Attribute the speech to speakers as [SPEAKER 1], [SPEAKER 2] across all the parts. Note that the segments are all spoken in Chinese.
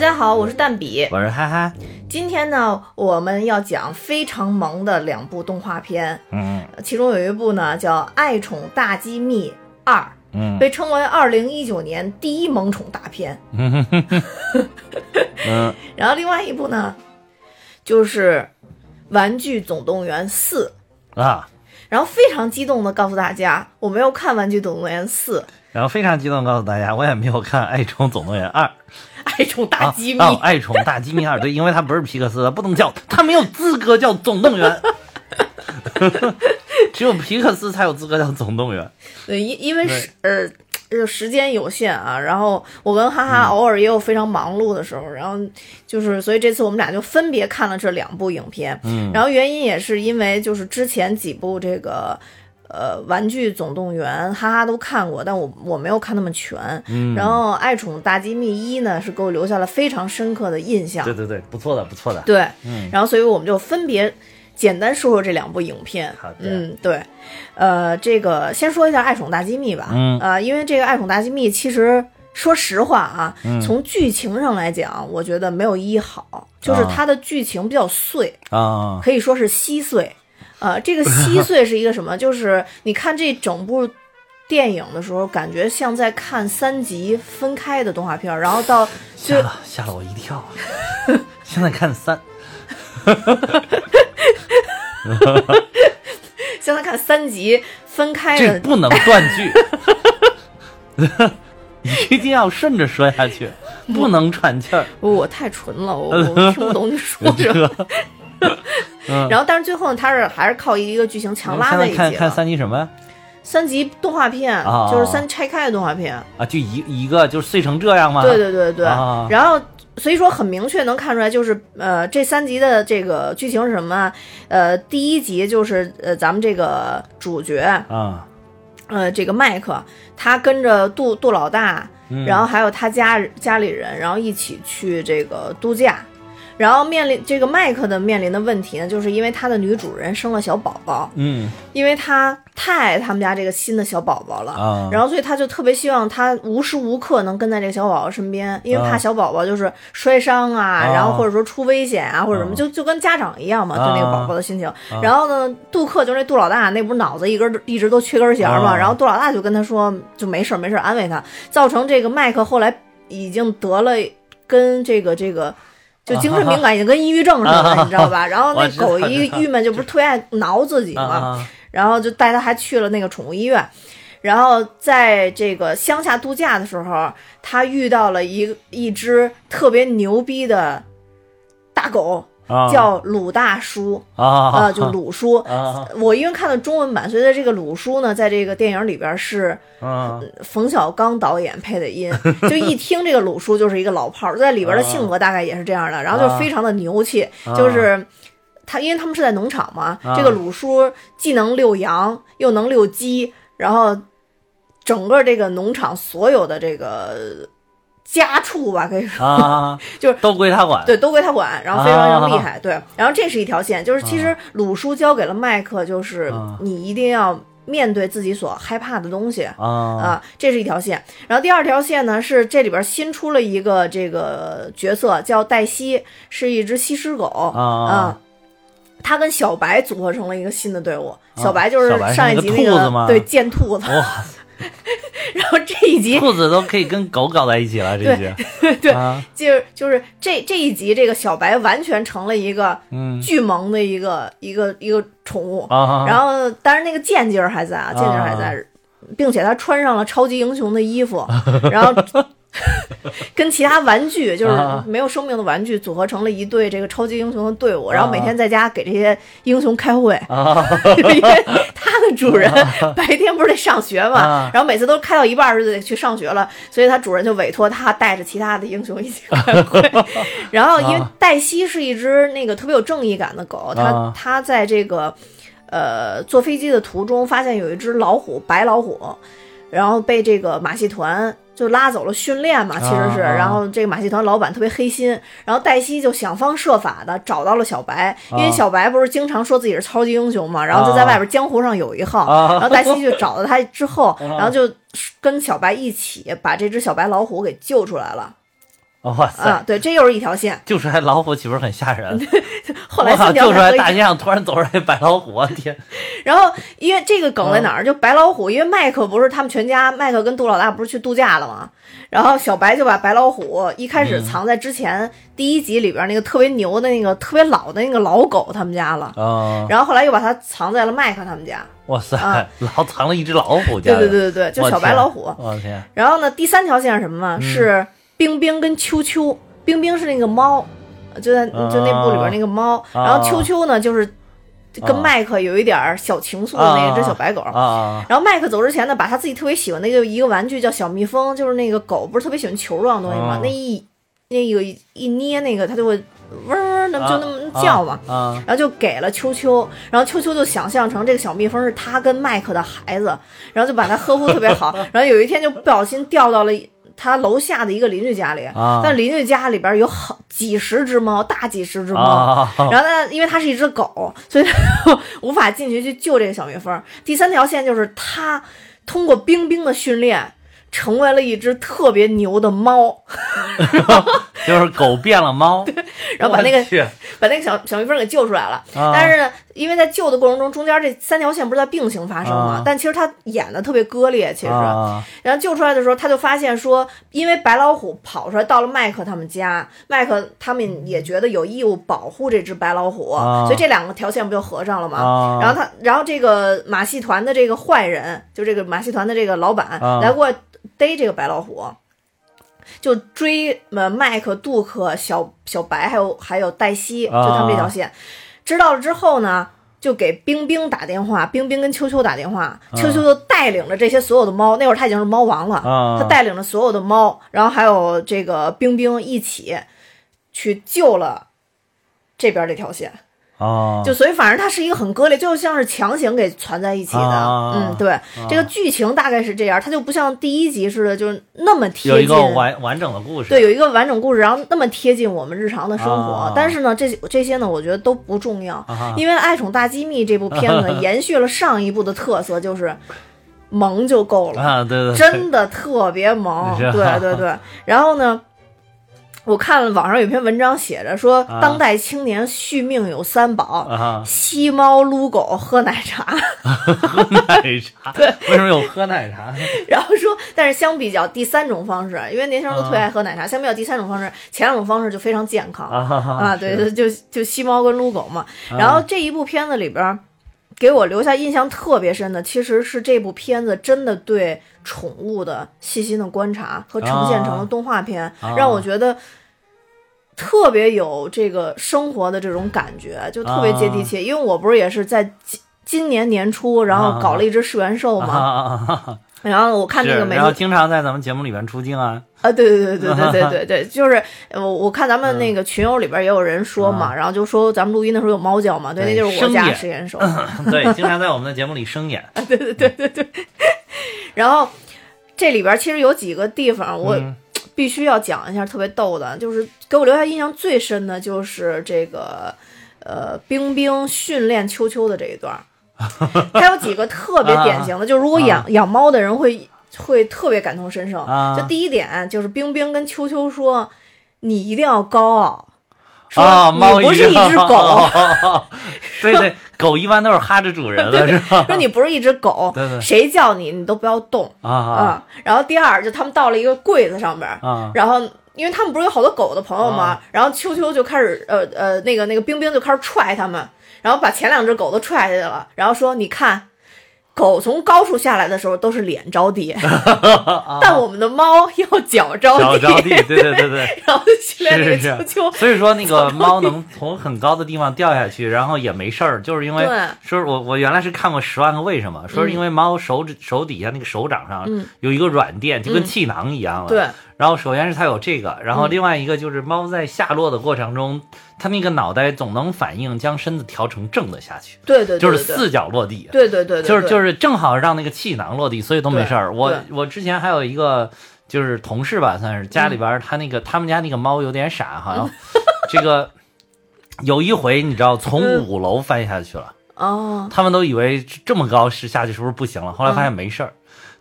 [SPEAKER 1] 家好，我是蛋比。
[SPEAKER 2] 我是嗨嗨，
[SPEAKER 1] 今天呢，我们要讲非常萌的两部动画片，
[SPEAKER 2] 嗯
[SPEAKER 1] 其中有一部呢叫《爱宠大机密二》，
[SPEAKER 2] 嗯
[SPEAKER 1] 被称为2019年第一萌宠大片。
[SPEAKER 2] 嗯
[SPEAKER 1] 然后另外一部呢，就是《玩具总动员四》。
[SPEAKER 2] 啊，
[SPEAKER 1] 然后非常激动的告诉大家，我没有看《玩具总动员四》，《
[SPEAKER 2] 然后非常激动地告诉大家，我也没有看《爱宠总动员二》
[SPEAKER 1] 爱宠大
[SPEAKER 2] 啊，
[SPEAKER 1] 机密》
[SPEAKER 2] 哦，《爱宠大机密二》对，因为他不是皮克斯，他不能叫，他没有资格叫总 动员，只有皮克斯才有资格叫总动员。
[SPEAKER 1] 对，因因为时呃呃时间有限啊，然后我跟哈哈偶尔也有非常忙碌的时候，然后就是所以这次我们俩就分别看了这两部影片，嗯，然后原因也是因为就是之前几部这个。呃，玩具总动员，哈哈都看过，但我我没有看那么全。嗯、然后《爱宠大机密一》呢，是给我留下了非常深刻的印象。
[SPEAKER 2] 对对对，不错的，不错的。
[SPEAKER 1] 对，
[SPEAKER 2] 嗯
[SPEAKER 1] 然后所以我们就分别简单说说这两部影片。
[SPEAKER 2] 好的
[SPEAKER 1] 嗯，对，呃，这个先说一下《爱宠大机密》吧。
[SPEAKER 2] 嗯
[SPEAKER 1] 啊、因为这个《爱宠大机密》其实说实话啊，
[SPEAKER 2] 嗯
[SPEAKER 1] 从剧情上来讲，我觉得没有一好，就是它的剧情比较碎，
[SPEAKER 2] 啊，
[SPEAKER 1] 可以说是稀碎。呃，这个稀 碎是一个什么？就是你看这整部。电影的时候，感觉像在看三集分开的动画片儿，然后到
[SPEAKER 2] 吓 了吓了我 一跳。啊现在看三，
[SPEAKER 1] 像在看三集分开的
[SPEAKER 2] 这不能断句， 一定要顺着说下去，不能喘气儿。
[SPEAKER 1] 不我太纯了，我我听不懂你说 什么。然后，但是最后呢，他是还是靠一个剧情强拉
[SPEAKER 2] 现
[SPEAKER 1] 在
[SPEAKER 2] 在
[SPEAKER 1] 一起
[SPEAKER 2] 看看
[SPEAKER 1] 了。
[SPEAKER 2] 三级什么呀？
[SPEAKER 1] 三集动画片
[SPEAKER 2] 啊
[SPEAKER 1] 就是三拆开的动画片，
[SPEAKER 2] 啊，就一一个就是碎成这样吗？
[SPEAKER 1] 对对对对
[SPEAKER 2] 啊。
[SPEAKER 1] 然后，所以说很明确能看出来，就是呃，这三集的这个剧情是什么啊？呃，第一集就是呃，咱们这个主角
[SPEAKER 2] 啊，
[SPEAKER 1] 呃，这个麦克他跟着杜杜老大，然后还有他家家里人，然后一起去这个度假。然后面临这个麦克的面临的问题呢，就是因为他的女主人生了小宝宝，
[SPEAKER 2] 嗯
[SPEAKER 1] 因为他太爱他们家这个新的小宝宝了，
[SPEAKER 2] 啊
[SPEAKER 1] 然后所以他就特别希望他无时无刻能跟在这个小宝宝身边，因为怕
[SPEAKER 2] 啊
[SPEAKER 1] 小宝宝就是摔伤啊，
[SPEAKER 2] 啊
[SPEAKER 1] 然后或者说出危险啊，
[SPEAKER 2] 嗯
[SPEAKER 1] 或者什么，就就跟家长一样嘛，对那个宝宝的心情。然后呢，杜克就是那杜老大，那不是脑子一根一直都缺根弦嘛，
[SPEAKER 2] 啊
[SPEAKER 1] 然后杜老大就跟他说就没事儿没事儿，安慰他，造成这个麦克后来已经得了跟这个这个。就精 神敏感已经跟抑郁症似的，
[SPEAKER 2] 啊
[SPEAKER 1] 你知道吧？然后那
[SPEAKER 2] 我知道
[SPEAKER 1] 狗一郁闷，就不是特爱挠自己
[SPEAKER 2] 啊
[SPEAKER 1] 嘛。
[SPEAKER 2] 啊
[SPEAKER 1] 然后就带他还去了那个宠物医院，然后在这个乡下度假的时候，他遇到了一一只特别牛逼的大狗，
[SPEAKER 2] 啊，
[SPEAKER 1] 叫鲁大叔，
[SPEAKER 2] 啊啊
[SPEAKER 1] 呃，就鲁叔。
[SPEAKER 2] 啊
[SPEAKER 1] 我因为看的中文版，所以在这个鲁叔呢，在这个电影里边是
[SPEAKER 2] 啊
[SPEAKER 1] 冯小刚导演配的音，就一听这个鲁叔就是一个老炮儿，在里边的性格大概也是这样的，然后就非常的牛气，
[SPEAKER 2] 啊
[SPEAKER 1] 就是他，因为他们是在农场嘛，
[SPEAKER 2] 啊
[SPEAKER 1] 这个鲁叔既能遛羊，又能遛鸡，然后整个这个农场所有的这个家畜吧，可以说、
[SPEAKER 2] 啊，
[SPEAKER 1] 就是
[SPEAKER 2] 都归他管。
[SPEAKER 1] 对都归他管，然后非常非常厉
[SPEAKER 2] 啊
[SPEAKER 1] 害，对，然后这是一条线，就是其实鲁叔交给了麦克，就是
[SPEAKER 2] 啊
[SPEAKER 1] 你一定要面对自己所害怕的东西，
[SPEAKER 2] 啊
[SPEAKER 1] 啊，这是一条线。然后第二条线呢是这里边新出了一个这个角色叫黛西，是一只西施狗啊
[SPEAKER 2] 啊。
[SPEAKER 1] 他跟小白组合成了一个新的队伍，小白就
[SPEAKER 2] 小白是
[SPEAKER 1] 上一
[SPEAKER 2] 那个
[SPEAKER 1] 集那
[SPEAKER 2] 兔子吗
[SPEAKER 1] 对贱兔子，
[SPEAKER 2] 哇，
[SPEAKER 1] 然后这一集
[SPEAKER 2] 兔子都可以跟狗搞在一起了，这些
[SPEAKER 1] 对
[SPEAKER 2] 啊，
[SPEAKER 1] 就是就是这这一集这个小白完全成了一个
[SPEAKER 2] 嗯
[SPEAKER 1] 巨萌的一个、一个一个宠物，
[SPEAKER 2] 啊，
[SPEAKER 1] 然后当然那个剑劲儿还在啊，剑劲儿还在，并且他穿上了超级英雄的衣 服，然后 跟其他玩具就是
[SPEAKER 2] 啊
[SPEAKER 1] 没有生命的玩具组合成了一队这个超级英雄的队伍，
[SPEAKER 2] 啊。
[SPEAKER 1] 然后每天在家给这些英雄开会
[SPEAKER 2] 啊
[SPEAKER 1] 因为他的主人白天不是得上学嘛
[SPEAKER 2] 啊，
[SPEAKER 1] 然后每次都开到一半儿就得去上学了，所以他主人就委托他带着其他的英雄一起开会。 然后因为黛西是一只那个特别有正义感的狗，它
[SPEAKER 2] 啊
[SPEAKER 1] 它在这个呃坐飞机的途中发现有一只老虎，白老虎，然后被这个马戏团。就拉走了训练嘛，其实是，
[SPEAKER 2] 啊啊
[SPEAKER 1] 然后这个马戏团老板特别黑心，然后黛西就想方设法的找到了小白，因为
[SPEAKER 2] 啊
[SPEAKER 1] 小白不是经常说自己是超级英雄嘛，然后就在外边江湖上有一号，
[SPEAKER 2] 啊
[SPEAKER 1] 然后黛西就找到他之后，然后就跟小白一起把这只小白老虎给救出来了。
[SPEAKER 2] 哦哇塞，
[SPEAKER 1] 啊，对，这又是一条线。
[SPEAKER 2] 就是还老虎岂不是很吓人？
[SPEAKER 1] 后来
[SPEAKER 2] 我靠，
[SPEAKER 1] 三条
[SPEAKER 2] 就是还
[SPEAKER 1] 河
[SPEAKER 2] 大街上突然走出来白老虎，我 天！
[SPEAKER 1] 然后因为这个梗在
[SPEAKER 2] 啊
[SPEAKER 1] 哪儿？就白老虎，因为麦克不是他们全家，麦克跟杜老大不是去度假了吗？然后小白就把白老虎一开
[SPEAKER 2] 嗯
[SPEAKER 1] 始藏在之前第一集里边那个特别牛的那个特别老的那个老狗他们家了。
[SPEAKER 2] 啊，
[SPEAKER 1] 然后后来又把它藏在了麦克他们家，
[SPEAKER 2] 哇塞
[SPEAKER 1] 啊，
[SPEAKER 2] 老藏了一只老虎家
[SPEAKER 1] 对对
[SPEAKER 2] 里，
[SPEAKER 1] 对对对，就
[SPEAKER 2] 我
[SPEAKER 1] 小白
[SPEAKER 2] 天嗯
[SPEAKER 1] 老虎。
[SPEAKER 2] 我天，
[SPEAKER 1] 然后呢，第三条线是什么呢？是冰冰跟秋秋，冰冰是那个猫，就在就那部里边那个猫，
[SPEAKER 2] 啊
[SPEAKER 1] 然后秋秋呢就是跟麦克有一点儿小情愫的那
[SPEAKER 2] 啊
[SPEAKER 1] 只小白狗。
[SPEAKER 2] 啊
[SPEAKER 1] 然后麦克走之前呢，把他自己特别喜欢的一个一个玩具叫小蜜蜂，就是那个狗不是特别喜欢球状的东西吗？
[SPEAKER 2] 啊
[SPEAKER 1] 那一那个一捏那个，它就会嗡嗡的
[SPEAKER 2] 啊
[SPEAKER 1] 就那么叫嘛。
[SPEAKER 2] 啊，
[SPEAKER 1] 然后就给了秋秋，然后秋秋就想象成这个小蜜蜂是他跟麦克的孩子，然后就把他呵护特别 好。然后有一天就不小心掉到了他楼下的一个邻居家里，
[SPEAKER 2] 啊
[SPEAKER 1] 但邻居家里边有好几十只猫，大几十只猫。
[SPEAKER 2] 啊
[SPEAKER 1] 然后呢，因为它是一只狗，所以它无法进去去救这个小蜜蜂。第三条线就是它通过冰冰的训练，成为了一只特别牛的猫，
[SPEAKER 2] 就是狗变 了猫，
[SPEAKER 1] 然后把那
[SPEAKER 2] 我
[SPEAKER 1] 个
[SPEAKER 2] 去
[SPEAKER 1] 把那个小小蜜蜂给救出来了。
[SPEAKER 2] 啊
[SPEAKER 1] 但是呢，因为在救的过程中，中间这三条线不是在并行发生吗？
[SPEAKER 2] 啊
[SPEAKER 1] 但其实他演的特别割裂，其实。
[SPEAKER 2] 啊
[SPEAKER 1] 然后救出来的时候，他就发现说，因为白老虎跑出来到了麦克他们家，麦克他们也觉得有义务保护这只白老虎，
[SPEAKER 2] 啊
[SPEAKER 1] 所以这两个条线不就合上了吗？
[SPEAKER 2] 啊
[SPEAKER 1] 然后他，然后这个马戏团的这个坏人，就这个马戏团的这个老板、
[SPEAKER 2] 啊
[SPEAKER 1] 来过来逮这个白老虎，就追呃麦克、杜克、小小白还有还有黛西，就
[SPEAKER 2] 啊
[SPEAKER 1] 他们这条线。知道了之后呢，就给冰冰打电话，冰冰跟秋秋打电
[SPEAKER 2] 啊
[SPEAKER 1] 话，秋秋就带领着这些所有的猫，那会儿他已经是猫王了，
[SPEAKER 2] 啊
[SPEAKER 1] 他带领着所有的猫，然后还有这个冰冰一起去救了。这边这条线，
[SPEAKER 2] 啊，
[SPEAKER 1] 就所以反正它是一个很割裂，就像是强行给攒在一起的，
[SPEAKER 2] 啊
[SPEAKER 1] 嗯，对，这个剧情大概是这样，它就不像第一集似的，就是那么贴近，
[SPEAKER 2] 有一个完完整的故事，
[SPEAKER 1] 对，有一个完整故事，然后那么贴近我们日常的生活。
[SPEAKER 2] 啊
[SPEAKER 1] 但是呢，这些这些呢，我觉得都不重要，
[SPEAKER 2] 啊
[SPEAKER 1] 因为《爱宠大机密》这部片 子延续了上一部的特色，就是萌就够了，
[SPEAKER 2] 啊，对对，对
[SPEAKER 1] 真的特别萌。
[SPEAKER 2] 是啊
[SPEAKER 1] 对对 对。然后呢，我看了网上有篇文章写着说，
[SPEAKER 2] 啊
[SPEAKER 1] 当代青年续命有三宝：
[SPEAKER 2] 啊，
[SPEAKER 1] 吸猫、撸狗、喝奶茶。
[SPEAKER 2] 喝奶茶，对，为什么有喝奶茶？
[SPEAKER 1] 然后说，但是相比较第三种方式，因为年轻人都特别爱喝奶茶，相比较第三种方式，前两种方式就非常健康
[SPEAKER 2] 啊哈哈
[SPEAKER 1] 啊，对，
[SPEAKER 2] 是啊
[SPEAKER 1] 就就就吸猫跟撸狗嘛。然后这一部片子里边儿，给我留下印象特别深的，其实是这部片子真的对宠物的细心的观察和呈现成了动画片，
[SPEAKER 2] 啊
[SPEAKER 1] 让我觉得。特别有这个生活的这种感觉，就特别接
[SPEAKER 2] 啊
[SPEAKER 1] 地气。因为我不是也是在今今年年初，然后搞了一只世元兽
[SPEAKER 2] 啊
[SPEAKER 1] 嘛，
[SPEAKER 2] 啊啊啊！
[SPEAKER 1] 然后我看那个
[SPEAKER 2] 是，
[SPEAKER 1] 美
[SPEAKER 2] 然后
[SPEAKER 1] 术
[SPEAKER 2] 经常在咱们节目里边出 镜啊，
[SPEAKER 1] 啊，对对对对对对对对，就是呃我我看咱们那个群友里边也有人说嘛，然后就说咱们录音的时候有猫叫嘛，对，那
[SPEAKER 2] 对
[SPEAKER 1] 就是我
[SPEAKER 2] 生
[SPEAKER 1] 家
[SPEAKER 2] 也
[SPEAKER 1] 实验手。
[SPEAKER 2] 对，经常在我们的节目里生演，
[SPEAKER 1] 然后这里边其实有几个地方我
[SPEAKER 2] 嗯
[SPEAKER 1] 必须要讲一下，特别逗的，就是给我留下印象最深的就是这个呃冰冰训练秋秋的这一 段儿，它有几个特别典型的，就如果养养猫的人会会特别感同身受。
[SPEAKER 2] 啊
[SPEAKER 1] 就第一点就是冰冰跟秋秋说，你一定要高傲。 说
[SPEAKER 2] 啊，猫
[SPEAKER 1] 你不是一只狗，
[SPEAKER 2] 狗， 对对，狗一般都是哈着 主人的，是吧？
[SPEAKER 1] 说你不是一只狗
[SPEAKER 2] 对，对
[SPEAKER 1] 谁叫你你都不要动
[SPEAKER 2] 啊
[SPEAKER 1] 啊。然后第二，就他们到了一个柜子上边儿，
[SPEAKER 2] 啊
[SPEAKER 1] 然后因为他们不是有好多狗的朋友吗？然后秋秋就开始呃呃那个那个冰冰就开始踹他们，然后把前两只狗都踹下去了，然后说你看。狗从高处下来的时候都是脸着地， 但我们的猫要脚着
[SPEAKER 2] 啊脚着地，对对对对。
[SPEAKER 1] 然后就训练这
[SPEAKER 2] 是
[SPEAKER 1] 个秋
[SPEAKER 2] 是是，
[SPEAKER 1] 秋，
[SPEAKER 2] 所以说那个猫能从很高的地方掉下去，然后也没事儿，就是因为
[SPEAKER 1] 对
[SPEAKER 2] 说是我我原来是看过《十万个为什么》，说是因为猫手指手底下那个手掌上有一个软垫，就跟气囊一样了。
[SPEAKER 1] 对，
[SPEAKER 2] 然后首先是它有这个，然后另外一个就是猫在下落的过程中，它那个脑袋总能反应将身子调成正的下去，
[SPEAKER 1] 对对对对对，
[SPEAKER 2] 就是四脚落地。
[SPEAKER 1] 对对对对，
[SPEAKER 2] 就是就是是正好让那个气囊落地，所以都没事儿。
[SPEAKER 1] 对
[SPEAKER 2] 我
[SPEAKER 1] 对
[SPEAKER 2] 我之前还有一个就是同事吧，算是家
[SPEAKER 1] 嗯
[SPEAKER 2] 里边儿他那个、他们家那个猫有点傻，好像 这个有一回你知道从
[SPEAKER 1] 嗯
[SPEAKER 2] 五楼翻下去了，
[SPEAKER 1] 哦，
[SPEAKER 2] 他们都以为这么高是下去是不是不行了，后来发现没事儿。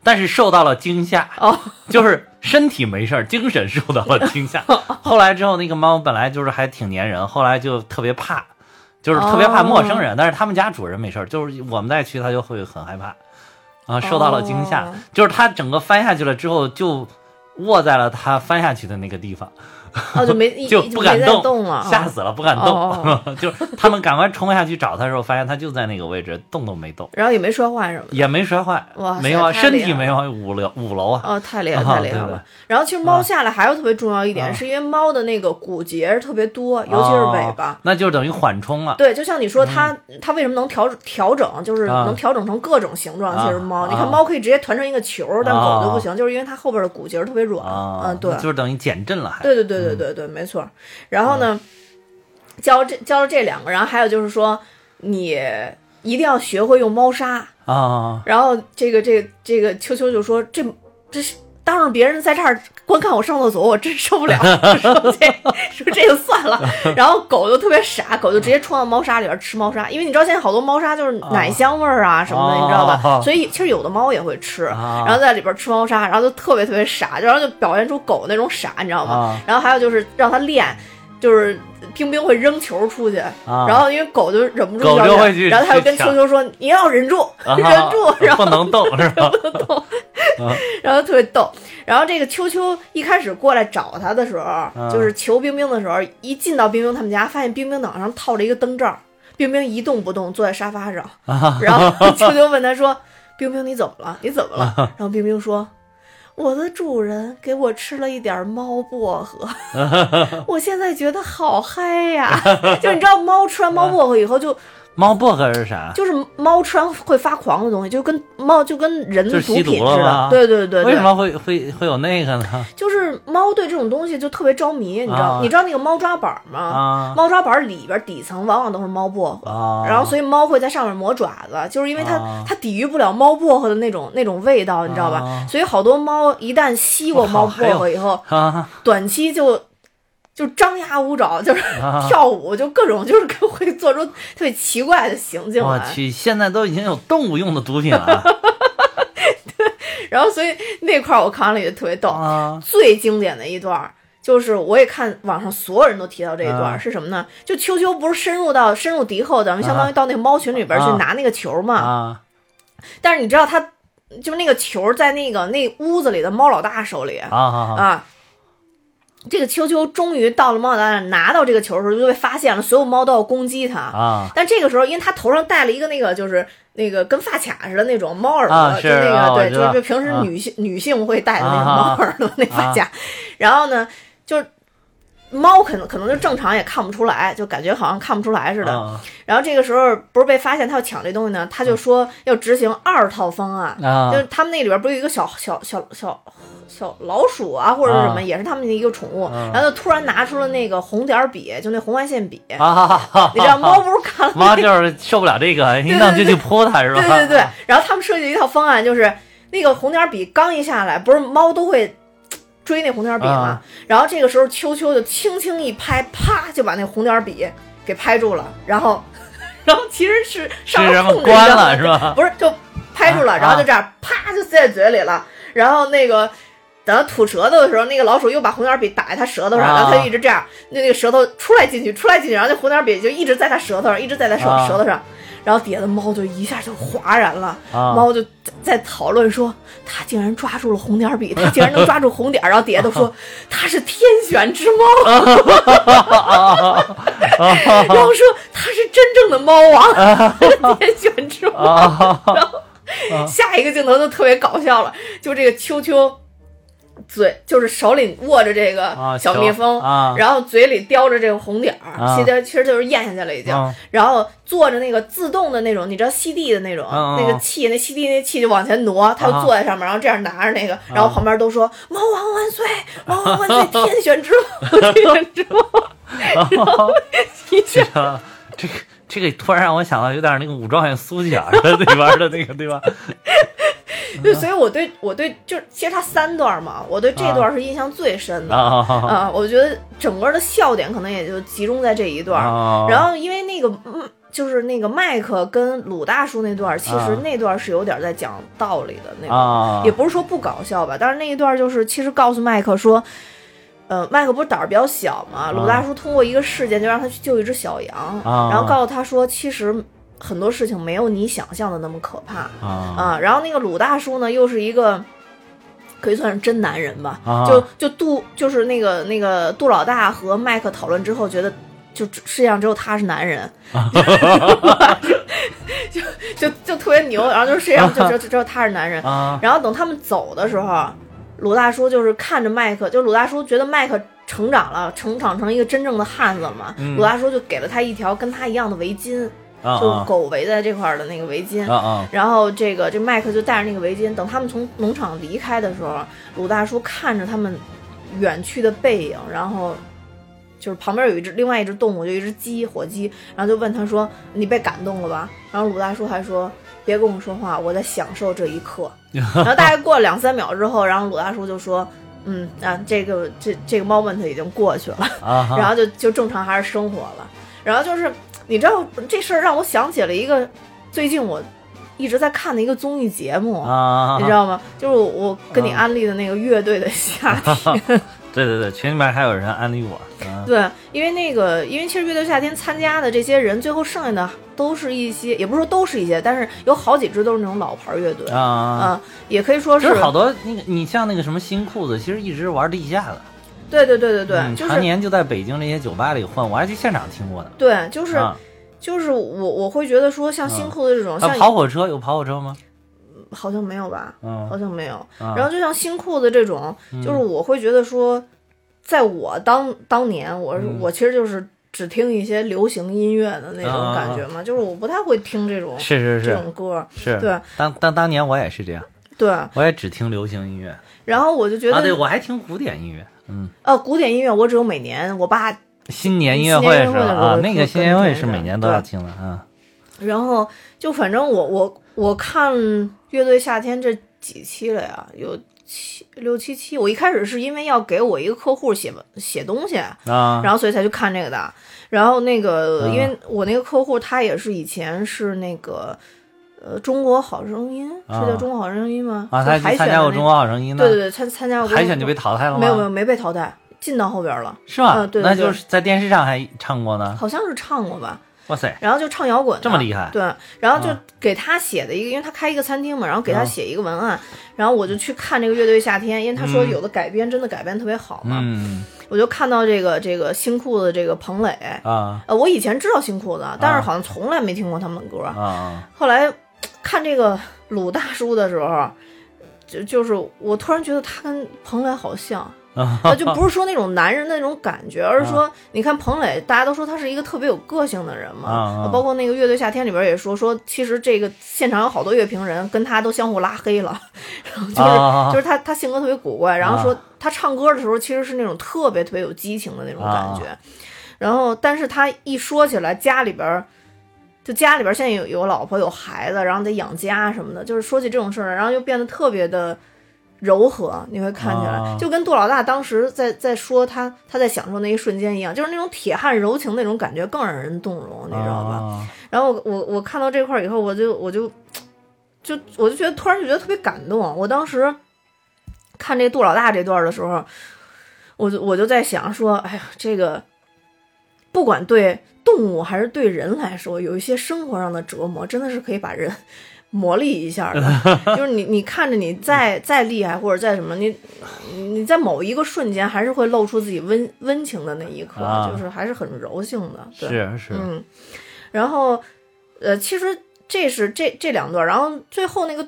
[SPEAKER 2] 但是受到了惊吓，
[SPEAKER 1] 嗯哦，
[SPEAKER 2] 就是身体没事儿，精神受到了惊 吓。后来之后，那个猫本来就是还挺粘人，后来就特别怕，就是特别
[SPEAKER 1] 哦
[SPEAKER 2] 怕陌生人。但是他们家主人没事儿，就是我们再去它就会很害怕，啊，受到了惊吓。
[SPEAKER 1] 哦
[SPEAKER 2] 就是它整个翻下去了之后，就卧在了它翻下去的那个地方，
[SPEAKER 1] 哦，就没
[SPEAKER 2] 就
[SPEAKER 1] 已经
[SPEAKER 2] 不敢
[SPEAKER 1] 没再
[SPEAKER 2] 动，
[SPEAKER 1] 动了，啊
[SPEAKER 2] 吓死了，不敢动。
[SPEAKER 1] 哦
[SPEAKER 2] 就是他们赶快冲下去找它的时候，发现它就在那个位置，动都没动，
[SPEAKER 1] 然后也没说话什么的。
[SPEAKER 2] 也没摔坏，
[SPEAKER 1] 哇塞
[SPEAKER 2] 没有啊，
[SPEAKER 1] 太厉害
[SPEAKER 2] 身体没有，五楼五楼啊，
[SPEAKER 1] 哦，太厉害，
[SPEAKER 2] 哦
[SPEAKER 1] 太厉害
[SPEAKER 2] 对
[SPEAKER 1] 了
[SPEAKER 2] 吧！
[SPEAKER 1] 然后其实猫下来还有特别重要一
[SPEAKER 2] 啊
[SPEAKER 1] 点，是因为猫的那个骨节特别多，尤其是尾
[SPEAKER 2] 哦
[SPEAKER 1] 巴。
[SPEAKER 2] 那就等于缓冲了。
[SPEAKER 1] 对，就像你说，它
[SPEAKER 2] 嗯
[SPEAKER 1] 它为什么能调调整，就是
[SPEAKER 2] 啊
[SPEAKER 1] 能调整成各种形状。
[SPEAKER 2] 啊
[SPEAKER 1] 其实猫，你
[SPEAKER 2] 啊
[SPEAKER 1] 看猫可以直接团成一个球，但狗就
[SPEAKER 2] 啊
[SPEAKER 1] 不行，就是因为它后边的骨节特别软。
[SPEAKER 2] 啊，
[SPEAKER 1] 嗯，对
[SPEAKER 2] 那，就是嗯等于减震了还，
[SPEAKER 1] 对对对对对对，没错。然后
[SPEAKER 2] 嗯
[SPEAKER 1] 呢，教这教了这两个，然后还有就是说，你一定要学会用猫砂。
[SPEAKER 2] 啊，
[SPEAKER 1] 然后这个这个这个秋秋就说：“这这是当着别人在这儿观看我上厕所，我真受不了。” 说这说这就算 了。然后狗就特别傻，狗就直接冲到猫砂里边吃猫砂，因为你知道现在好多猫砂就是奶香味儿啊什么的，
[SPEAKER 2] 哦
[SPEAKER 1] 你知道
[SPEAKER 2] 哦
[SPEAKER 1] 吧？所以其实有的猫也会吃，
[SPEAKER 2] 啊
[SPEAKER 1] 然后在里边吃猫砂，然后就特别特别傻，然后就表现出狗那种傻，你知道吗
[SPEAKER 2] 啊？
[SPEAKER 1] 然后还有就是让它练，就是。冰冰会扔球出去，
[SPEAKER 2] 啊
[SPEAKER 1] 然后因为狗就忍不住
[SPEAKER 2] 狗
[SPEAKER 1] 要
[SPEAKER 2] 就会
[SPEAKER 1] 忍
[SPEAKER 2] 去
[SPEAKER 1] 然后它就
[SPEAKER 2] 去
[SPEAKER 1] 跟
[SPEAKER 2] 抢
[SPEAKER 1] 秋秋说：“你要忍住，
[SPEAKER 2] 啊
[SPEAKER 1] 忍住。”然后
[SPEAKER 2] 不能动是吧？
[SPEAKER 1] 然后特别逗。然后这个秋秋一开始过来找他的时候，
[SPEAKER 2] 嗯
[SPEAKER 1] 就是求冰冰的时候，一进到冰冰他们家，发现冰冰脑上套着一个灯罩，冰冰一动不动坐在沙发 上。然后秋秋问他说：“冰冰，你怎么了？你怎么 了？”然后冰冰说。我的主人给我吃了一点猫薄 荷，我现在觉得好嗨呀！就是你知道，猫吃完猫薄荷以后就
[SPEAKER 2] 猫薄荷是啥？
[SPEAKER 1] 就是猫吃完会发狂的东西，就跟猫就跟人
[SPEAKER 2] 就
[SPEAKER 1] 的
[SPEAKER 2] 是
[SPEAKER 1] 毒
[SPEAKER 2] 吸
[SPEAKER 1] 品
[SPEAKER 2] 毒了
[SPEAKER 1] 似
[SPEAKER 2] 吧
[SPEAKER 1] 的。对对对对，
[SPEAKER 2] 为什么会会会有那个呢？
[SPEAKER 1] 就是猫对这种东西就特别着迷，你知道？
[SPEAKER 2] 啊
[SPEAKER 1] 你知道那个猫抓板吗？
[SPEAKER 2] 啊
[SPEAKER 1] 猫抓板里边底层往往都是猫薄荷，
[SPEAKER 2] 啊，
[SPEAKER 1] 然后所以猫会在上面磨爪子，就是因为它、
[SPEAKER 2] 啊
[SPEAKER 1] 它抵御不了猫薄荷的那种那种味道，你知道吧？
[SPEAKER 2] 啊
[SPEAKER 1] 所以好多猫一旦吸过
[SPEAKER 2] 我靠
[SPEAKER 1] 猫薄荷以后，
[SPEAKER 2] 啊
[SPEAKER 1] 短期就。就张牙舞爪，就是
[SPEAKER 2] 啊
[SPEAKER 1] 跳舞，就各种就是会做出特别奇怪的行径
[SPEAKER 2] 我
[SPEAKER 1] 来。
[SPEAKER 2] 去，现在都已经有动物用的毒品了
[SPEAKER 1] 然后所以那块儿我看了也特别逗，
[SPEAKER 2] 啊！
[SPEAKER 1] 最经典的一段儿，就是我也看网上所有人都提到这一段儿、
[SPEAKER 2] 啊
[SPEAKER 1] 是什么呢？就秋秋不是深入到深入敌后，咱们相当于到那个猫群里边去
[SPEAKER 2] 啊
[SPEAKER 1] 拿那个球嘛。
[SPEAKER 2] 啊
[SPEAKER 1] 但是你知道他，就是那个球在那个那屋子里的猫老大手里
[SPEAKER 2] 啊啊
[SPEAKER 1] 啊这个秋秋终于到了猫老大那儿拿到这个球的时候，就被发现了，所有猫都要攻击他。
[SPEAKER 2] 啊！
[SPEAKER 1] 但这个时候，因为他头上戴了一个那个就是那个跟发卡似的那种猫耳朵，
[SPEAKER 2] 啊
[SPEAKER 1] 就是那个、
[SPEAKER 2] 啊我
[SPEAKER 1] 对，
[SPEAKER 2] 知
[SPEAKER 1] 就
[SPEAKER 2] 道
[SPEAKER 1] 是平时
[SPEAKER 2] 啊
[SPEAKER 1] 女性、女性会戴的那个
[SPEAKER 2] 啊
[SPEAKER 1] 猫耳朵那发卡，然后呢，就是猫可能可能就正常也看不出来，就感觉好像看不出来似的。
[SPEAKER 2] 啊嗯
[SPEAKER 1] 然后这个时候不是被发现他要抢这东西呢，他就说要执行二套方案，
[SPEAKER 2] 啊
[SPEAKER 1] 就是他们那里边不是有一个小小小小小老鼠啊，或者是什么，
[SPEAKER 2] 啊
[SPEAKER 1] 也是他们的一个宠物，
[SPEAKER 2] 啊
[SPEAKER 1] 然后就突然拿出了那个红点儿笔，就那红外线笔。
[SPEAKER 2] 啊！
[SPEAKER 1] 你知道猫不是看了
[SPEAKER 2] 猫就是受不了这个，一弄就去扑它是吧？啊
[SPEAKER 1] 对对对，然后他们设计了一套方案，就是那个红点儿笔刚一下来，不是猫都会嘖追那红点儿笔吗？
[SPEAKER 2] 啊
[SPEAKER 1] 然后这个时候秋秋就轻轻一拍，啪就把那红点儿笔给拍住了，然后， 然后其实是上
[SPEAKER 2] 是
[SPEAKER 1] 面
[SPEAKER 2] 什么
[SPEAKER 1] 控制
[SPEAKER 2] 关
[SPEAKER 1] 着
[SPEAKER 2] 了
[SPEAKER 1] 的
[SPEAKER 2] 是吧？
[SPEAKER 1] 不是就拍住了，
[SPEAKER 2] 啊
[SPEAKER 1] 然后就这样啪就塞在嘴里了，然后那个。等它吐舌头的时候，那个老鼠又把红点儿笔打在它舌头上，
[SPEAKER 2] 啊
[SPEAKER 1] 然后它就一直这样，那那个舌头出来进去，出来进去，然后那红点儿笔就一直在它舌头上，一直在它舌、
[SPEAKER 2] 啊
[SPEAKER 1] 舌头上，然后底下的猫就一下就哗然了，
[SPEAKER 2] 啊
[SPEAKER 1] 猫就在讨论说，它竟然抓住了红点儿笔，它竟然能抓住红点儿，然后底下都 说它是天选之
[SPEAKER 2] 啊
[SPEAKER 1] 猫，然后说它是真正的猫王， 天选之猫。
[SPEAKER 2] 啊！
[SPEAKER 1] 下一个镜头就特别搞笑了，就这个秋秋。嘴就是手里握着这个
[SPEAKER 2] 啊
[SPEAKER 1] 小蜜蜂，
[SPEAKER 2] 小啊
[SPEAKER 1] 然后嘴里叼着这个红点儿，
[SPEAKER 2] 啊
[SPEAKER 1] 其实其实就是咽下去了已经。
[SPEAKER 2] 啊
[SPEAKER 1] 然后坐着那个自动的那种，你知道吸地的那种、
[SPEAKER 2] 嗯嗯
[SPEAKER 1] 那个气，那吸地那气就往前挪，他就
[SPEAKER 2] 啊
[SPEAKER 1] 坐在上面，然后这样拿着那个，然后旁边都说“猫王万岁，猫王万岁，天选之路，天选之路”，然后一下
[SPEAKER 2] 这个这个这个突然让我想到有点那个武状元苏乞儿的那边的那个对吧？
[SPEAKER 1] 对，所以我对我对就是其实它三段嘛，我对这段是印象最深的
[SPEAKER 2] 啊啊
[SPEAKER 1] 啊我觉得整个的笑点可能也就集中在这一段。
[SPEAKER 2] 啊！
[SPEAKER 1] 然后因为那个嗯就是那个麦克跟鲁大叔那段儿，其实
[SPEAKER 2] 啊
[SPEAKER 1] 那段儿是有点儿在讲道理的那种，
[SPEAKER 2] 啊
[SPEAKER 1] 也不是说不搞笑吧，但是那一段儿就是其实告诉麦克说。呃，麦克不是胆儿比较小嘛？鲁大叔通过一个事件就让他去救一只小羊，
[SPEAKER 2] 啊
[SPEAKER 1] 然后告诉他说，其实很多事情没有你想象的那么可怕。
[SPEAKER 2] 啊
[SPEAKER 1] 啊，然后那个鲁大叔呢，又是一个可以算是真男人吧，
[SPEAKER 2] 啊
[SPEAKER 1] 就就杜就是那个那个杜老大和麦克讨论之后，觉得就只世界上只有他是男人， 就就就特别牛，然后就是世界上就只有只有他是男人。
[SPEAKER 2] 啊
[SPEAKER 1] 然后等他们走的时候，鲁大叔就是看着麦克，就鲁大叔觉得麦克成长了，成长成一个真正的汉子了嘛，
[SPEAKER 2] 嗯
[SPEAKER 1] 鲁大叔就给了他一条跟他一样的围巾，
[SPEAKER 2] 啊
[SPEAKER 1] 就狗围在这块儿的那个围巾。
[SPEAKER 2] 啊啊
[SPEAKER 1] 然后这个这麦克就戴着那个围巾，等他们从农场离开的时候，鲁大叔看着他们远去的背影，然后就是旁边有一只另外一只动物，就一只鸡，火鸡，然后就问他说：“你被感动了吧？”然后鲁大叔还说：“别跟我说话，我在享受这一刻。”然后大概过了两三秒之后，然后鲁大叔就说：“嗯啊，这个这这个 moment 已经过去了。”
[SPEAKER 2] 啊
[SPEAKER 1] 然后就就正常还是生活了。然后就是你知道这事儿让我想起了一个最近我一直在看的一个综艺节目，
[SPEAKER 2] 啊！
[SPEAKER 1] 你知道吗？就是我我跟你
[SPEAKER 2] 啊
[SPEAKER 1] 安利的那个乐队的夏 天。
[SPEAKER 2] 对对对，群里面还有人安利我，啊
[SPEAKER 1] 对，因为那个，因为其实乐队夏天参加的这些人，最后剩下的都是一些，也不是说都是一些，但是有好几支都是那种老牌乐队，啊、
[SPEAKER 2] 啊，
[SPEAKER 1] 也可以说
[SPEAKER 2] 就是是好多那个你像那个什么新裤子，其实一直玩地下的，
[SPEAKER 1] 对对对对对，
[SPEAKER 2] 嗯
[SPEAKER 1] 就
[SPEAKER 2] 常
[SPEAKER 1] 是
[SPEAKER 2] 年就在北京这些酒吧里混，我还去现场听过呢。
[SPEAKER 1] 对，就是、
[SPEAKER 2] 啊，
[SPEAKER 1] 就是我我会觉得说，像新裤子这种，
[SPEAKER 2] 啊
[SPEAKER 1] 像
[SPEAKER 2] 跑火车有跑火车吗？
[SPEAKER 1] 好像没有吧，
[SPEAKER 2] 嗯
[SPEAKER 1] 好像没有。
[SPEAKER 2] 啊嗯
[SPEAKER 1] 然后就像新裤子这种，就是我会觉得说，在我当当年，我
[SPEAKER 2] 嗯
[SPEAKER 1] 是、我其实就是只听一些流行音乐的那种感觉嘛，就是我不太会听这种
[SPEAKER 2] 啊是是
[SPEAKER 1] 这
[SPEAKER 2] 是
[SPEAKER 1] 种歌，
[SPEAKER 2] 是，
[SPEAKER 1] 对
[SPEAKER 2] 当当当年我也是这样，
[SPEAKER 1] 对。
[SPEAKER 2] 我也只听流行音乐
[SPEAKER 1] 然后我就觉得，
[SPEAKER 2] 啊，对我还听古典音乐，嗯，
[SPEAKER 1] 呃，古典音乐我只有每年我爸，
[SPEAKER 2] 新年音乐会是吧？啊，那个新年音乐会是每年都要听的啊。
[SPEAKER 1] 然后就反正我我我看乐队夏天这几期了呀，有。七六七期，我一开始是因为要给我一个客户写写东西，
[SPEAKER 2] 啊
[SPEAKER 1] 然后所以才去看这个的。然后那个，
[SPEAKER 2] 嗯
[SPEAKER 1] 因为我那个客户他也是以前是那个，呃，中国好声音是
[SPEAKER 2] 啊
[SPEAKER 1] 叫中国好声音吗？
[SPEAKER 2] 啊，
[SPEAKER 1] 就
[SPEAKER 2] 他
[SPEAKER 1] 海
[SPEAKER 2] 还
[SPEAKER 1] 选
[SPEAKER 2] 参
[SPEAKER 1] 的
[SPEAKER 2] 加过
[SPEAKER 1] 那
[SPEAKER 2] 中国好声音呢
[SPEAKER 1] 对，对对，参参加过中
[SPEAKER 2] 海选就被淘汰了吗？
[SPEAKER 1] 没有没有没被淘汰，进到后边了，
[SPEAKER 2] 是吧？
[SPEAKER 1] 嗯对对
[SPEAKER 2] 那就是在电视上还唱过呢。
[SPEAKER 1] 好像是唱过吧。
[SPEAKER 2] 哇塞，
[SPEAKER 1] 然后就唱摇滚的，
[SPEAKER 2] 这么厉害
[SPEAKER 1] 对，然后就
[SPEAKER 2] 啊
[SPEAKER 1] 给他写的一个，因为他开一个餐厅嘛，然后给他
[SPEAKER 2] 啊
[SPEAKER 1] 写一个文案，然后我就去看这个乐队夏天，因为他说
[SPEAKER 2] 嗯
[SPEAKER 1] 有的改编真的改编特别好嘛，
[SPEAKER 2] 嗯
[SPEAKER 1] 我就看到这个这个新裤子这个彭磊，
[SPEAKER 2] 啊
[SPEAKER 1] 呃，我以前知道新裤子，但是
[SPEAKER 2] 啊
[SPEAKER 1] 好像从来没听过他们的歌。
[SPEAKER 2] 啊啊
[SPEAKER 1] 后来看这个鲁大叔的时候，就就是我突然觉得他跟彭磊好像，
[SPEAKER 2] 啊！
[SPEAKER 1] 呃就不是说那种男人的那种感觉，而是说，你看彭磊，大家都说他是一个特别有个性的人嘛，呃
[SPEAKER 2] 啊啊
[SPEAKER 1] 包括那个乐队夏天里边也说，说其实这个现场有好多乐评人跟他都相互拉黑了， 然后 就是、
[SPEAKER 2] 啊
[SPEAKER 1] 就是他他性格特别古怪，然后说
[SPEAKER 2] 啊
[SPEAKER 1] 他唱歌的时候其实是那种特别特别有激情的那种
[SPEAKER 2] 啊
[SPEAKER 1] 感觉，然后但是他一说起来家里边儿。就家里边儿现在有有老婆有孩子，然后得养家什么的，就是说起这种事儿来，然后又变得特别的柔和，你会看起来、
[SPEAKER 2] 啊
[SPEAKER 1] 就跟杜老大当时在在说他他在享受那一瞬间一样，就是那种铁汉柔情那种感觉更让人动容，你知道吧？
[SPEAKER 2] 啊
[SPEAKER 1] 然后我我我看到这块儿以后，我就我就就我就觉得突然就觉得特别感动。我当时看这杜老大这段儿的时候，我就我就在想说，哎呀，这个不管对动物还是对人来说，有一些生活上的折磨，真的是可以把人。 磨砺一下 的，就是你，你看着你再再厉害或者再什么，你你在某一个瞬间还是会露出自己温温情的那一刻，
[SPEAKER 2] 啊
[SPEAKER 1] 就是还是很柔性的。对，
[SPEAKER 2] 是啊是
[SPEAKER 1] 嗯，然后呃，其实这是这这两段儿，然后最后那个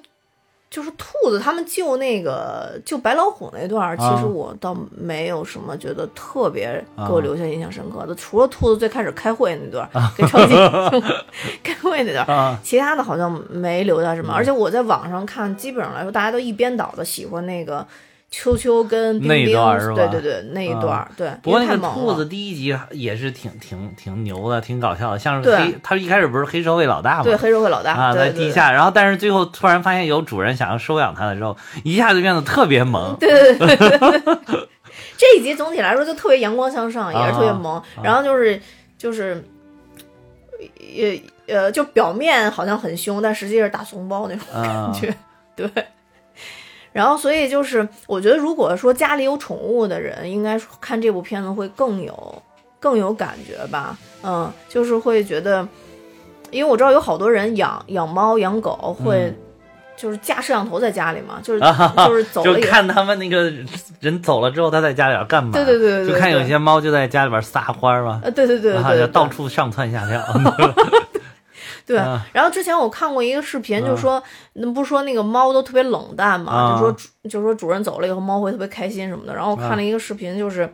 [SPEAKER 1] 就是兔子他们救那个救白老虎那段儿，其实
[SPEAKER 2] 啊
[SPEAKER 1] 我倒没有什么觉得特别
[SPEAKER 2] 啊
[SPEAKER 1] 给我留下印象深刻 的，除了兔子最开始开会那段儿、给超级 开会那段儿。
[SPEAKER 2] 啊
[SPEAKER 1] 其他的好像没留下什
[SPEAKER 2] 嗯
[SPEAKER 1] 么，而且我在网上看，基本上来说，大家都一边倒的喜欢那个秋秋跟冰
[SPEAKER 2] 那一
[SPEAKER 1] 冰
[SPEAKER 2] 段儿是，
[SPEAKER 1] 对
[SPEAKER 2] 吧
[SPEAKER 1] 对对，那一
[SPEAKER 2] 啊
[SPEAKER 1] 段儿，对，
[SPEAKER 2] 不过
[SPEAKER 1] 因为
[SPEAKER 2] 那
[SPEAKER 1] 太
[SPEAKER 2] 个
[SPEAKER 1] 猛
[SPEAKER 2] 兔
[SPEAKER 1] 了
[SPEAKER 2] 子第一集也是挺挺挺牛的，挺搞笑的，像是
[SPEAKER 1] 对
[SPEAKER 2] 黑，他一开始不是黑社会老大嘛，
[SPEAKER 1] 对黑社会老大
[SPEAKER 2] 啊，
[SPEAKER 1] 对
[SPEAKER 2] 在
[SPEAKER 1] 对
[SPEAKER 2] 地
[SPEAKER 1] 对
[SPEAKER 2] 下，然后但是最后突然发现有主人想要收养它的时候，一下就变得特别萌，
[SPEAKER 1] 对对对对对，对这
[SPEAKER 2] 啊
[SPEAKER 1] 一集总体来说就特别阳光向上，也是特别萌。然后就是就是也呃，就表面好像很凶，但实际是打怂包那种
[SPEAKER 2] 啊
[SPEAKER 1] 感
[SPEAKER 2] 嗯
[SPEAKER 1] 觉。对。然后，所以就是我觉得，如果说家里有宠物的人，应该看这部片子会更有更有感觉吧。嗯，就是会觉得，因为我知道有好多人养养猫养狗会。
[SPEAKER 2] 嗯
[SPEAKER 1] 就是架摄像头在家里嘛，就是、
[SPEAKER 2] 啊
[SPEAKER 1] 就是走
[SPEAKER 2] 就
[SPEAKER 1] 了以后，
[SPEAKER 2] 看他们那个人走了之后，他在家里边干嘛？
[SPEAKER 1] 对对对对对
[SPEAKER 2] 就看有些猫就在家里边撒欢儿嘛，
[SPEAKER 1] 呃，对对对对
[SPEAKER 2] 然后
[SPEAKER 1] 对，
[SPEAKER 2] 啊就
[SPEAKER 1] 对
[SPEAKER 2] 到处上蹿下跳。
[SPEAKER 1] 对
[SPEAKER 2] 嗯，
[SPEAKER 1] 然后之前我看过一个视频，就
[SPEAKER 2] 嗯
[SPEAKER 1] 说那不是说那个猫都特别冷淡嘛，
[SPEAKER 2] 啊
[SPEAKER 1] 就说主就说主人走了以后猫会特别开心什么的。然后我看了一个视频，就是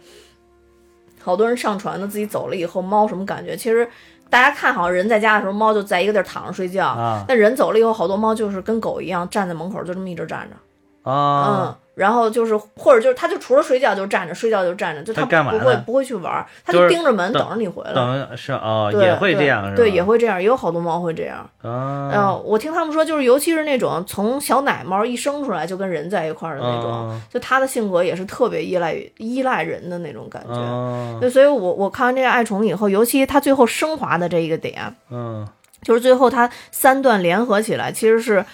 [SPEAKER 1] 好多人上传的自己走了以后猫什么感觉。其实大家看好像人在家的时候，猫就在一个地儿躺着睡觉，
[SPEAKER 2] 啊
[SPEAKER 1] 但人走了以后，好多猫就是跟狗一样站在门口就这么一直站着，嗯
[SPEAKER 2] 啊，。
[SPEAKER 1] 然后就是，或者就是，它就除了睡觉就站着，睡觉就站着，就它
[SPEAKER 2] 它干嘛
[SPEAKER 1] 不会
[SPEAKER 2] 呢
[SPEAKER 1] 不会去玩儿，它
[SPEAKER 2] 就
[SPEAKER 1] 就是盯着门
[SPEAKER 2] 等
[SPEAKER 1] 等着你回来。
[SPEAKER 2] 等是哦，
[SPEAKER 1] 嗯对
[SPEAKER 2] 也会这
[SPEAKER 1] 对
[SPEAKER 2] 样是吧？哦
[SPEAKER 1] 对，也会这样，也有好多猫会这样。
[SPEAKER 2] 啊
[SPEAKER 1] 呃，我听他们说，就是尤其是那种从小奶猫一生出来就跟人在一块儿的那种，
[SPEAKER 2] 嗯
[SPEAKER 1] 就它的性格也是特别依赖于依赖人的那种感觉。
[SPEAKER 2] 嗯
[SPEAKER 1] 对，所以我我看完这个爱宠以后，尤其它最后升华的这一个点，
[SPEAKER 2] 嗯
[SPEAKER 1] 就是最后它三段联合起来，其实是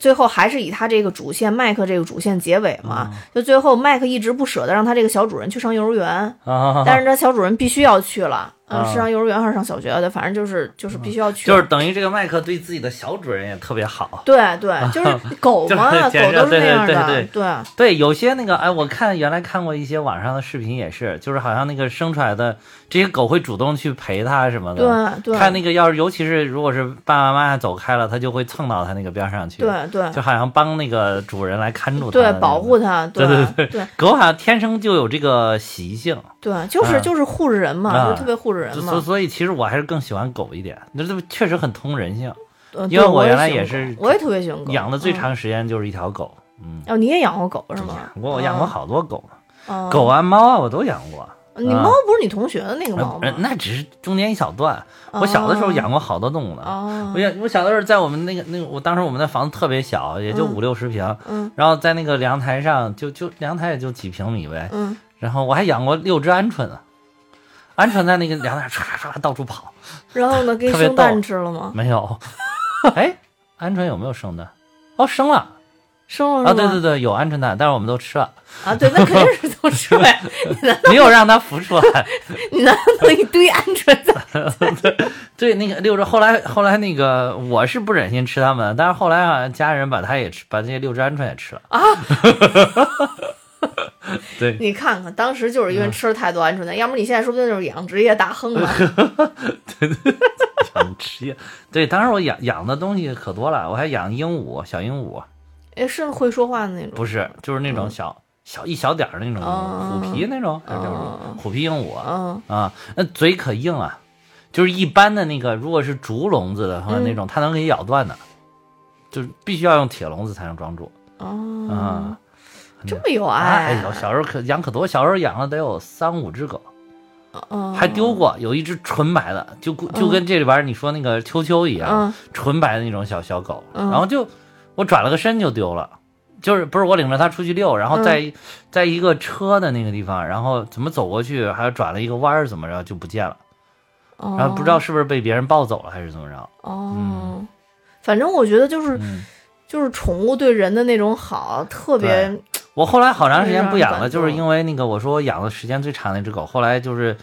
[SPEAKER 1] 最后还是以它这个主线麦克这个主线结尾嘛。
[SPEAKER 2] 嗯
[SPEAKER 1] 就最后麦克一直不舍得让它这个小主人去上幼儿园，
[SPEAKER 2] 啊，
[SPEAKER 1] 但是它小主人必须要去了，嗯、
[SPEAKER 2] 啊
[SPEAKER 1] 是上幼儿园还是上小学的，反正就是就是必须要去了。
[SPEAKER 2] 就是等于这个麦克对自己的小主人也特别好。
[SPEAKER 1] 对对， 就是狗嘛，
[SPEAKER 2] 啊就是
[SPEAKER 1] 狗
[SPEAKER 2] 简
[SPEAKER 1] 都是
[SPEAKER 2] 直
[SPEAKER 1] 那样的，
[SPEAKER 2] 对对对，有些那个哎，我看原来看过一些网上的视频，也是，就是好像那个生出来的这些狗会主动去陪它什么的。
[SPEAKER 1] 对对
[SPEAKER 2] 看那个要是尤其是如果是爸爸妈妈走开了，它就会蹭到它那个边上去。
[SPEAKER 1] 对对
[SPEAKER 2] 就好像帮那个主人来看住它的那
[SPEAKER 1] 对
[SPEAKER 2] 种，
[SPEAKER 1] 保护它，
[SPEAKER 2] 对
[SPEAKER 1] 对
[SPEAKER 2] 对
[SPEAKER 1] 对
[SPEAKER 2] 狗，好像天生就有这个习性，
[SPEAKER 1] 对就是
[SPEAKER 2] 嗯
[SPEAKER 1] 就是护着人嘛，
[SPEAKER 2] 啊
[SPEAKER 1] 就是特别护着人
[SPEAKER 2] 就所
[SPEAKER 1] 嘛。
[SPEAKER 2] 所以其实我还是更喜欢狗一点，那这确实很通人性。
[SPEAKER 1] 嗯
[SPEAKER 2] 因
[SPEAKER 1] 对
[SPEAKER 2] 为我
[SPEAKER 1] 我
[SPEAKER 2] 原来
[SPEAKER 1] 喜欢
[SPEAKER 2] 也是
[SPEAKER 1] 狗我也特别喜欢狗，
[SPEAKER 2] 养的最
[SPEAKER 1] 嗯。
[SPEAKER 2] 长时间就是一条狗，嗯，
[SPEAKER 1] 哦，你也养过狗是吗？
[SPEAKER 2] 养过我
[SPEAKER 1] 哦
[SPEAKER 2] 养过好多狗，
[SPEAKER 1] 嗯
[SPEAKER 2] 狗。啊猫啊我都养过。
[SPEAKER 1] 嗯你猫不是你同学的那个猫
[SPEAKER 2] 呃
[SPEAKER 1] 吗？
[SPEAKER 2] 那只是中间一小段。我小的时候养过好多动物呢。
[SPEAKER 1] 哦
[SPEAKER 2] 我养我小的时候在我们那个那个，我当时我们的房子特别小，也就
[SPEAKER 1] 嗯
[SPEAKER 2] 五六十平，
[SPEAKER 1] 嗯
[SPEAKER 2] 然后在那个阳台上，就就阳台也就几平米呗。
[SPEAKER 1] 嗯，
[SPEAKER 2] 然后我还养过六只鹌鹑呢，鹌鹑在那个阳台上唰唰唰到处跑，
[SPEAKER 1] 然后 呢，给你
[SPEAKER 2] 特别
[SPEAKER 1] 生蛋
[SPEAKER 2] 逗
[SPEAKER 1] 吃了吗？
[SPEAKER 2] 没有。哎，鹌鹑有没有生蛋？哦，生了
[SPEAKER 1] 生了
[SPEAKER 2] 啊！
[SPEAKER 1] 是吗
[SPEAKER 2] 对对对，有鹌鹑蛋，但是我们都吃了，
[SPEAKER 1] 啊，对，那肯定是都 吃呗。你难
[SPEAKER 2] 没有让它孵出来。
[SPEAKER 1] 你难道一堆鹌鹑在？
[SPEAKER 2] 对，那个六只，后来后来那个我是不忍心吃它们，但是后来好像家人把它也吃，把这些六只鹌鹑也吃了啊。对，
[SPEAKER 1] 你看看，当时就是因
[SPEAKER 2] 嗯
[SPEAKER 1] 为吃了太多鹌鹑蛋，要不你现在说不定就是养殖业大亨了。
[SPEAKER 2] 想吃。对，当时我养养的东西可多了，我还养鹦鹉，小鹦鹉
[SPEAKER 1] 哎，是会说话的那种？
[SPEAKER 2] 不是，就是那种小、小一小点儿的那种鹦鹉
[SPEAKER 1] 哦
[SPEAKER 2] 虎皮那种，还是叫什
[SPEAKER 1] 哦
[SPEAKER 2] 么虎皮鹦鹉
[SPEAKER 1] 嗯，
[SPEAKER 2] 啊？那嘴可硬啊，就是一般的那个，如果是竹笼子的话，
[SPEAKER 1] 嗯
[SPEAKER 2] 那种它能给你咬断的，就是必须要用铁笼子才能装住啊。
[SPEAKER 1] 哦，这么有
[SPEAKER 2] 哎
[SPEAKER 1] 爱，啊
[SPEAKER 2] 呦，小时候可养可多，小时候养了得有三五只狗，
[SPEAKER 1] 嗯
[SPEAKER 2] 还丢过，有一只纯白的，就跟就跟这里边儿你说那个秋秋一样，
[SPEAKER 1] 嗯
[SPEAKER 2] 纯白的那种小小狗，
[SPEAKER 1] 嗯
[SPEAKER 2] 然后就我转了个身就丢了。就是不是我领着它出去遛，然
[SPEAKER 1] 嗯
[SPEAKER 2] 后在、在一个车的那个地方，然后怎么走过去，还有转了一个弯儿，怎么着就不见了，
[SPEAKER 1] 哦嗯
[SPEAKER 2] 然后不知道是不是被别人抱走了还是怎么着，
[SPEAKER 1] 哦。反正我觉得就是
[SPEAKER 2] 嗯，
[SPEAKER 1] 就是宠物对人的那种好，特别
[SPEAKER 2] 我后来好长时间不养
[SPEAKER 1] 让
[SPEAKER 2] 了，
[SPEAKER 1] 人感
[SPEAKER 2] 就是
[SPEAKER 1] 动
[SPEAKER 2] 因为那个我说我养的时间最长的那只狗，后来就是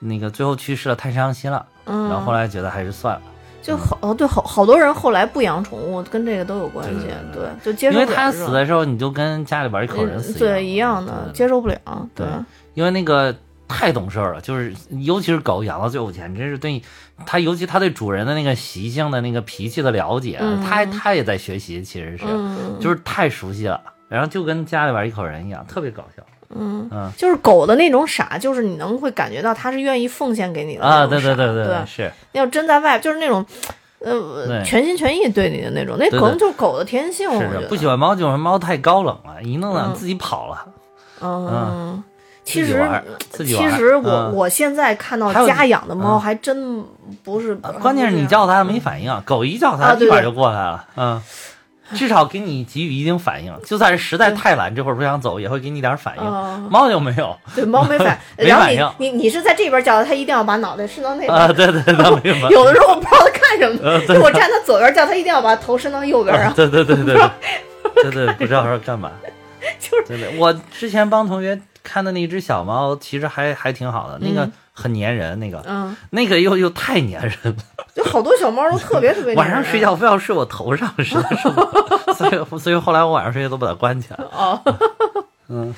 [SPEAKER 2] 那个最后去世了，太伤心了。
[SPEAKER 1] 嗯，
[SPEAKER 2] 然后后来嗯觉得还是算了，
[SPEAKER 1] 就好哦对好好多人后来不养宠物，跟这个都有关系
[SPEAKER 2] 对对，对
[SPEAKER 1] 对，就接
[SPEAKER 2] 因
[SPEAKER 1] 受
[SPEAKER 2] 为
[SPEAKER 1] 不了
[SPEAKER 2] 他
[SPEAKER 1] 这
[SPEAKER 2] 死
[SPEAKER 1] 种。
[SPEAKER 2] 的时候，你就跟家里边一口人
[SPEAKER 1] 嗯
[SPEAKER 2] 死
[SPEAKER 1] 对，一样
[SPEAKER 2] 对
[SPEAKER 1] 的
[SPEAKER 2] 对对
[SPEAKER 1] 接受不了，啊嗯
[SPEAKER 2] 对因为那个太懂事儿了，就是尤其是狗养到最后前，真是对它，尤其它对主人的那个习性的那个脾气的了解，
[SPEAKER 1] 嗯
[SPEAKER 2] 它它也在学习，其实是、
[SPEAKER 1] 嗯，
[SPEAKER 2] 就是太熟悉了，然后就跟家里边一口人一样，特别搞笑。
[SPEAKER 1] 嗯
[SPEAKER 2] 嗯
[SPEAKER 1] 就是狗的那种傻，就是你能会感觉到它是愿意奉献给你的
[SPEAKER 2] 啊，
[SPEAKER 1] 那种
[SPEAKER 2] 对对
[SPEAKER 1] 傻
[SPEAKER 2] 对对
[SPEAKER 1] 对，
[SPEAKER 2] 是，
[SPEAKER 1] 要真在外，就是那种，呃，
[SPEAKER 2] 对
[SPEAKER 1] 全心全意对你的那种，那
[SPEAKER 2] 对
[SPEAKER 1] 可能就是狗的天性，我
[SPEAKER 2] 是
[SPEAKER 1] 觉
[SPEAKER 2] 的，
[SPEAKER 1] 得。
[SPEAKER 2] 不喜欢猫就是猫太高冷了，一弄呢、
[SPEAKER 1] 嗯
[SPEAKER 2] 自己跑了，
[SPEAKER 1] 嗯，其
[SPEAKER 2] 自己
[SPEAKER 1] 实
[SPEAKER 2] 玩儿，自己玩
[SPEAKER 1] 其
[SPEAKER 2] 儿。
[SPEAKER 1] 实我、
[SPEAKER 2] 嗯
[SPEAKER 1] 我现在看到
[SPEAKER 2] 还有
[SPEAKER 1] 家养的猫
[SPEAKER 2] 嗯呃
[SPEAKER 1] 还真不是，
[SPEAKER 2] 关键是你
[SPEAKER 1] 叫
[SPEAKER 2] 叫它没反应，狗一叫它
[SPEAKER 1] 啊对
[SPEAKER 2] 立
[SPEAKER 1] 对
[SPEAKER 2] 马就过来了。嗯，至少给你给予一定反应。就算是实在太懒，这会儿不想走，也会给你点反
[SPEAKER 1] 哦
[SPEAKER 2] 应。猫就没有
[SPEAKER 1] 对，猫没 反，
[SPEAKER 2] 没
[SPEAKER 1] 然后
[SPEAKER 2] 反
[SPEAKER 1] 你
[SPEAKER 2] 应
[SPEAKER 1] 你你是在这边叫它，它一定要把脑袋伸到那边。
[SPEAKER 2] 啊，对对对，没有
[SPEAKER 1] 有的时候我不知道它干什么，
[SPEAKER 2] 呃
[SPEAKER 1] 因为我站它左边叫它，一定要把头伸到右边，然
[SPEAKER 2] 啊
[SPEAKER 1] 后
[SPEAKER 2] 对对对对对对对，不知道是干嘛。
[SPEAKER 1] 就是
[SPEAKER 2] 对对，我之前帮同学看的那只小猫，其实还还挺好的，那个
[SPEAKER 1] 嗯
[SPEAKER 2] 很粘人，那个
[SPEAKER 1] 嗯，
[SPEAKER 2] 那个又又太粘人了，
[SPEAKER 1] 就好多小猫都特别特别
[SPEAKER 2] 晚
[SPEAKER 1] 粘
[SPEAKER 2] 上
[SPEAKER 1] 人啊
[SPEAKER 2] 睡觉非要睡我头上，实在受不了。 所以所以后来我晚上睡觉都把它关起来了。
[SPEAKER 1] 哦，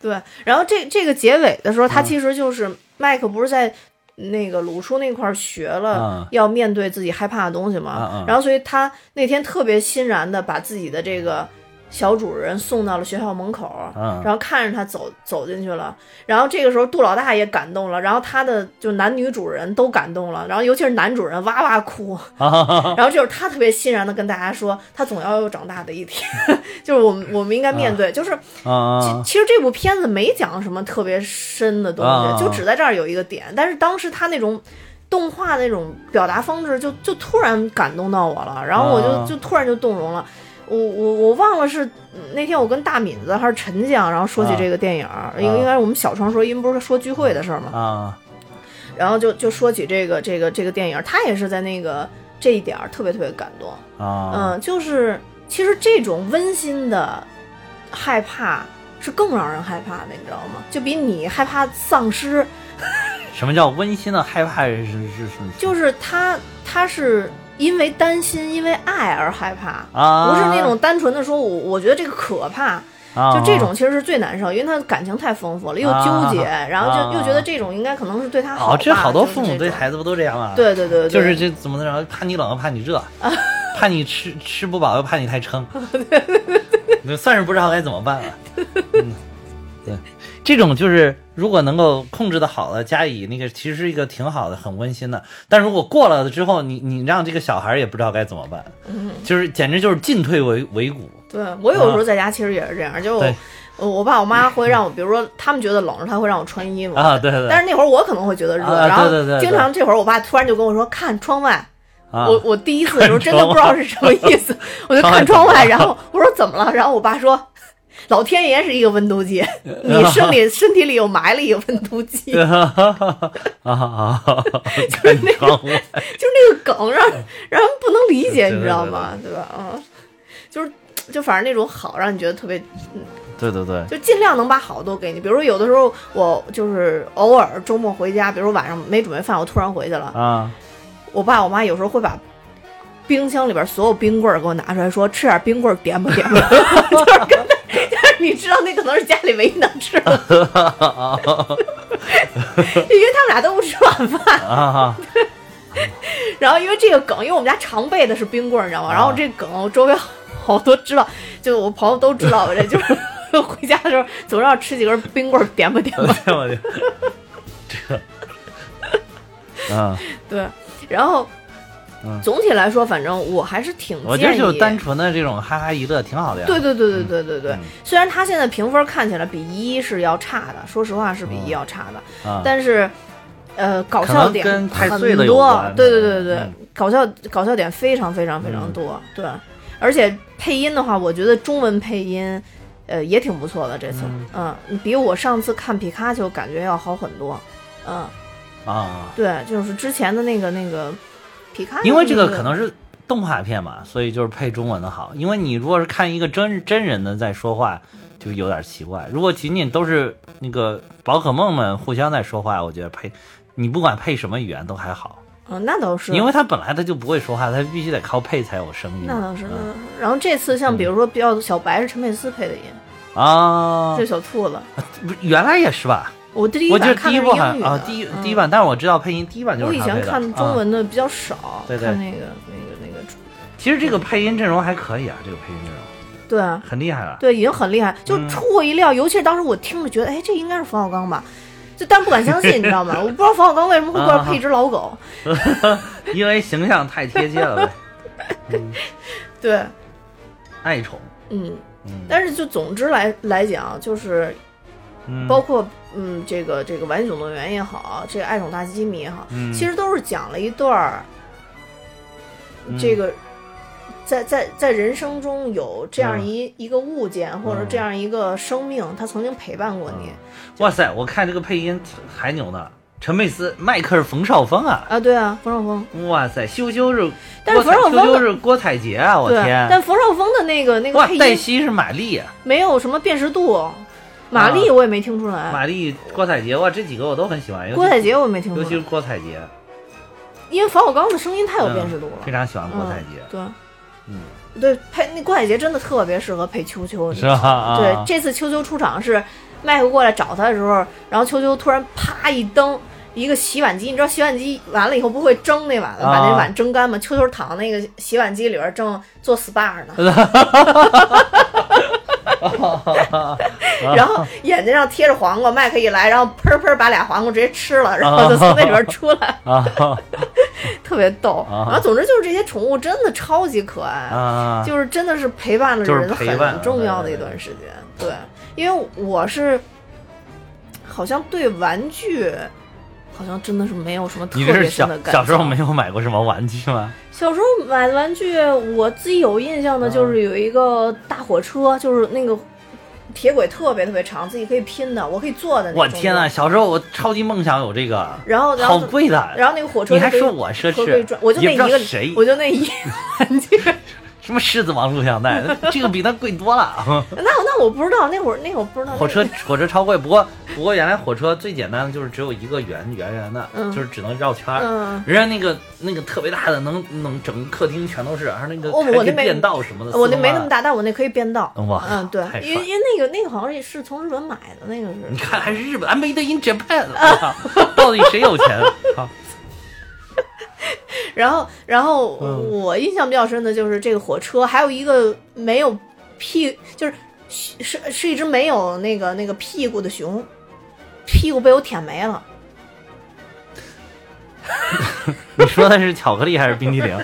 [SPEAKER 1] 对，然后这这个结尾的时候，他其实就是麦克不是在那个鲁叔那块儿学了
[SPEAKER 2] 啊
[SPEAKER 1] 要面对自己害怕的东西嘛，
[SPEAKER 2] 啊啊
[SPEAKER 1] 然后所以他那天特别欣然的把自己的这个小主人送到了学校门口，
[SPEAKER 2] 嗯
[SPEAKER 1] 然后看着他走走进去了，然后这个时候杜老大也感动了，然后他的就男女主人都感动了，然后尤其是男主人哇哇哭，然后就是他特别欣然的跟大家说，他总要有长大的一天， 就是我们我们应该面对，就是。
[SPEAKER 2] 啊
[SPEAKER 1] 其实这部片子没讲什么特别深的东西，
[SPEAKER 2] 啊
[SPEAKER 1] 就只在这儿有一个点。但是当时他那种动画那种表达方式就，就突然感动到我了，然后我就、
[SPEAKER 2] 啊
[SPEAKER 1] 就突然就动容了。我我我忘了是那天我跟大敏子还是陈酱，然后说起
[SPEAKER 2] 啊
[SPEAKER 1] 这个电影儿，应、应该是我们小窗说，因为不是说聚会的事儿嘛，
[SPEAKER 2] 啊
[SPEAKER 1] 然后就就说起这个这个这个电影儿，他也是在那个这一点儿特别特别感动。
[SPEAKER 2] 啊！
[SPEAKER 1] 嗯，就是其实这种温馨的害怕是更让人害怕的，你知道吗？就比你害怕丧失，
[SPEAKER 2] 什么叫温馨的害怕是是是是？
[SPEAKER 1] 就是他他是因为担心、因为爱而害怕，
[SPEAKER 2] 啊，
[SPEAKER 1] 不是那种单纯的说我我觉得这个可怕，
[SPEAKER 2] 啊
[SPEAKER 1] 就这种其实是最难受，因为他感情太丰富了，又纠结，然后就又觉得这种应该可能是对他好吧。
[SPEAKER 2] 哦，啊这好多
[SPEAKER 1] 就是
[SPEAKER 2] 父母
[SPEAKER 1] 这
[SPEAKER 2] 对
[SPEAKER 1] 种
[SPEAKER 2] 孩子不都这样吗？
[SPEAKER 1] 对对对，对
[SPEAKER 2] 就是这怎么着，怕你冷又怕你 热，怕你吃吃不饱又怕你太撑，那算是不知道该怎么办了。嗯，对，这种就是如果能够控制的好了，加以那个其实是一个挺好的，很温馨的。但如果过了之后，你你让这个小孩儿也不知道该怎么办，
[SPEAKER 1] 嗯
[SPEAKER 2] 就是简直就是进退维维谷。
[SPEAKER 1] 对我有时候在家其实也是这样，就我
[SPEAKER 2] 啊对
[SPEAKER 1] 我爸我妈会让我，比如说他们觉得冷，他会让我穿衣服
[SPEAKER 2] 啊对对
[SPEAKER 1] 但是那会儿我可能会觉得热，
[SPEAKER 2] 啊
[SPEAKER 1] 然后
[SPEAKER 2] 对对对对
[SPEAKER 1] 经常这会儿我爸突然就跟我说看窗外，
[SPEAKER 2] 啊
[SPEAKER 1] 我我第一次的时候
[SPEAKER 2] 看
[SPEAKER 1] 真的不知道是什么意 思，我就看窗外，然后我说怎么了？然后我爸说。老天爷是一个温度 计，你身里身体里又埋了一个温度计，就
[SPEAKER 2] 啊啊啊！就是那个，
[SPEAKER 1] 那个梗让让人不能理解，
[SPEAKER 2] 对对对
[SPEAKER 1] 你知道吗？对吧？嗯，就是就反正那种好，让你觉得特别
[SPEAKER 2] 对对对，
[SPEAKER 1] 就尽量能把好都给你。比如说，有的时候我就是偶尔周末回家，比如晚上没准备饭，我突然回去了，
[SPEAKER 2] 啊
[SPEAKER 1] 我爸我妈有时候会把冰箱里边所有冰棍儿给我拿出来说，吃点冰棍儿点吧点吧， 就是跟他，就是你知道那可能是家里唯一能吃的， 因为他们俩都不吃晚饭。
[SPEAKER 2] 啊！
[SPEAKER 1] 然后因为这个梗，因为我们家常备的是冰棍儿，你知道吗？
[SPEAKER 2] 啊
[SPEAKER 1] 然后这梗我周围好好多知道，就我朋友都知道我这就是 回家的时候总要吃几根冰棍儿点吧点吧。
[SPEAKER 2] 哎呦我的，这，嗯，
[SPEAKER 1] 对，然后、
[SPEAKER 2] 嗯
[SPEAKER 1] 总体来说，反正我还是挺
[SPEAKER 2] 我觉
[SPEAKER 1] 建
[SPEAKER 2] 得
[SPEAKER 1] 议。
[SPEAKER 2] 就单纯的这种哈哈一乐挺好的呀。
[SPEAKER 1] 对对对对对对对，
[SPEAKER 2] 嗯
[SPEAKER 1] 虽然它现在评分看起来比一是要差的，说实话是比一
[SPEAKER 2] 嗯
[SPEAKER 1] 要差的，
[SPEAKER 2] 啊，
[SPEAKER 1] 但是，呃，搞
[SPEAKER 2] 可
[SPEAKER 1] 笑
[SPEAKER 2] 能
[SPEAKER 1] 点
[SPEAKER 2] 跟太
[SPEAKER 1] 很
[SPEAKER 2] 碎了有
[SPEAKER 1] 多
[SPEAKER 2] 关，
[SPEAKER 1] 对对对对对
[SPEAKER 2] 嗯，
[SPEAKER 1] 搞笑搞笑点非常非常非常多，对，而且配音的话，我觉得中文配音，呃，也挺不错的，这次，嗯，比我上次看皮卡丘感觉要好很多，嗯，
[SPEAKER 2] 啊，
[SPEAKER 1] 对，就是之前的那个那个皮卡丘那，
[SPEAKER 2] 因为这个可能是动画片嘛，所以就是配中文的好。因为你如果是看一个真真人的在说话，就有点奇怪。如果仅仅都是那个宝可梦们互相在说话，我觉得配你不管配什么语言都还好，
[SPEAKER 1] 嗯，那倒是，
[SPEAKER 2] 因为他本来他就不会说话，他必须得靠配才有声音。
[SPEAKER 1] 那倒是，那
[SPEAKER 2] 嗯
[SPEAKER 1] 倒是。然后这次像比如说比较小白是陈佩斯配的音，
[SPEAKER 2] 啊
[SPEAKER 1] 这，小兔子，
[SPEAKER 2] 不原来也是吧？
[SPEAKER 1] 我第一
[SPEAKER 2] 我记
[SPEAKER 1] 版
[SPEAKER 2] 得
[SPEAKER 1] 看
[SPEAKER 2] 第一
[SPEAKER 1] 的是
[SPEAKER 2] 部好
[SPEAKER 1] 英
[SPEAKER 2] 像
[SPEAKER 1] 语
[SPEAKER 2] 啊
[SPEAKER 1] 的，
[SPEAKER 2] 第一
[SPEAKER 1] 嗯
[SPEAKER 2] 第一版，但是我知道配音第一版就
[SPEAKER 1] 我
[SPEAKER 2] 是
[SPEAKER 1] 以
[SPEAKER 2] 他
[SPEAKER 1] 前
[SPEAKER 2] 配的。
[SPEAKER 1] 看中
[SPEAKER 2] 啊
[SPEAKER 1] 文的比较少，
[SPEAKER 2] 对对
[SPEAKER 1] 看那个那个那个，
[SPEAKER 2] 其实这个配音阵容还可以啊，这个配音阵容
[SPEAKER 1] 对啊。
[SPEAKER 2] 很厉害 了。
[SPEAKER 1] 对，已经很厉害，就
[SPEAKER 2] 嗯
[SPEAKER 1] 出乎我意料。尤其是当时我听着觉得，哎，这应该是冯小刚吧，就但不敢相 信，你知道吗？我不知道冯小刚为什么会过来配一只老
[SPEAKER 2] 啊
[SPEAKER 1] 狗。
[SPEAKER 2] 因为形象太贴切了呗，
[SPEAKER 1] 对，
[SPEAKER 2] 爱宠。
[SPEAKER 1] 嗯，
[SPEAKER 2] 嗯
[SPEAKER 1] 但是就总之来来讲，就是
[SPEAKER 2] 嗯
[SPEAKER 1] 包括嗯，这个这个《玩具总动员》也好，这个《爱宠大机密》也好，
[SPEAKER 2] 嗯
[SPEAKER 1] 其实都是讲了一段儿这个在在在人生中有这样一、一个物件，或者
[SPEAKER 2] 嗯
[SPEAKER 1] 这样一个生命，它曾经陪伴过你、
[SPEAKER 2] 哇塞，我看这个配音还牛呢，陈佩斯、迈克尔·冯绍峰啊，
[SPEAKER 1] 啊。对啊，冯绍峰。
[SPEAKER 2] 哇塞，修修是，
[SPEAKER 1] 但是
[SPEAKER 2] 郭采
[SPEAKER 1] 冯绍峰
[SPEAKER 2] 修修是郭采洁啊，我
[SPEAKER 1] 对，
[SPEAKER 2] 天，
[SPEAKER 1] 但冯绍峰的那个那个
[SPEAKER 2] 哇
[SPEAKER 1] 配，
[SPEAKER 2] 黛
[SPEAKER 1] 音
[SPEAKER 2] 西是玛丽，啊
[SPEAKER 1] 没有什么辨识度，玛丽我也没听出来，
[SPEAKER 2] 玛丽、郭采洁，哇，这几个我都很喜欢，尤
[SPEAKER 1] 啊郭
[SPEAKER 2] 其
[SPEAKER 1] 采洁我也没听出
[SPEAKER 2] 尤其是
[SPEAKER 1] 来，
[SPEAKER 2] 郭采洁，
[SPEAKER 1] 因为冯小刚的声音太有
[SPEAKER 2] 嗯
[SPEAKER 1] 辨识度了。
[SPEAKER 2] 非常喜欢
[SPEAKER 1] 嗯
[SPEAKER 2] 郭采洁，
[SPEAKER 1] 对，嗯，对，配那郭采洁真的特别适合配秋秋，你
[SPEAKER 2] 是吧？啊
[SPEAKER 1] 嗯对，这次秋秋出场是麦克过来找他的时候，然后秋秋突然啪一蹬。一个洗碗机，你知道洗碗机完了以后不会蒸那碗了，把那
[SPEAKER 2] 啊
[SPEAKER 1] 碗蒸干吗？秋秋躺那个洗碗机里边正做 SPA 呢，然后眼睛上贴着黄瓜，麦克一来，然后砰砰把俩黄瓜直接吃了，然后就从那里边出来，
[SPEAKER 2] 啊
[SPEAKER 1] 特别逗。
[SPEAKER 2] 啊
[SPEAKER 1] 然后总之就是这些宠物真的超级可爱，
[SPEAKER 2] 啊，
[SPEAKER 1] 就是真的是陪伴了
[SPEAKER 2] 就是
[SPEAKER 1] 人
[SPEAKER 2] 陪伴
[SPEAKER 1] 很重要的一段时间。对，因为我是好像对玩具好像真的是没有什么特
[SPEAKER 2] 你这
[SPEAKER 1] 别
[SPEAKER 2] 是
[SPEAKER 1] 深
[SPEAKER 2] 小
[SPEAKER 1] 的感
[SPEAKER 2] 小时候
[SPEAKER 1] 情
[SPEAKER 2] 没有买过什么玩具吗？
[SPEAKER 1] 小时候买玩具，我自己有印
[SPEAKER 2] 嗯
[SPEAKER 1] 象的就是有一个大火车，就是那个铁轨特别特别长，自己可以拼的，我可以坐的那种。
[SPEAKER 2] 我天呐，
[SPEAKER 1] 呐！
[SPEAKER 2] 小时候我超级梦想有这个，
[SPEAKER 1] 然后然
[SPEAKER 2] 好
[SPEAKER 1] 后
[SPEAKER 2] 贵的，
[SPEAKER 1] 然后那个火车
[SPEAKER 2] 你还
[SPEAKER 1] 就可以
[SPEAKER 2] 说我奢
[SPEAKER 1] 可不可以
[SPEAKER 2] 侈
[SPEAKER 1] 转？我就那
[SPEAKER 2] 也
[SPEAKER 1] 一
[SPEAKER 2] 不知
[SPEAKER 1] 个
[SPEAKER 2] 道谁，
[SPEAKER 1] 我就那一个玩具。
[SPEAKER 2] 什么狮子王录 像带，这个比那贵多了。
[SPEAKER 1] 那那我不知道，那会儿那会儿不知道。
[SPEAKER 2] 火车火车超贵，不过不过原来火车最简单的就是只有一个圆圆圆的，
[SPEAKER 1] 嗯
[SPEAKER 2] 就是只能绕圈儿。
[SPEAKER 1] 嗯，
[SPEAKER 2] 人家那个那个特别大的，能能整个客厅全都是，而那个
[SPEAKER 1] 哦我
[SPEAKER 2] 还可以
[SPEAKER 1] 那没
[SPEAKER 2] 变道什么的。
[SPEAKER 1] 我那
[SPEAKER 2] 四通
[SPEAKER 1] 没
[SPEAKER 2] 八
[SPEAKER 1] 那么
[SPEAKER 2] 达。
[SPEAKER 1] 大，但我那可以变道。
[SPEAKER 2] 哇
[SPEAKER 1] 嗯，对
[SPEAKER 2] 太，帅
[SPEAKER 1] 因为因为那个那个好像也是从日本买的，那个
[SPEAKER 2] 你
[SPEAKER 1] 是。
[SPEAKER 2] 看还是日本，还 made in Japan，我操到底谁有钱？啊
[SPEAKER 1] 然后然后
[SPEAKER 2] 嗯
[SPEAKER 1] 我印象比较深的就是这个火车，还有一个没有屁，就是是是一只没有那个那个屁股的熊，屁股被我舔没了。
[SPEAKER 2] 你说的是巧克力还是冰激凌？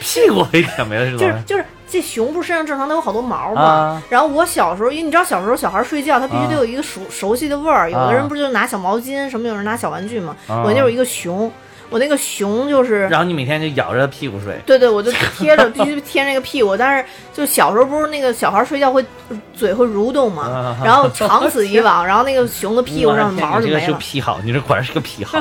[SPEAKER 2] 屁股被舔没了是
[SPEAKER 1] 就
[SPEAKER 2] 怎
[SPEAKER 1] 是
[SPEAKER 2] 么？
[SPEAKER 1] 就是这熊不是身上正常都有好多毛嘛，
[SPEAKER 2] 啊
[SPEAKER 1] 然后我小时候，因为你知道小时候小孩睡觉，他必须得有一个熟、熟悉的味儿，有的人不就拿小毛巾，什么有人拿小玩具嘛，
[SPEAKER 2] 啊
[SPEAKER 1] 我那有一个熊，我那个熊就是。
[SPEAKER 2] 然后你每天就咬着屁股睡。
[SPEAKER 1] 对对，我就贴着，必须贴那个屁股。但是就小时候不是那个小孩睡觉会嘴会蠕动嘛
[SPEAKER 2] 啊，
[SPEAKER 1] 然后长此以往，然后那个熊的屁股上的毛
[SPEAKER 2] 你
[SPEAKER 1] 就
[SPEAKER 2] 这个
[SPEAKER 1] 没
[SPEAKER 2] 是
[SPEAKER 1] 了。
[SPEAKER 2] 癖好，你这果然是个癖好。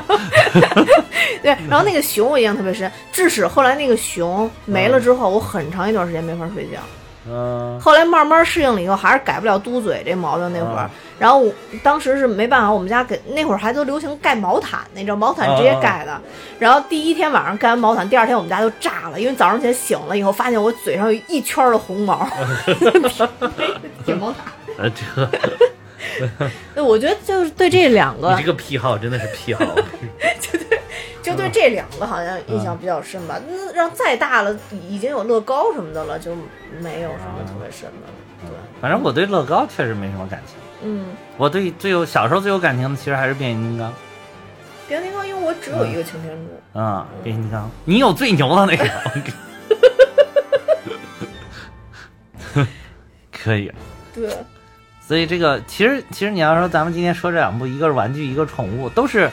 [SPEAKER 1] 对，然后那个熊我印象特别深，致使后来那个熊没了之后，我很长一段时间没法睡觉。
[SPEAKER 2] 嗯，
[SPEAKER 1] 后来慢慢适应了以后，还是改不了嘟嘴这毛病那会儿。
[SPEAKER 2] 啊
[SPEAKER 1] 然后我当时是没办法，我们家给那会儿还都流行盖毛毯，你知道毛毯直接盖的。然后第一天晚上盖完毛毯，第二天我们家就炸了，因为早上起来醒了以后，发现我嘴上有一圈儿的红毛， 舔毛毯。
[SPEAKER 2] 呃，这个
[SPEAKER 1] 对，我觉得就是对这两个
[SPEAKER 2] 你这，个癖好真的是癖好。
[SPEAKER 1] 就对这两个好像印象比较深吧。那让再大了，已经有乐高什么的了，就没有什么特别深的了。对，
[SPEAKER 2] 反正我对乐高确实没什么感情，
[SPEAKER 1] 嗯，
[SPEAKER 2] 我对最有小时候最有感情的其实还是变形金刚。
[SPEAKER 1] 别的地方因为我只有一个擎天柱。
[SPEAKER 2] 嗯，变形金刚，你有最牛的那个。可以，
[SPEAKER 1] 对，
[SPEAKER 2] 所以这个其实其实你要说咱们今天说这两部，一个是玩具，一个是宠物，都是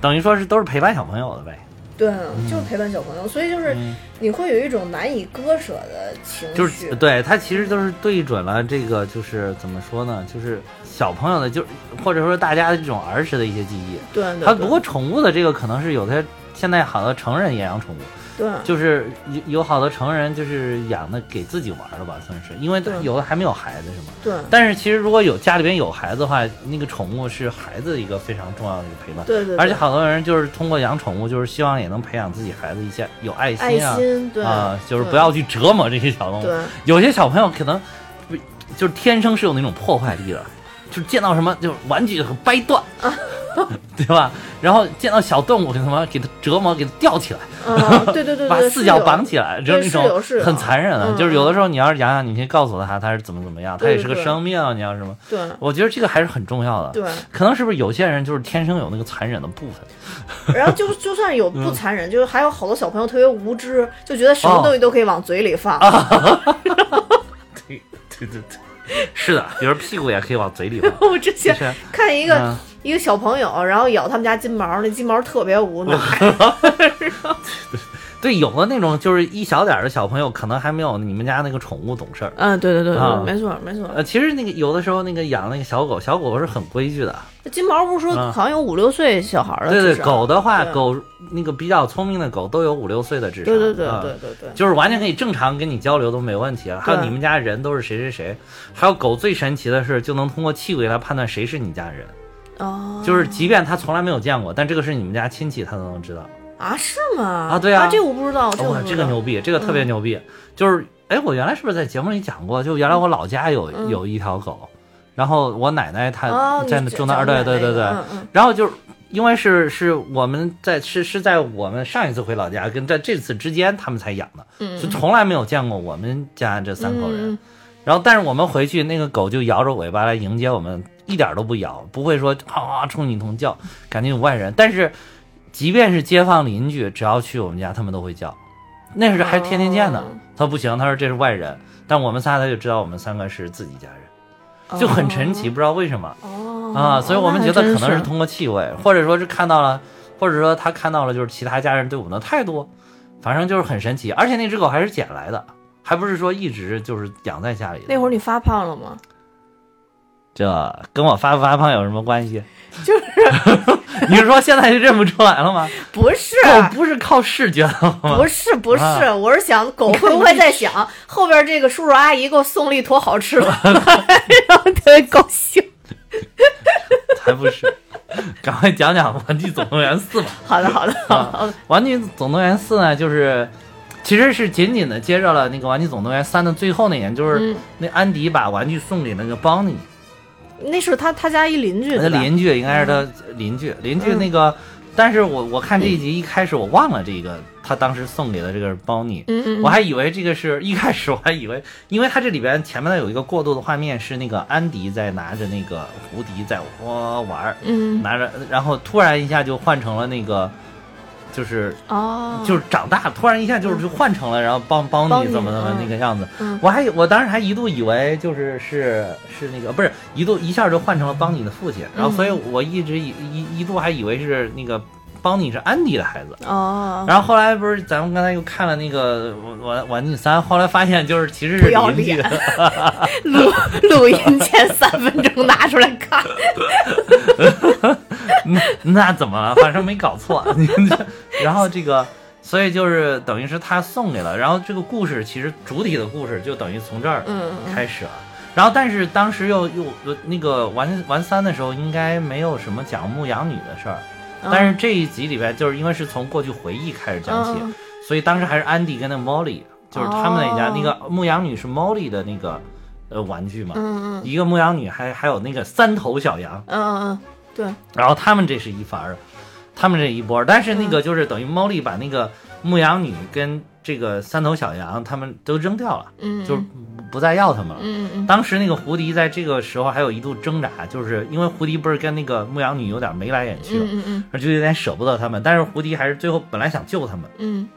[SPEAKER 2] 等于说是都是陪伴小朋友的呗。
[SPEAKER 1] 对，就是陪伴小朋友，所以就是
[SPEAKER 2] 嗯
[SPEAKER 1] 你会有一种难以割舍的情绪。
[SPEAKER 2] 就是对它其实都是对准了这个，就是怎么说呢，就是小朋友的，就是或者说大家的这种儿时的一些记忆。
[SPEAKER 1] 对对对，
[SPEAKER 2] 它不过宠物的这个可能是有些现在好多成人也养宠物，
[SPEAKER 1] 对
[SPEAKER 2] 就是有有好多成人就是养的给自己玩儿的吧，算是，因为
[SPEAKER 1] 对
[SPEAKER 2] 有的还没有孩子是吗？
[SPEAKER 1] 对
[SPEAKER 2] 但是其实如果有家里边有孩子的话，那个宠物是孩子一个非常重要的一个陪伴。
[SPEAKER 1] 对对，
[SPEAKER 2] 而且好多人就是通过养宠物，就是希望也能培养自己孩子一些有爱
[SPEAKER 1] 爱
[SPEAKER 2] 啊，
[SPEAKER 1] 心，对
[SPEAKER 2] 啊，就是
[SPEAKER 1] 对
[SPEAKER 2] 不要去折磨这些小动物。
[SPEAKER 1] 对
[SPEAKER 2] 有些小朋友可能不就是天生是有那种破坏力的，就是见到什么就是玩具给掰 断，对吧？然后见到小动物给他妈给它折磨，给它吊起来，
[SPEAKER 1] 啊，对对对，
[SPEAKER 2] 把
[SPEAKER 1] 对
[SPEAKER 2] 四脚绑。
[SPEAKER 1] 是有
[SPEAKER 2] 起来，就
[SPEAKER 1] 对
[SPEAKER 2] 是那
[SPEAKER 1] 是有
[SPEAKER 2] 种
[SPEAKER 1] 是有
[SPEAKER 2] 很残忍的。
[SPEAKER 1] 嗯
[SPEAKER 2] 就是有的时候你要是养养，你可以告诉他他是怎么怎么样，他
[SPEAKER 1] 对
[SPEAKER 2] 也是个
[SPEAKER 1] 对
[SPEAKER 2] 生命，啊你要什么？
[SPEAKER 1] 对
[SPEAKER 2] 我觉得这个还是很重要的。
[SPEAKER 1] 对，
[SPEAKER 2] 可能是不是有些人就是天生有那个残忍的部分？
[SPEAKER 1] 然后就就算有不残忍，就是还有好多小朋友特别无知，就觉得什么
[SPEAKER 2] 嗯哦啊
[SPEAKER 1] 东西都可以往嘴里放。
[SPEAKER 2] 对 对对对，是的，有时候屁股也可以往嘴里放。
[SPEAKER 1] 我之前
[SPEAKER 2] 就是
[SPEAKER 1] 看一个
[SPEAKER 2] 嗯
[SPEAKER 1] 一个小朋友，然后咬他们家金毛，那金毛特别无奈。
[SPEAKER 2] 对，有的那种就是一小点儿的小朋友，可能还没有你们家那个宠物懂事儿。
[SPEAKER 1] 嗯，对对对
[SPEAKER 2] 啊
[SPEAKER 1] 对，没错没错。
[SPEAKER 2] 呃，其实那个有的时候那个养那个小狗，小狗是很规矩的。
[SPEAKER 1] 金毛不是说
[SPEAKER 2] 嗯
[SPEAKER 1] 好像有五六岁小孩儿了，
[SPEAKER 2] 对对
[SPEAKER 1] 至，少
[SPEAKER 2] 狗的话，
[SPEAKER 1] 对
[SPEAKER 2] 狗那个比较聪明的狗都有五六岁的智商。
[SPEAKER 1] 对对对
[SPEAKER 2] 啊
[SPEAKER 1] 对对对，
[SPEAKER 2] 就是完全可以正常跟你交流都没问题了。啊还有
[SPEAKER 1] 对
[SPEAKER 2] 你们家人都是谁谁谁，还有狗最神奇的是，就能通过气味来判断谁是你家人，
[SPEAKER 1] 哦，
[SPEAKER 2] 就是即便它从来没有见过，但这个是你们家亲戚，它都能知道。
[SPEAKER 1] 啊，是吗？
[SPEAKER 2] 啊对啊
[SPEAKER 1] 这我不知哦道，这我
[SPEAKER 2] 哇，
[SPEAKER 1] 不
[SPEAKER 2] 这
[SPEAKER 1] 知
[SPEAKER 2] 个
[SPEAKER 1] 道。
[SPEAKER 2] 牛逼，这
[SPEAKER 1] 嗯
[SPEAKER 2] 个特别牛逼。就是哎，我原来是不是在节目里讲过？就原来我老家有
[SPEAKER 1] 嗯
[SPEAKER 2] 有一条狗，然后我奶奶她
[SPEAKER 1] 哦，
[SPEAKER 2] 在
[SPEAKER 1] 你讲
[SPEAKER 2] 中南二，
[SPEAKER 1] 讲
[SPEAKER 2] 对对
[SPEAKER 1] 那
[SPEAKER 2] 对
[SPEAKER 1] 个
[SPEAKER 2] 对，
[SPEAKER 1] 嗯嗯，
[SPEAKER 2] 然后就是因为是是我们在是是在我们上一次回老家跟在这次之间他们才养的，
[SPEAKER 1] 嗯
[SPEAKER 2] 就从来没有见过我们家这三口人。
[SPEAKER 1] 嗯
[SPEAKER 2] 然后但是我们回去那个狗就摇着尾巴来迎接我们，一点都不摇，不会说啊冲你一通叫，感觉有外人。但是即便是街坊邻居，只要去我们家，他们都会叫。那时候还天天见呢
[SPEAKER 1] 哦，
[SPEAKER 2] 他说不行，他说这是外人，但我们仨他就知道我们三个是自己家人，就很神奇，不知道为什么。
[SPEAKER 1] 嗯哦
[SPEAKER 2] 啊，所以我们觉得可能是
[SPEAKER 1] 是
[SPEAKER 2] 通过气味，或者说是看到了，或者说他看到了就是其他家人对我们的态度，反正就是很神奇。而且那只狗还是捡来的，还不是说一直就是养在家里的。
[SPEAKER 1] 那会儿你发胖了吗？
[SPEAKER 2] 这跟我发不发胖有什么 关系？就是 你是说现在就认不出来了吗？
[SPEAKER 1] 不 是，啊
[SPEAKER 2] 狗不是靠视觉的 吗？
[SPEAKER 1] 不是，不是，
[SPEAKER 2] 啊
[SPEAKER 1] 我是想狗会不会在想后边这个叔叔阿姨给我送了一坨好 吃的，然后特别高兴。
[SPEAKER 2] 才不是。赶快讲讲《玩具总动员四》吧。
[SPEAKER 1] 好的，好的，好的，好的
[SPEAKER 2] 《玩具总动员四》呢，就是其实是紧紧的接着了那个《玩具总动员三》的最后那年，就是
[SPEAKER 1] 嗯
[SPEAKER 2] 那安迪把玩具送给那个邦尼，
[SPEAKER 1] 那是嗯他他家一邻居，
[SPEAKER 2] 他的
[SPEAKER 1] 对吧
[SPEAKER 2] 邻居应该是他邻居，邻居那个。但是我我看这一集一开始我忘了这个他当时送给的这个是邦尼，
[SPEAKER 1] 嗯嗯，
[SPEAKER 2] 我还以为这个是一开始我还以为，因为它这里边前面有一个过渡的画面是那个安迪在拿着那个胡迪在哇玩儿，
[SPEAKER 1] 嗯
[SPEAKER 2] 拿着，然后突然一下就换成了那个就是
[SPEAKER 1] 哦，
[SPEAKER 2] 就是长大，突然一下就是就换成了，然后帮帮
[SPEAKER 1] 嗯帮
[SPEAKER 2] 你
[SPEAKER 1] 你
[SPEAKER 2] 怎么怎么
[SPEAKER 1] 嗯
[SPEAKER 2] 那个样子。
[SPEAKER 1] 嗯
[SPEAKER 2] 我还我当时还一度以为就是是是那个不是一度一下就换成了帮你的父亲，然后所
[SPEAKER 1] 嗯
[SPEAKER 2] 以我一直以一一度还以为是那个帮你是安迪的孩子。
[SPEAKER 1] 哦，
[SPEAKER 2] 然后后来不是咱们刚才又看了那个玩玩玩具三，后来发现就是其实是
[SPEAKER 1] 不要
[SPEAKER 2] 邻居
[SPEAKER 1] 脸， 录录音前三分钟拿出来看，
[SPEAKER 2] 那嗯那怎么了？反正没搞 错。然后这个，所以就是等于是他送给了，然后这个故事其实主体的故事就等于从这儿
[SPEAKER 1] 嗯嗯
[SPEAKER 2] 开始了。啊然后，但是当时又又又那个玩玩三的时候，应该没有什么讲牧羊女的事儿，但是这一集里边就是因为是从过去回忆开始讲起，
[SPEAKER 1] 嗯
[SPEAKER 2] 所以当时还是安迪跟那 Molly，就是他们那家、
[SPEAKER 1] 哦
[SPEAKER 2] 那个牧羊女是 Molly 的那个呃玩具嘛，
[SPEAKER 1] 嗯嗯
[SPEAKER 2] 一个牧羊女还还有那个三头小羊，
[SPEAKER 1] 嗯嗯，对，
[SPEAKER 2] 然后他们这是一番儿，他们这一波儿，但是那个就是等于猫力把那个牧羊女跟这个三头小羊他们都扔掉了，
[SPEAKER 1] 嗯
[SPEAKER 2] 就是不再要他们了。
[SPEAKER 1] 嗯嗯
[SPEAKER 2] 当时那个胡迪在这个时候还有一度挣扎，就是因为胡迪不是跟那个牧羊女有点眉来眼去的，
[SPEAKER 1] 嗯嗯
[SPEAKER 2] 就有点舍不得他们，但是胡迪还是最后本来想救他们，
[SPEAKER 1] 嗯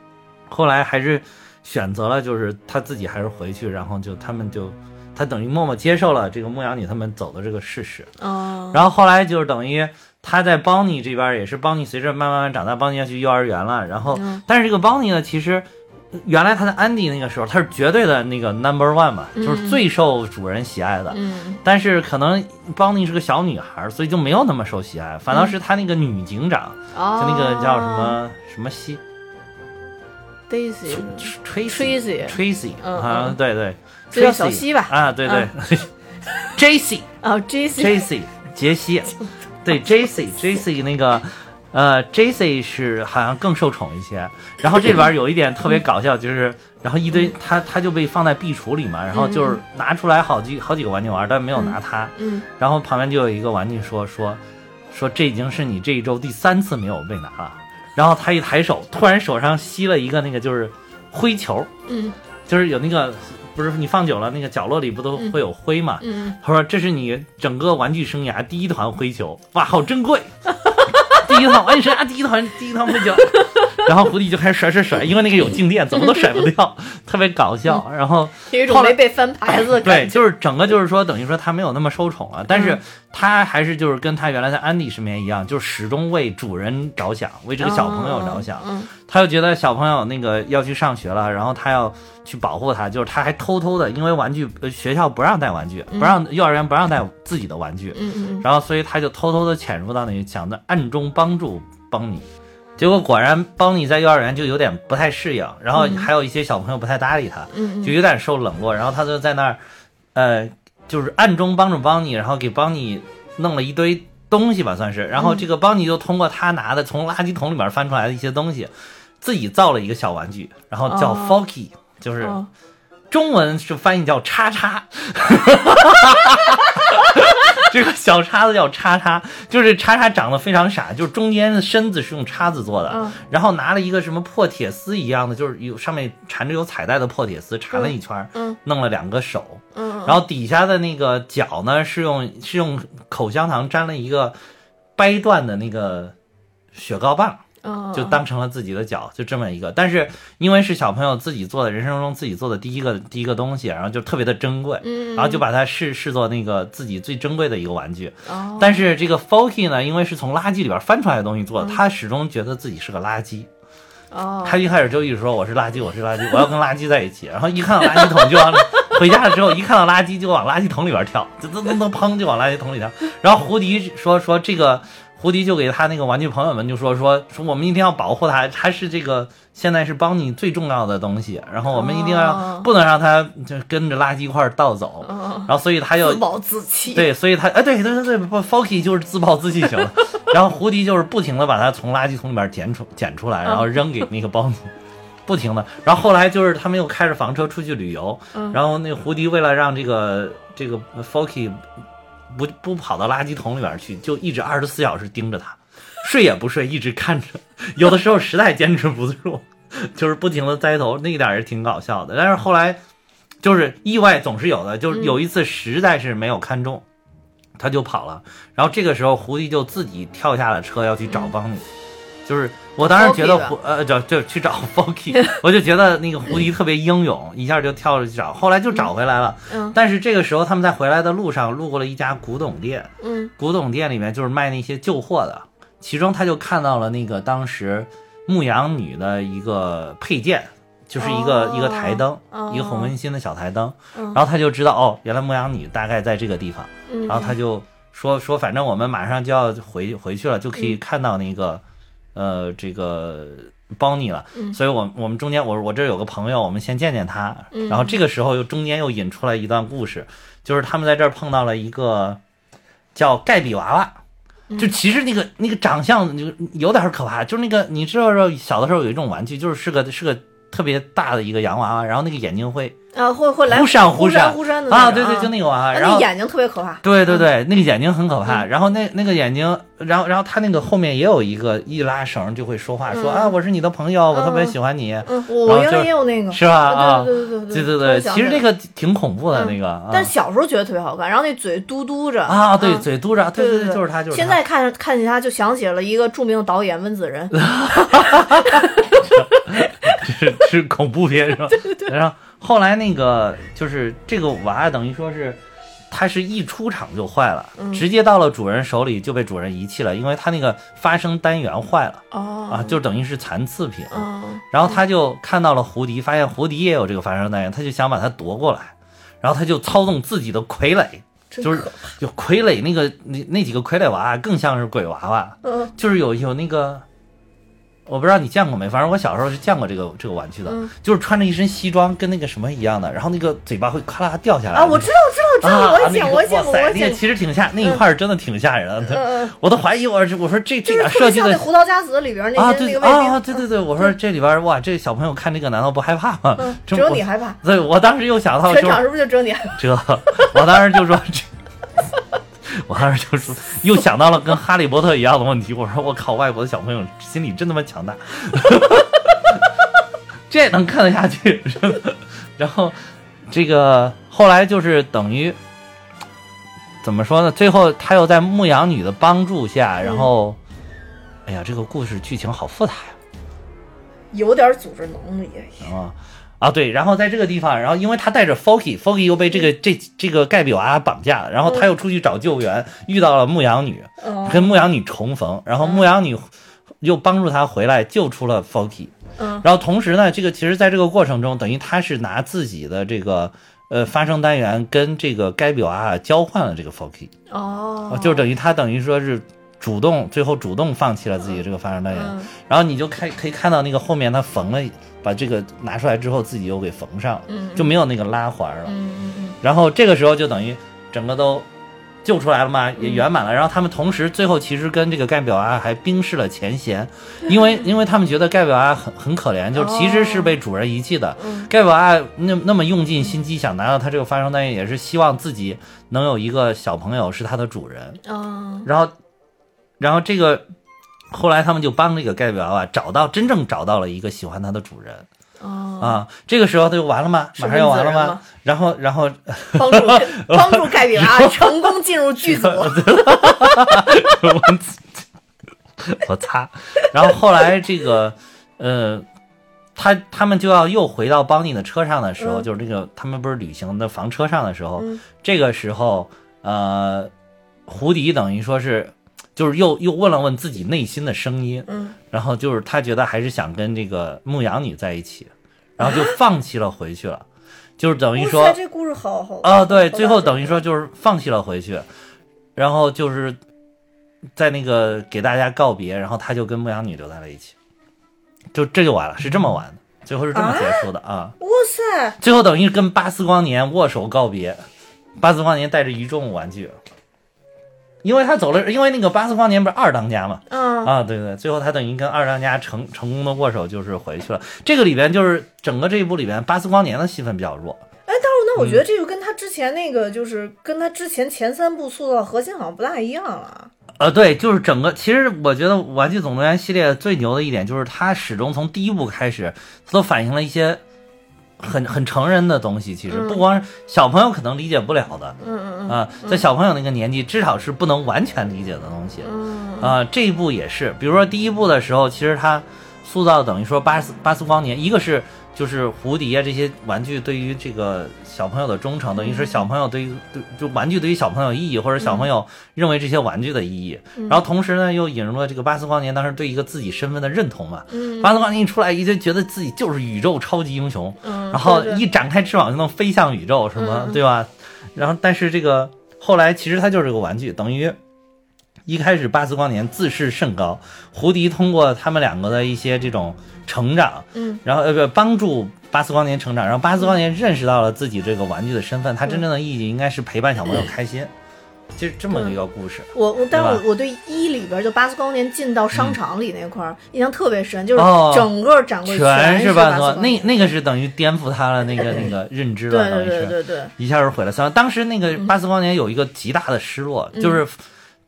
[SPEAKER 2] 后来还是选择了就是他自己还是回去，然后就他们就他等于默默接受了这个牧羊女他们走的这个事实。
[SPEAKER 1] 嗯哦，
[SPEAKER 2] 然后后来就是等于他在邦尼这边也是邦尼随着慢慢慢长大，邦尼要去幼儿园了。然后，
[SPEAKER 1] 嗯
[SPEAKER 2] 但是这个邦尼呢，其实呃原来他在安迪那个时候，他是绝对的那个 number one 嘛，就是最受主人喜爱的。
[SPEAKER 1] 嗯
[SPEAKER 2] 但是可能邦尼是个小女孩，所以就没有那么受喜爱，反倒是他那个女警长，
[SPEAKER 1] 嗯哦，
[SPEAKER 2] 就那个叫什么什么西
[SPEAKER 1] Daisy，Tracy
[SPEAKER 2] Tracy Tracy
[SPEAKER 1] 嗯
[SPEAKER 2] 好像
[SPEAKER 1] 嗯
[SPEAKER 2] 对对，
[SPEAKER 1] 就叫
[SPEAKER 2] Tracy
[SPEAKER 1] 小西吧嗯
[SPEAKER 2] 啊，对对 ，Jacy。
[SPEAKER 1] 哦 j a c y
[SPEAKER 2] J.C. 杰 西，对 J.C. J.C. 那个，呃，J.C. 是好像更受宠一些。然后这里边有一点特别搞笑，就是然后
[SPEAKER 1] 嗯
[SPEAKER 2] 一堆他他就被放在壁橱里嘛，然后就是拿出来好几好几个玩具玩，但没有拿他。
[SPEAKER 1] 嗯，
[SPEAKER 2] 然后旁边就有一个玩具说说说这已经是你这一周第三次没有被拿了。然后他一抬手，突然手上吸了一个那个就是灰球，
[SPEAKER 1] 嗯
[SPEAKER 2] 就是有那个不是你放久了那个角落里不都会有灰嘛？
[SPEAKER 1] 嗯，
[SPEAKER 2] 他说：“这是你整个玩具生涯第一团 灰球，哇，好珍贵！第一团，哎，生涯第一团，第一团灰 球。”然后狐狸就开始甩甩甩，因为那个有静电，怎么都甩不 掉，特别搞笑。
[SPEAKER 1] 嗯
[SPEAKER 2] 然后
[SPEAKER 1] 有一种没被翻牌子的
[SPEAKER 2] 对，
[SPEAKER 1] 感觉。嗯
[SPEAKER 2] 就是整个就是说，等于说他没有那么受宠了，但是他还是就是跟他原来的安迪身边一样，就是始终为主人着想，为这个小朋友着想。
[SPEAKER 1] 嗯
[SPEAKER 2] 他就觉得小朋友那个要去上学了，然后他要去保护他，就是他还偷偷的，因为玩具呃学校不让带玩具，不让幼儿园不让带自己的玩具，
[SPEAKER 1] 嗯嗯
[SPEAKER 2] 然后所以他就偷偷的潜入到那里，想着暗中帮助邦尼。结果果然，邦尼在幼儿园就有点不太适应，然后还有一些小朋友不太搭理他，
[SPEAKER 1] 嗯
[SPEAKER 2] 就有点受冷落。然后他就在那儿，呃，就是暗中帮助邦尼，然后给邦尼弄了一堆东西吧，算是。
[SPEAKER 1] 嗯
[SPEAKER 2] 然后这个邦尼就通过他拿的从垃圾桶里面翻出来的一些东西，自己造了一个小玩具，然后叫
[SPEAKER 1] 哦
[SPEAKER 2] Forky，、就是
[SPEAKER 1] 嗯，
[SPEAKER 2] 中文是翻译叫叉叉， 这个小叉子叫叉叉，就是叉叉长得非常傻，就是中间的身子是用叉子做的，
[SPEAKER 1] 嗯
[SPEAKER 2] 然后拿了一个什么破铁丝一样的，就是有上面缠着有彩带的破铁丝缠了一圈儿，
[SPEAKER 1] 嗯
[SPEAKER 2] 弄了两个手，
[SPEAKER 1] 嗯
[SPEAKER 2] 然后底下的那个脚呢是用是用口香糖粘了一个掰断的那个雪糕棒，
[SPEAKER 1] 嗯，
[SPEAKER 2] 就当成了自己的脚，就这么一个。但是因为是小朋友自己做的，人生中自己做的第一个第一个东西，然后就特别的珍贵，
[SPEAKER 1] 嗯，嗯
[SPEAKER 2] 然后就把它视视作那个自己最珍贵的一个玩具。
[SPEAKER 1] 哦
[SPEAKER 2] 但是这个 Forky 呢，因为是从垃圾里边翻出来的东西
[SPEAKER 1] 嗯
[SPEAKER 2] 做的，他始终觉得自己是个垃圾。
[SPEAKER 1] 哦，
[SPEAKER 2] 他一开始就一直说我是垃圾，我是垃圾，我要跟垃圾在一起。然后一看到垃圾桶 就往回家了之后，一看到垃圾就往垃圾桶里边跳，噔噔噔噔砰就往垃圾桶里跳。然后胡迪说说这个胡迪就给他那个玩具朋友们就说说说我们一定要保护他，他是这个现在是帮你最重要的东西，然后我们一定要、
[SPEAKER 1] 哦
[SPEAKER 2] 不能让他就跟着垃圾一块儿倒走。
[SPEAKER 1] 嗯
[SPEAKER 2] 然后所以他又
[SPEAKER 1] 自暴自弃，
[SPEAKER 2] 对，所以他哎，对对对对，不，Focky 就是自暴自弃型的，然后胡迪就是不停的把它从垃圾桶里边捡出捡出来，然后扔给那个邦尼，不停的。然后后来就是他们又开着房车出去旅游，然后那胡迪为了让这个这个 Focky 不不跑到垃圾桶里边去，就一直二十四小时盯着他，睡也不睡，一直看着，有的时候实在坚持不住，就是不停的栽头，那一点儿也挺搞笑的。但是后来。就是意外总是有的，就是有一
[SPEAKER 1] 嗯
[SPEAKER 2] 次实在是没有看中，他就跑了。然后这个时候胡迪就自己跳下了车要去
[SPEAKER 1] 嗯
[SPEAKER 2] 找邦尼，就是我当时觉得
[SPEAKER 1] Forky
[SPEAKER 2] 胡呃就就去找 Foky，我就觉得那个胡迪特别英勇，一下就跳了去找，后来就找回来了。
[SPEAKER 1] 嗯
[SPEAKER 2] 但是这个时候他们在回来的路上路过了一家古董店，
[SPEAKER 1] 嗯
[SPEAKER 2] 古董店里面就是卖那些旧货的，其中他就看到了那个当时牧羊女的一个配件，就是一个、
[SPEAKER 1] 哦
[SPEAKER 2] 一个台灯，
[SPEAKER 1] 哦
[SPEAKER 2] 一个红温馨的小台灯，
[SPEAKER 1] 嗯
[SPEAKER 2] 然后他就知道哦，原来牧羊女大概在这个地方，
[SPEAKER 1] 嗯，
[SPEAKER 2] 然后他就说说，反正我们马上就要回回去了，就可以看到那个、呃这个邦尼了。所以我我们中间我我这儿有个朋友，我们先见见他。然后这个时候又中间又引出来一段故事，就是他们在这儿碰到了一个叫盖比娃娃。就其实那个那个长相就有点可怕，就是那个你知道小的时候有一种玩具，就是是个是个特别大的一个洋娃娃，然后那个眼睛会
[SPEAKER 1] 啊会会来
[SPEAKER 2] 忽闪
[SPEAKER 1] 忽
[SPEAKER 2] 闪
[SPEAKER 1] 忽闪的
[SPEAKER 2] 啊，
[SPEAKER 1] 种
[SPEAKER 2] 对对，就那个娃娃，
[SPEAKER 1] 啊
[SPEAKER 2] 然后
[SPEAKER 1] 那眼睛特别可怕，
[SPEAKER 2] 对对对，那个眼睛很可
[SPEAKER 1] 嗯
[SPEAKER 2] 怕。然后那那个眼睛，然后然后他那个后面也有一个一拉绳就会说话，说啊我是你的朋友，我特别喜欢你，
[SPEAKER 1] 嗯，我我
[SPEAKER 2] 然后
[SPEAKER 1] 原
[SPEAKER 2] 就
[SPEAKER 1] 来也有那个，
[SPEAKER 2] 是吧？啊，
[SPEAKER 1] 啊对对对
[SPEAKER 2] 对
[SPEAKER 1] 对
[SPEAKER 2] 对，
[SPEAKER 1] 突然
[SPEAKER 2] 其实
[SPEAKER 1] 想起
[SPEAKER 2] 那
[SPEAKER 1] 来嗯
[SPEAKER 2] 个挺恐怖的那个
[SPEAKER 1] 但
[SPEAKER 2] 啊
[SPEAKER 1] 小时候觉得特别好看，然后那嘴嘟嘟着
[SPEAKER 2] 啊，对，
[SPEAKER 1] 嗯
[SPEAKER 2] 嘴嘟着，
[SPEAKER 1] 对
[SPEAKER 2] 对
[SPEAKER 1] 对，
[SPEAKER 2] 就是他，就是
[SPEAKER 1] 现
[SPEAKER 2] 他
[SPEAKER 1] 在看看见他，就想起了一个著名的导演温子 仁，
[SPEAKER 2] 是是恐怖片 是吧？然后后来那个就是这个娃等于说是。它是一出场就坏了，
[SPEAKER 1] 嗯
[SPEAKER 2] 直接到了主人手里就被主人遗弃了，因为它那个发声单元坏了
[SPEAKER 1] 哦，
[SPEAKER 2] 啊，就等于是残次品。
[SPEAKER 1] 嗯
[SPEAKER 2] 然后他就看到了胡迪，发现胡迪也有这个发声单元，他就想把它夺过来，然后他就操纵自己的傀儡，
[SPEAKER 1] 真
[SPEAKER 2] 就是
[SPEAKER 1] 可
[SPEAKER 2] 就傀儡那个那那几个傀儡娃啊更像是鬼娃娃，
[SPEAKER 1] 嗯
[SPEAKER 2] 就是有有那个，我不知道你见过没，反正我小时候是见过这个这个玩具的，
[SPEAKER 1] 嗯
[SPEAKER 2] 就是穿着一身西装跟那个什么一样的，然后那个嘴巴会咔啦掉下来
[SPEAKER 1] 啊，我知道知道知道，
[SPEAKER 2] 哎啊
[SPEAKER 1] 我
[SPEAKER 2] 那
[SPEAKER 1] 见
[SPEAKER 2] 个
[SPEAKER 1] 我见过
[SPEAKER 2] 哇塞
[SPEAKER 1] 我
[SPEAKER 2] 那
[SPEAKER 1] 见嗯
[SPEAKER 2] 个其实挺吓，那一块儿真的挺吓人的，
[SPEAKER 1] 嗯嗯
[SPEAKER 2] 我都怀疑我我说这这
[SPEAKER 1] 就是
[SPEAKER 2] 点
[SPEAKER 1] 特别
[SPEAKER 2] 啊设计
[SPEAKER 1] 像
[SPEAKER 2] 的
[SPEAKER 1] 那《胡桃夹子》里边
[SPEAKER 2] 啊，
[SPEAKER 1] 那些那
[SPEAKER 2] 对
[SPEAKER 1] 个卫
[SPEAKER 2] 啊，
[SPEAKER 1] 兵，
[SPEAKER 2] 对对对，我说这里边儿哇，这小朋友看这个难道不害怕吗？这
[SPEAKER 1] 嗯只有
[SPEAKER 2] 我
[SPEAKER 1] 你害怕，
[SPEAKER 2] 对，我当时又想到
[SPEAKER 1] 全
[SPEAKER 2] 就
[SPEAKER 1] 场
[SPEAKER 2] 是
[SPEAKER 1] 是不是就只有你害怕？
[SPEAKER 2] 这， 我当时就说这，我当时就说又想到了跟哈利波特一样的问题，我说我靠，外国的小朋友心理真他妈强大， 这能看得下去？真的然后这个后来就是等于怎么说呢？最后他又在牧羊女的帮助下，然后，哎呀，这个故事剧情好复杂呀。
[SPEAKER 1] 有点组织能力，
[SPEAKER 2] 啊，啊，对，然后在这个地方，然后因为他带着 Foki，Foki 又被这
[SPEAKER 1] 嗯
[SPEAKER 2] 个这这个盖比娃绑架，然后他又出去找救援，遇到了牧羊女，
[SPEAKER 1] 嗯
[SPEAKER 2] 跟牧羊女重逢，然后牧羊女又帮助他回来，救出了 Foki。
[SPEAKER 1] 嗯，
[SPEAKER 2] 然后同时呢，这个其实在这个过程中，等于他是拿自己的这个呃发声单元跟这个盖比娃交换了这个 Foki，、
[SPEAKER 1] 哦，
[SPEAKER 2] 就是等于他等于说是主动最后主动放弃了自己这个发声单元。
[SPEAKER 1] 嗯
[SPEAKER 2] 然后你就看可以看到那个后面他缝了，把这个拿出来之后自己又给缝上了，
[SPEAKER 1] 嗯
[SPEAKER 2] 就没有那个拉环了。
[SPEAKER 1] 嗯嗯嗯
[SPEAKER 2] 然后这个时候就等于整个都救出来了嘛，也圆满了。然后他们同时最后其实跟这个盖表阿还冰释了前 嫌，因为因为他们觉得盖表阿很很可怜，就是其实是被主人遗弃的。
[SPEAKER 1] 哦嗯
[SPEAKER 2] 盖表阿那那么用尽心机想拿到他这个发声单元，也是希望自己能有一个小朋友是他的主人。
[SPEAKER 1] 嗯
[SPEAKER 2] 然后，然后这个后来他们就帮这个盖比娃娃找到真正找到了一个喜欢它的主人
[SPEAKER 1] 哦，
[SPEAKER 2] 啊。这个时候它就完了吗？
[SPEAKER 1] 是
[SPEAKER 2] 马上要完了
[SPEAKER 1] 温子仁
[SPEAKER 2] 吗
[SPEAKER 1] 吗？
[SPEAKER 2] 然后，然后
[SPEAKER 1] 帮 助帮助盖比拉成功进入剧组，
[SPEAKER 2] 我擦，然后后来这个呃。他他们就要又回到邦尼的车上的时候，
[SPEAKER 1] 嗯
[SPEAKER 2] 就是那个他们不是旅行的房车上的时候，
[SPEAKER 1] 嗯
[SPEAKER 2] 这个时候呃，胡迪等于说是就是又又问了问自己内心的声音，
[SPEAKER 1] 嗯
[SPEAKER 2] 然后就是他觉得还是想跟这个牧羊女在一起，然后就放弃了回去了，哦就是等于
[SPEAKER 1] 哇
[SPEAKER 2] 说
[SPEAKER 1] 塞这故事好好
[SPEAKER 2] 啊，对，最后等于说就是放弃了回去，然后就是在那个给大家告别，然后他就跟牧羊女留在了一起，就这就完了，是这么完的，最后是这么结束的啊，
[SPEAKER 1] 哇塞，
[SPEAKER 2] 最后等于跟巴斯光年握手告别，巴斯光年带着一众玩具。因为他走了，因为那个巴斯光年不是二当家嘛，
[SPEAKER 1] 嗯
[SPEAKER 2] 啊，对对，最后他等于跟二当家成成功的握手，就是回去了。这个里边就是整个这一部里边，巴斯光年的戏份比较弱，
[SPEAKER 1] 哎，但是那我觉得这个跟他之前那个，就是跟他之前前三部塑造的核心好像不大一样啊了。
[SPEAKER 2] 呃，对，就是整个，其实我觉得《玩具总动员》系列最牛的一点就是它始终从第一部开始，它都反映了一些很很成人的东西。其实不光是小朋友可能理解不了的，嗯嗯啊，在小朋友那个年纪，至少是不能完全理解的东西。
[SPEAKER 1] 嗯
[SPEAKER 2] 啊，这一部也是，比如说第一部的时候，其实它塑造等于说巴斯巴斯光年，一个是就是蝴蝶啊这些玩具对于这个小朋友的忠
[SPEAKER 1] 嗯
[SPEAKER 2] 诚，等于是小朋友对于对就玩具对于小朋友意义，或者小朋
[SPEAKER 1] 嗯
[SPEAKER 2] 友认为这些玩具的意义。然后同时呢，又引入了这个巴斯光年当时对一个自己身份的认同嘛。
[SPEAKER 1] 嗯
[SPEAKER 2] 巴斯光年一出来，一就觉得自己就是宇宙超级英雄，
[SPEAKER 1] 嗯，
[SPEAKER 2] 然后
[SPEAKER 1] 对对
[SPEAKER 2] 一展开翅膀就能飞向宇宙，什么
[SPEAKER 1] 嗯嗯
[SPEAKER 2] 对吧？然后但是这个后来其实它就是个玩具，等于一开始巴斯光年自视甚高，胡迪通过他们两个的一些这种成长，
[SPEAKER 1] 嗯
[SPEAKER 2] 然后呃不帮助巴斯光年成长，然后巴斯光年认识到了自己这个玩具的身份，它真正的意义应该是陪伴小朋友开心，
[SPEAKER 1] 嗯
[SPEAKER 2] 就是这么一个故事。
[SPEAKER 1] 我我，但
[SPEAKER 2] 对吧
[SPEAKER 1] 是我我对一里边就巴斯光年进到商场里那块儿印象特别深，就是
[SPEAKER 2] 嗯哦
[SPEAKER 1] 整个展柜
[SPEAKER 2] 全
[SPEAKER 1] 是
[SPEAKER 2] 是
[SPEAKER 1] 巴
[SPEAKER 2] 巴斯光，
[SPEAKER 1] 光
[SPEAKER 2] 那
[SPEAKER 1] 年。
[SPEAKER 2] 那个是等于颠覆他的 那个那个认知了，
[SPEAKER 1] 对
[SPEAKER 2] 等
[SPEAKER 1] 对
[SPEAKER 2] 于是
[SPEAKER 1] 对对对，
[SPEAKER 2] 一下就毁了三观。当时那个
[SPEAKER 1] 嗯
[SPEAKER 2] 巴斯光年有一个极大的失落，就是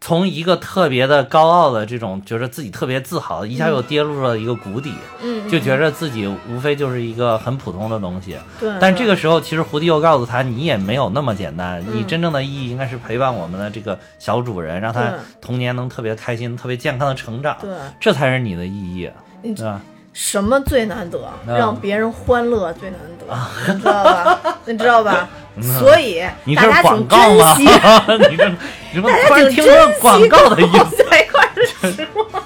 [SPEAKER 2] 从一个特别的高傲的这种，觉得自己特别自豪，一下又跌入了一个谷底，
[SPEAKER 1] 嗯，
[SPEAKER 2] 就觉着自己无非就是一个很普通的东西。
[SPEAKER 1] 对。
[SPEAKER 2] 但
[SPEAKER 1] 对
[SPEAKER 2] 这个时候，其实胡迪又告诉他，你也没有那么简单，
[SPEAKER 1] 嗯
[SPEAKER 2] 你真正的意义应该是陪伴我们的这个小主人，让他
[SPEAKER 1] 对
[SPEAKER 2] 童年能特别开心、特别健康的成长，
[SPEAKER 1] 对
[SPEAKER 2] 这才是你的意义，
[SPEAKER 1] 你
[SPEAKER 2] 对吧？
[SPEAKER 1] 什么最难得？
[SPEAKER 2] 嗯
[SPEAKER 1] 让别人欢乐最难 得，你知道吧？你知道吧？所以
[SPEAKER 2] 嗯你这
[SPEAKER 1] 大家
[SPEAKER 2] 是广
[SPEAKER 1] 请
[SPEAKER 2] 告吗
[SPEAKER 1] 珍惜，？
[SPEAKER 2] 你这你怎么
[SPEAKER 1] 大
[SPEAKER 2] 突
[SPEAKER 1] 家
[SPEAKER 2] 然
[SPEAKER 1] 请
[SPEAKER 2] 听
[SPEAKER 1] 珍
[SPEAKER 2] 出
[SPEAKER 1] 惜
[SPEAKER 2] 广告的意思？
[SPEAKER 1] 在一块儿的时光。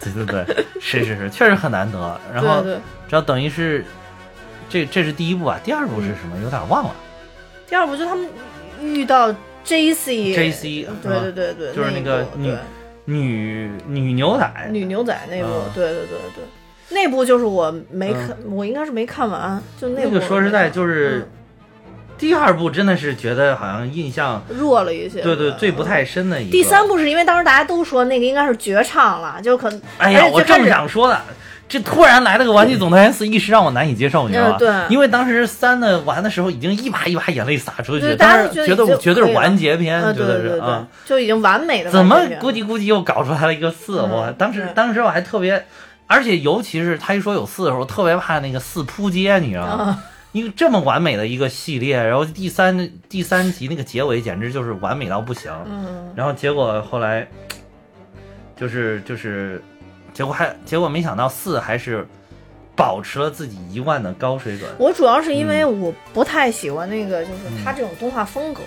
[SPEAKER 2] 对对对，是是是，确实很难得。然后，
[SPEAKER 1] 对对
[SPEAKER 2] 这等于是，这这是第一部啊，第二部是
[SPEAKER 1] 嗯
[SPEAKER 2] 什么？有点忘了。
[SPEAKER 1] 第二部就他们遇到 J C
[SPEAKER 2] JC 是吧
[SPEAKER 1] 对对对对，
[SPEAKER 2] 就是
[SPEAKER 1] 呃那
[SPEAKER 2] 那个
[SPEAKER 1] 部
[SPEAKER 2] 女
[SPEAKER 1] 对
[SPEAKER 2] 女女牛仔，
[SPEAKER 1] 女牛仔那部
[SPEAKER 2] 嗯，
[SPEAKER 1] 对对对对，那部就是我没看，我应该是没看完，就
[SPEAKER 2] 那
[SPEAKER 1] 部嗯
[SPEAKER 2] 个说实在
[SPEAKER 1] 是
[SPEAKER 2] 就是，第二部真的是觉得好像印象，
[SPEAKER 1] 弱了一些，
[SPEAKER 2] 对对，
[SPEAKER 1] 吧
[SPEAKER 2] 最不。太深的一个。
[SPEAKER 1] 呃第三，部是因为当时大家都说那个应该是绝唱了，就可能
[SPEAKER 2] 哎呀，
[SPEAKER 1] 而且
[SPEAKER 2] 我
[SPEAKER 1] 最开
[SPEAKER 2] 正
[SPEAKER 1] 始
[SPEAKER 2] 想说的。这突然来了个《玩具总动员四》，一时让我难以接受，你知道吗？
[SPEAKER 1] 嗯对
[SPEAKER 2] 因为当时三的完的时候，已经一把一把眼泪洒出去，
[SPEAKER 1] 对大家
[SPEAKER 2] 当时觉
[SPEAKER 1] 觉得已
[SPEAKER 2] 得
[SPEAKER 1] 经
[SPEAKER 2] 绝对
[SPEAKER 1] 可以
[SPEAKER 2] 是
[SPEAKER 1] 了
[SPEAKER 2] 完结篇，
[SPEAKER 1] 呃，
[SPEAKER 2] 觉
[SPEAKER 1] 对
[SPEAKER 2] 得
[SPEAKER 1] 对对
[SPEAKER 2] 是啊
[SPEAKER 1] 对。，就已经完美的
[SPEAKER 2] 怎么
[SPEAKER 1] 估
[SPEAKER 2] 估
[SPEAKER 1] 计
[SPEAKER 2] 计估计又搞出来了一个四？
[SPEAKER 1] 嗯
[SPEAKER 2] 我当时
[SPEAKER 1] 对
[SPEAKER 2] 当时我还特别，而且尤其是他一说有四的时候，我特别怕那个四扑街，你知道吗？
[SPEAKER 1] 嗯
[SPEAKER 2] 因为这么完美的一个系列，然后第三第三集那个结尾简直就是完美到不行，
[SPEAKER 1] 嗯
[SPEAKER 2] 然后结果后来就是就是，结果还结果没想到四还是保持了自己一贯的高水准。
[SPEAKER 1] 我主要是因为
[SPEAKER 2] 嗯
[SPEAKER 1] 我不太喜欢那个，就是他这种动画风格，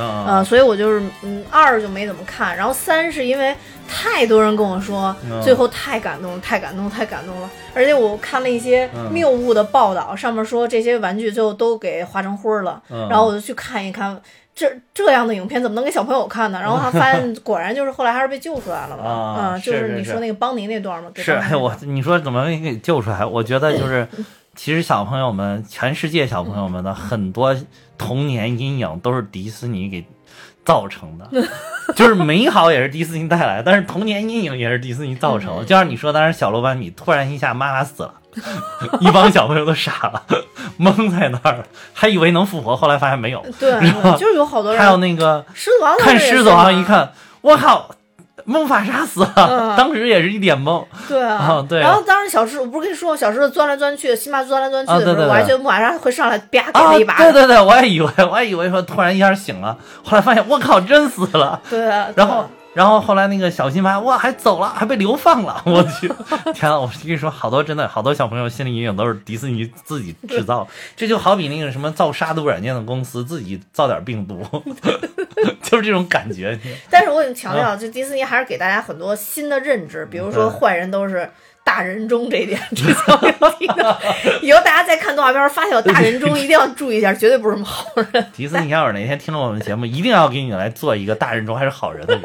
[SPEAKER 2] 啊
[SPEAKER 1] 呃，所以我就是嗯二就没怎么看，然后三是因为太多人跟我说，
[SPEAKER 2] 嗯
[SPEAKER 1] 最后太感动了，太感动，太感动了，而且我看了一些
[SPEAKER 2] 嗯
[SPEAKER 1] 谬误的报道，上面说这些玩具最后都给化成灰儿了，
[SPEAKER 2] 嗯
[SPEAKER 1] 然后我就去看一看。这这样的影片怎么能给小朋友看呢？然后他发 现果然就是后来还是被救出来了嘛。
[SPEAKER 2] 啊
[SPEAKER 1] 嗯，就是
[SPEAKER 2] 是
[SPEAKER 1] 你说
[SPEAKER 2] 是
[SPEAKER 1] 那个邦尼那段嘛，给
[SPEAKER 2] 是，
[SPEAKER 1] 邦尼
[SPEAKER 2] 哎，
[SPEAKER 1] 那
[SPEAKER 2] 我
[SPEAKER 1] 段
[SPEAKER 2] 你说怎么给救出来？我觉 得就是，其实小朋友们，全世界小朋友们的很多童年阴影都是迪士尼给造成 的，就是美好也是迪士尼带来，但是童年阴影也是迪士尼造
[SPEAKER 1] 嗯
[SPEAKER 2] 成的。就像你说，当时小罗班底突然一下妈妈死了， 一帮小朋友都傻了，懵在那儿，还以为能复活，后来发现没有。
[SPEAKER 1] 对
[SPEAKER 2] 后
[SPEAKER 1] 对，就是有好多人
[SPEAKER 2] 还有那个
[SPEAKER 1] 狮子王当时
[SPEAKER 2] 看
[SPEAKER 1] 也是嘛，
[SPEAKER 2] 狮子王一看，我靠，梦法沙死了，
[SPEAKER 1] 嗯
[SPEAKER 2] 当时也是一脸懵。
[SPEAKER 1] 对啊，
[SPEAKER 2] 啊对啊
[SPEAKER 1] 然后当时小狮，我不是跟你说，小狮子钻来钻去，辛巴钻来钻去
[SPEAKER 2] 啊
[SPEAKER 1] 的时候，
[SPEAKER 2] 对对对
[SPEAKER 1] 我还觉得木瓦莎会上来啪给
[SPEAKER 2] 啊，
[SPEAKER 1] 他一
[SPEAKER 2] 对
[SPEAKER 1] 把。
[SPEAKER 2] 对对，我也以为， 我也以为说突然一下醒了，后来发现我靠，真死了。
[SPEAKER 1] 对啊
[SPEAKER 2] 然后，然后后来那个小新发现哇，还走了，还被流放了。 我去，天啊！我跟你说，好多真的好多小朋友心理阴影都是迪士尼自己制造。 这就好比那个什么造杀毒软件的公司自己造点病毒， 就是这种感觉。
[SPEAKER 1] 但是我得强
[SPEAKER 2] 嗯
[SPEAKER 1] 调，就迪士尼还是给大家很多新的认知，比如说坏人都是。大人中这一点，这叫没有提到。以后大家再看动画片，发现有大人中，一定要注意一下，绝对不是什么好人。
[SPEAKER 2] 迪士尼要是哪天听了我们节目，一定要给你来做一个大人中还是好人的 人，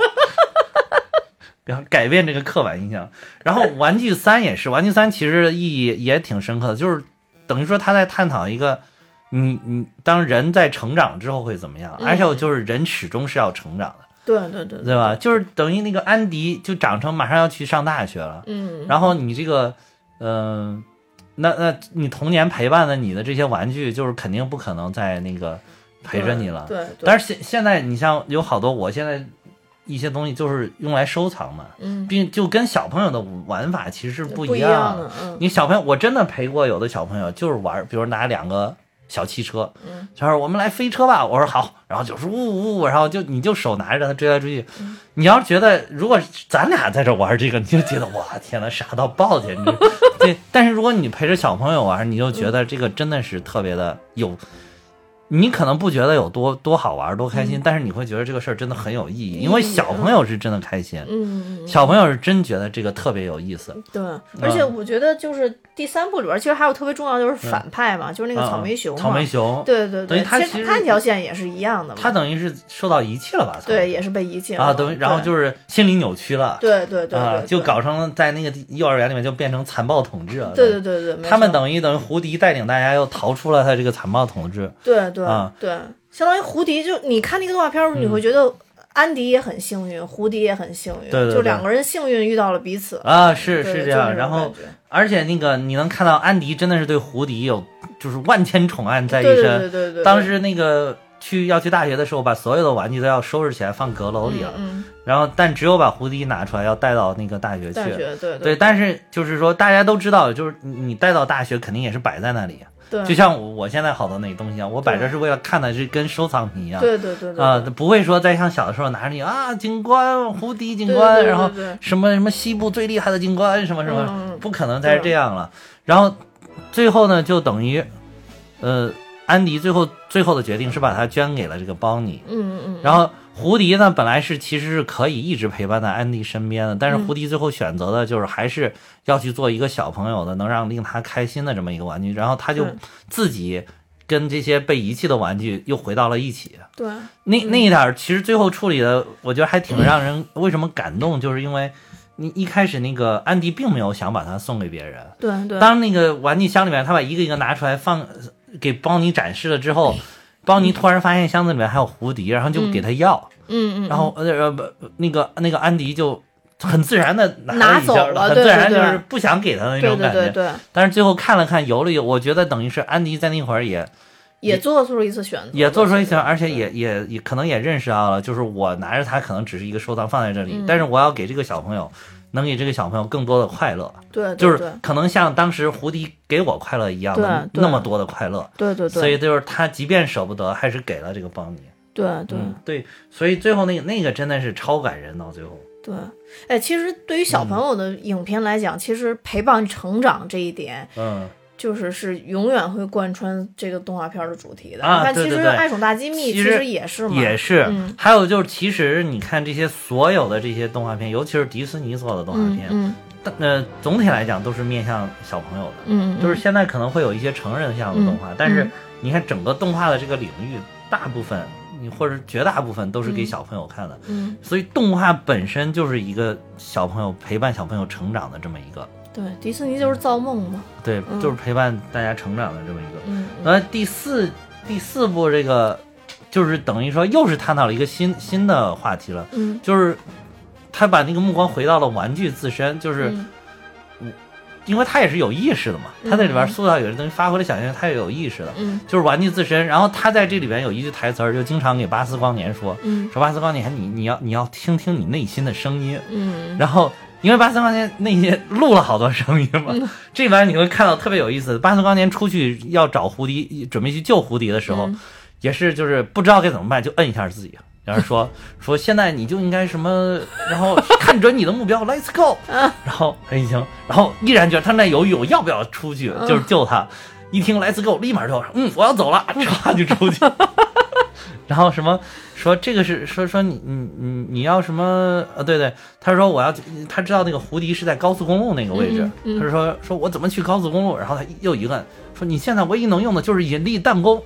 [SPEAKER 2] 然后改变这个刻板印象。然后《玩具三》也是，《玩具三》其实意义也挺深刻的，就是等于说他在探讨一个，你你当人在成长之后会怎么样，
[SPEAKER 1] 嗯
[SPEAKER 2] 而且我就是人始终是要成长的，
[SPEAKER 1] 对对 对，
[SPEAKER 2] 对吧？就是等于那个安迪就长成马上要去上大学了，
[SPEAKER 1] 嗯，
[SPEAKER 2] 然后你这个，嗯、那那你童年陪伴的你的这些玩具，就是肯定不可能再那个陪着你了。
[SPEAKER 1] 对对，对
[SPEAKER 2] 但是现现在你像有好多，我现在一些东西就是用来收藏嘛，
[SPEAKER 1] 嗯
[SPEAKER 2] 并就跟小朋友的玩法其实是
[SPEAKER 1] 不
[SPEAKER 2] 一
[SPEAKER 1] 样
[SPEAKER 2] 的。
[SPEAKER 1] 的，嗯
[SPEAKER 2] 你小朋友，我真的陪过有的小朋友，就是玩儿，比如拿两个小汽车，
[SPEAKER 1] 嗯
[SPEAKER 2] 他说我们来飞车吧，我说好，然后就是呜呜呜，然后就你就手拿着让他追来追去。
[SPEAKER 1] 嗯
[SPEAKER 2] 你要是觉得如果咱俩在这玩这个，你就觉得哇天呐，傻到爆简 直。对，但是如果你陪着小朋友玩，你就觉得这个真的是特别的有。你可能不觉得有多多好玩、多
[SPEAKER 1] 嗯
[SPEAKER 2] 开心，但是你会觉得这个事儿真的很有意义，因为小朋友是真的开心，
[SPEAKER 1] 嗯，嗯嗯
[SPEAKER 2] 小朋友是真觉得这个特别有意思。
[SPEAKER 1] 对。而且我觉得就是第三部里边，其实还有特别重要就是反派嘛，就是那个
[SPEAKER 2] 啊
[SPEAKER 1] 草莓熊嘛，
[SPEAKER 2] 草莓熊，
[SPEAKER 1] 对对
[SPEAKER 2] 等
[SPEAKER 1] 对，
[SPEAKER 2] 于他其
[SPEAKER 1] 其
[SPEAKER 2] 实
[SPEAKER 1] 实他那条线也是一样的嘛。
[SPEAKER 2] 他等于是受到遗弃了吧？草莓
[SPEAKER 1] 对也是被遗弃了
[SPEAKER 2] 啊，等于然后
[SPEAKER 1] 对
[SPEAKER 2] 就是心理扭曲了，
[SPEAKER 1] 对对对对
[SPEAKER 2] 啊，
[SPEAKER 1] 对
[SPEAKER 2] 就搞成了在那个地幼儿园里面就变成残暴统治了。
[SPEAKER 1] 对对对对，没
[SPEAKER 2] 他们
[SPEAKER 1] 错
[SPEAKER 2] 等于等于胡迪带领大家又逃出了他这个残暴统治。
[SPEAKER 1] 对对
[SPEAKER 2] 啊嗯
[SPEAKER 1] 对，相当于胡迪就你看那个动画片儿，你会觉得安迪也很幸运，胡迪也很幸运，
[SPEAKER 2] 对对对
[SPEAKER 1] 就两个人幸运遇到了彼此。
[SPEAKER 2] 啊，是
[SPEAKER 1] 对
[SPEAKER 2] 是
[SPEAKER 1] 就
[SPEAKER 2] 这
[SPEAKER 1] 那
[SPEAKER 2] 样，
[SPEAKER 1] 种
[SPEAKER 2] 然后
[SPEAKER 1] 感觉
[SPEAKER 2] 而且那个你能看到安迪真的是对胡迪有就是万千宠爱在一
[SPEAKER 1] 对对
[SPEAKER 2] 身。
[SPEAKER 1] 对对对，
[SPEAKER 2] 当时那个去要去大学的时候，把所有的玩具都要收拾起来放阁楼
[SPEAKER 1] 对
[SPEAKER 2] 里了，
[SPEAKER 1] 嗯，
[SPEAKER 2] 然后但只有把胡迪拿出来要带到那个大
[SPEAKER 1] 嗯
[SPEAKER 2] 学去。
[SPEAKER 1] 大学对
[SPEAKER 2] 对，但是就是说，大家都知道，就是你你带到大学肯定也是摆在那里，啊
[SPEAKER 1] 对，
[SPEAKER 2] 就像我我现在好多那个东西一样，啊我摆这是为了看的是跟收藏品一样，
[SPEAKER 1] 对对对对
[SPEAKER 2] 啊、不会说再像小的时候拿着你啊，警官，胡迪警
[SPEAKER 1] 对
[SPEAKER 2] 官，
[SPEAKER 1] 对对
[SPEAKER 2] 然后
[SPEAKER 1] 对
[SPEAKER 2] 什么什么西部最厉害的警官，什么什么，
[SPEAKER 1] 嗯嗯
[SPEAKER 2] 不可能再是这样了。然后最后呢，就等于，呃，安迪最后最后的决定是把它捐给了这个邦尼，
[SPEAKER 1] 嗯嗯嗯，
[SPEAKER 2] 然后胡迪呢，本来是其实是可以一直陪伴在安迪身边的，但是胡迪最后选择的就是还是要去做一个小朋友的，能让令他开心的这么一个玩具，然后他就
[SPEAKER 1] 对
[SPEAKER 2] 自己跟这些被遗弃的玩具又回到了一起。
[SPEAKER 1] 对
[SPEAKER 2] 那那一点儿其实最后处理的，我觉得还挺让人为什么感动，就是因为你一开始那个安迪并没有想把它送给别人，
[SPEAKER 1] 对对，
[SPEAKER 2] 当那个玩具箱里面，他把一个一个拿出来放给邦尼展示了之后，邦尼突然发现箱子里面还有蝴蝶，然后就给他要，
[SPEAKER 1] 嗯嗯，
[SPEAKER 2] 然后呃呃不那个那个安迪就很自然的
[SPEAKER 1] 拿
[SPEAKER 2] 了一
[SPEAKER 1] 走
[SPEAKER 2] 下，
[SPEAKER 1] 了
[SPEAKER 2] 很
[SPEAKER 1] 对
[SPEAKER 2] 自
[SPEAKER 1] 对
[SPEAKER 2] 然就是
[SPEAKER 1] 对
[SPEAKER 2] 不想给他的那
[SPEAKER 1] 对
[SPEAKER 2] 种
[SPEAKER 1] 对
[SPEAKER 2] 感觉。
[SPEAKER 1] 对对，
[SPEAKER 2] 但是最后看了看游了游，我觉得等于是安迪在那会儿也
[SPEAKER 1] 也做出了一次选择，
[SPEAKER 2] 也做出一些，而且也也也可能也认识到了，就是我拿着它可能只是一个收藏放在这里，
[SPEAKER 1] 嗯
[SPEAKER 2] 但是我要给这个小朋友，能给这个小朋友更多的快乐。
[SPEAKER 1] 对，对
[SPEAKER 2] 就
[SPEAKER 1] 对
[SPEAKER 2] 是可能像当时胡迪给我快乐一样的
[SPEAKER 1] 对对
[SPEAKER 2] 那么多的快乐，
[SPEAKER 1] 对对对，
[SPEAKER 2] 所以就是他即便舍不得，还是给了这个邦尼。
[SPEAKER 1] 对对
[SPEAKER 2] 嗯嗯，对，所以最后那个那个真的是超感人，到最后，
[SPEAKER 1] 对，哎，其实对于
[SPEAKER 2] 嗯
[SPEAKER 1] 小朋友的影片来讲，其实陪伴成长这一点，
[SPEAKER 2] 嗯，
[SPEAKER 1] 就是是永远会贯穿这个动画片的主题的。
[SPEAKER 2] 啊
[SPEAKER 1] 你看，
[SPEAKER 2] 对
[SPEAKER 1] 其
[SPEAKER 2] 对
[SPEAKER 1] 实《
[SPEAKER 2] 对
[SPEAKER 1] 爱宠大机密》
[SPEAKER 2] 其
[SPEAKER 1] 其
[SPEAKER 2] 实
[SPEAKER 1] 实也是嘛，
[SPEAKER 2] 也是
[SPEAKER 1] 嗯。
[SPEAKER 2] 还有就是，其实你看这些所有的这些动画片，尤其是迪士尼做的动画
[SPEAKER 1] 嗯
[SPEAKER 2] 片，
[SPEAKER 1] 嗯
[SPEAKER 2] 但呃，总体来讲都是面向小朋友的。
[SPEAKER 1] 嗯，嗯嗯
[SPEAKER 2] 就是现在可能会有一些成人向的动画，但是你看整个动画的这个领域，大部分你或者绝大部分都是给小朋友看的。
[SPEAKER 1] 嗯，
[SPEAKER 2] 所以动画本身就是一个小朋友陪伴小朋友成长的这么一个，
[SPEAKER 1] 对，迪士尼就是造梦嘛，
[SPEAKER 2] 对，
[SPEAKER 1] 嗯
[SPEAKER 2] 就是陪伴大家成长的这么一个。
[SPEAKER 1] 嗯嗯
[SPEAKER 2] 那第四第四部这个，就是等于说又是探讨了一个新新的话题了，
[SPEAKER 1] 嗯，
[SPEAKER 2] 就是他把那个目光回到了玩具自身，就是
[SPEAKER 1] 嗯
[SPEAKER 2] 因为他也是有意识的嘛，他在里边
[SPEAKER 1] 嗯
[SPEAKER 2] 塑造有些东西，发挥了想象力，他也有意识的，
[SPEAKER 1] 嗯
[SPEAKER 2] 就是玩具自身。然后他在这里边有一句台词儿，就经常给巴斯光年说，
[SPEAKER 1] 嗯
[SPEAKER 2] 说巴斯光年，你你要你要听听你内心的声音，
[SPEAKER 1] 嗯
[SPEAKER 2] 然后因为八三光年那些录了好多声音嘛，
[SPEAKER 1] 嗯
[SPEAKER 2] 这里边你会看到特别有意思。八三光年出去要找胡迪，准备去救胡迪的时候，
[SPEAKER 1] 嗯
[SPEAKER 2] 也是就是不知道该怎么办，就摁一下自己。然后说 说现在你就应该什么，然后看准你的目标，Let's go。然后哎行，然后依然觉得他那犹豫，我要不要出去，
[SPEAKER 1] 嗯
[SPEAKER 2] 就是救他。一听 Let's go，立马就说嗯，我要走了， 唰就出去。然后什么说这个是说说你你你你要什么呃对对，他说我要他知道那个胡迪是在高速公路那个位置，
[SPEAKER 1] 嗯嗯
[SPEAKER 2] 他说说我怎么去高速公路，然后他又一摁说你现在唯一能用的就是引力弹弓。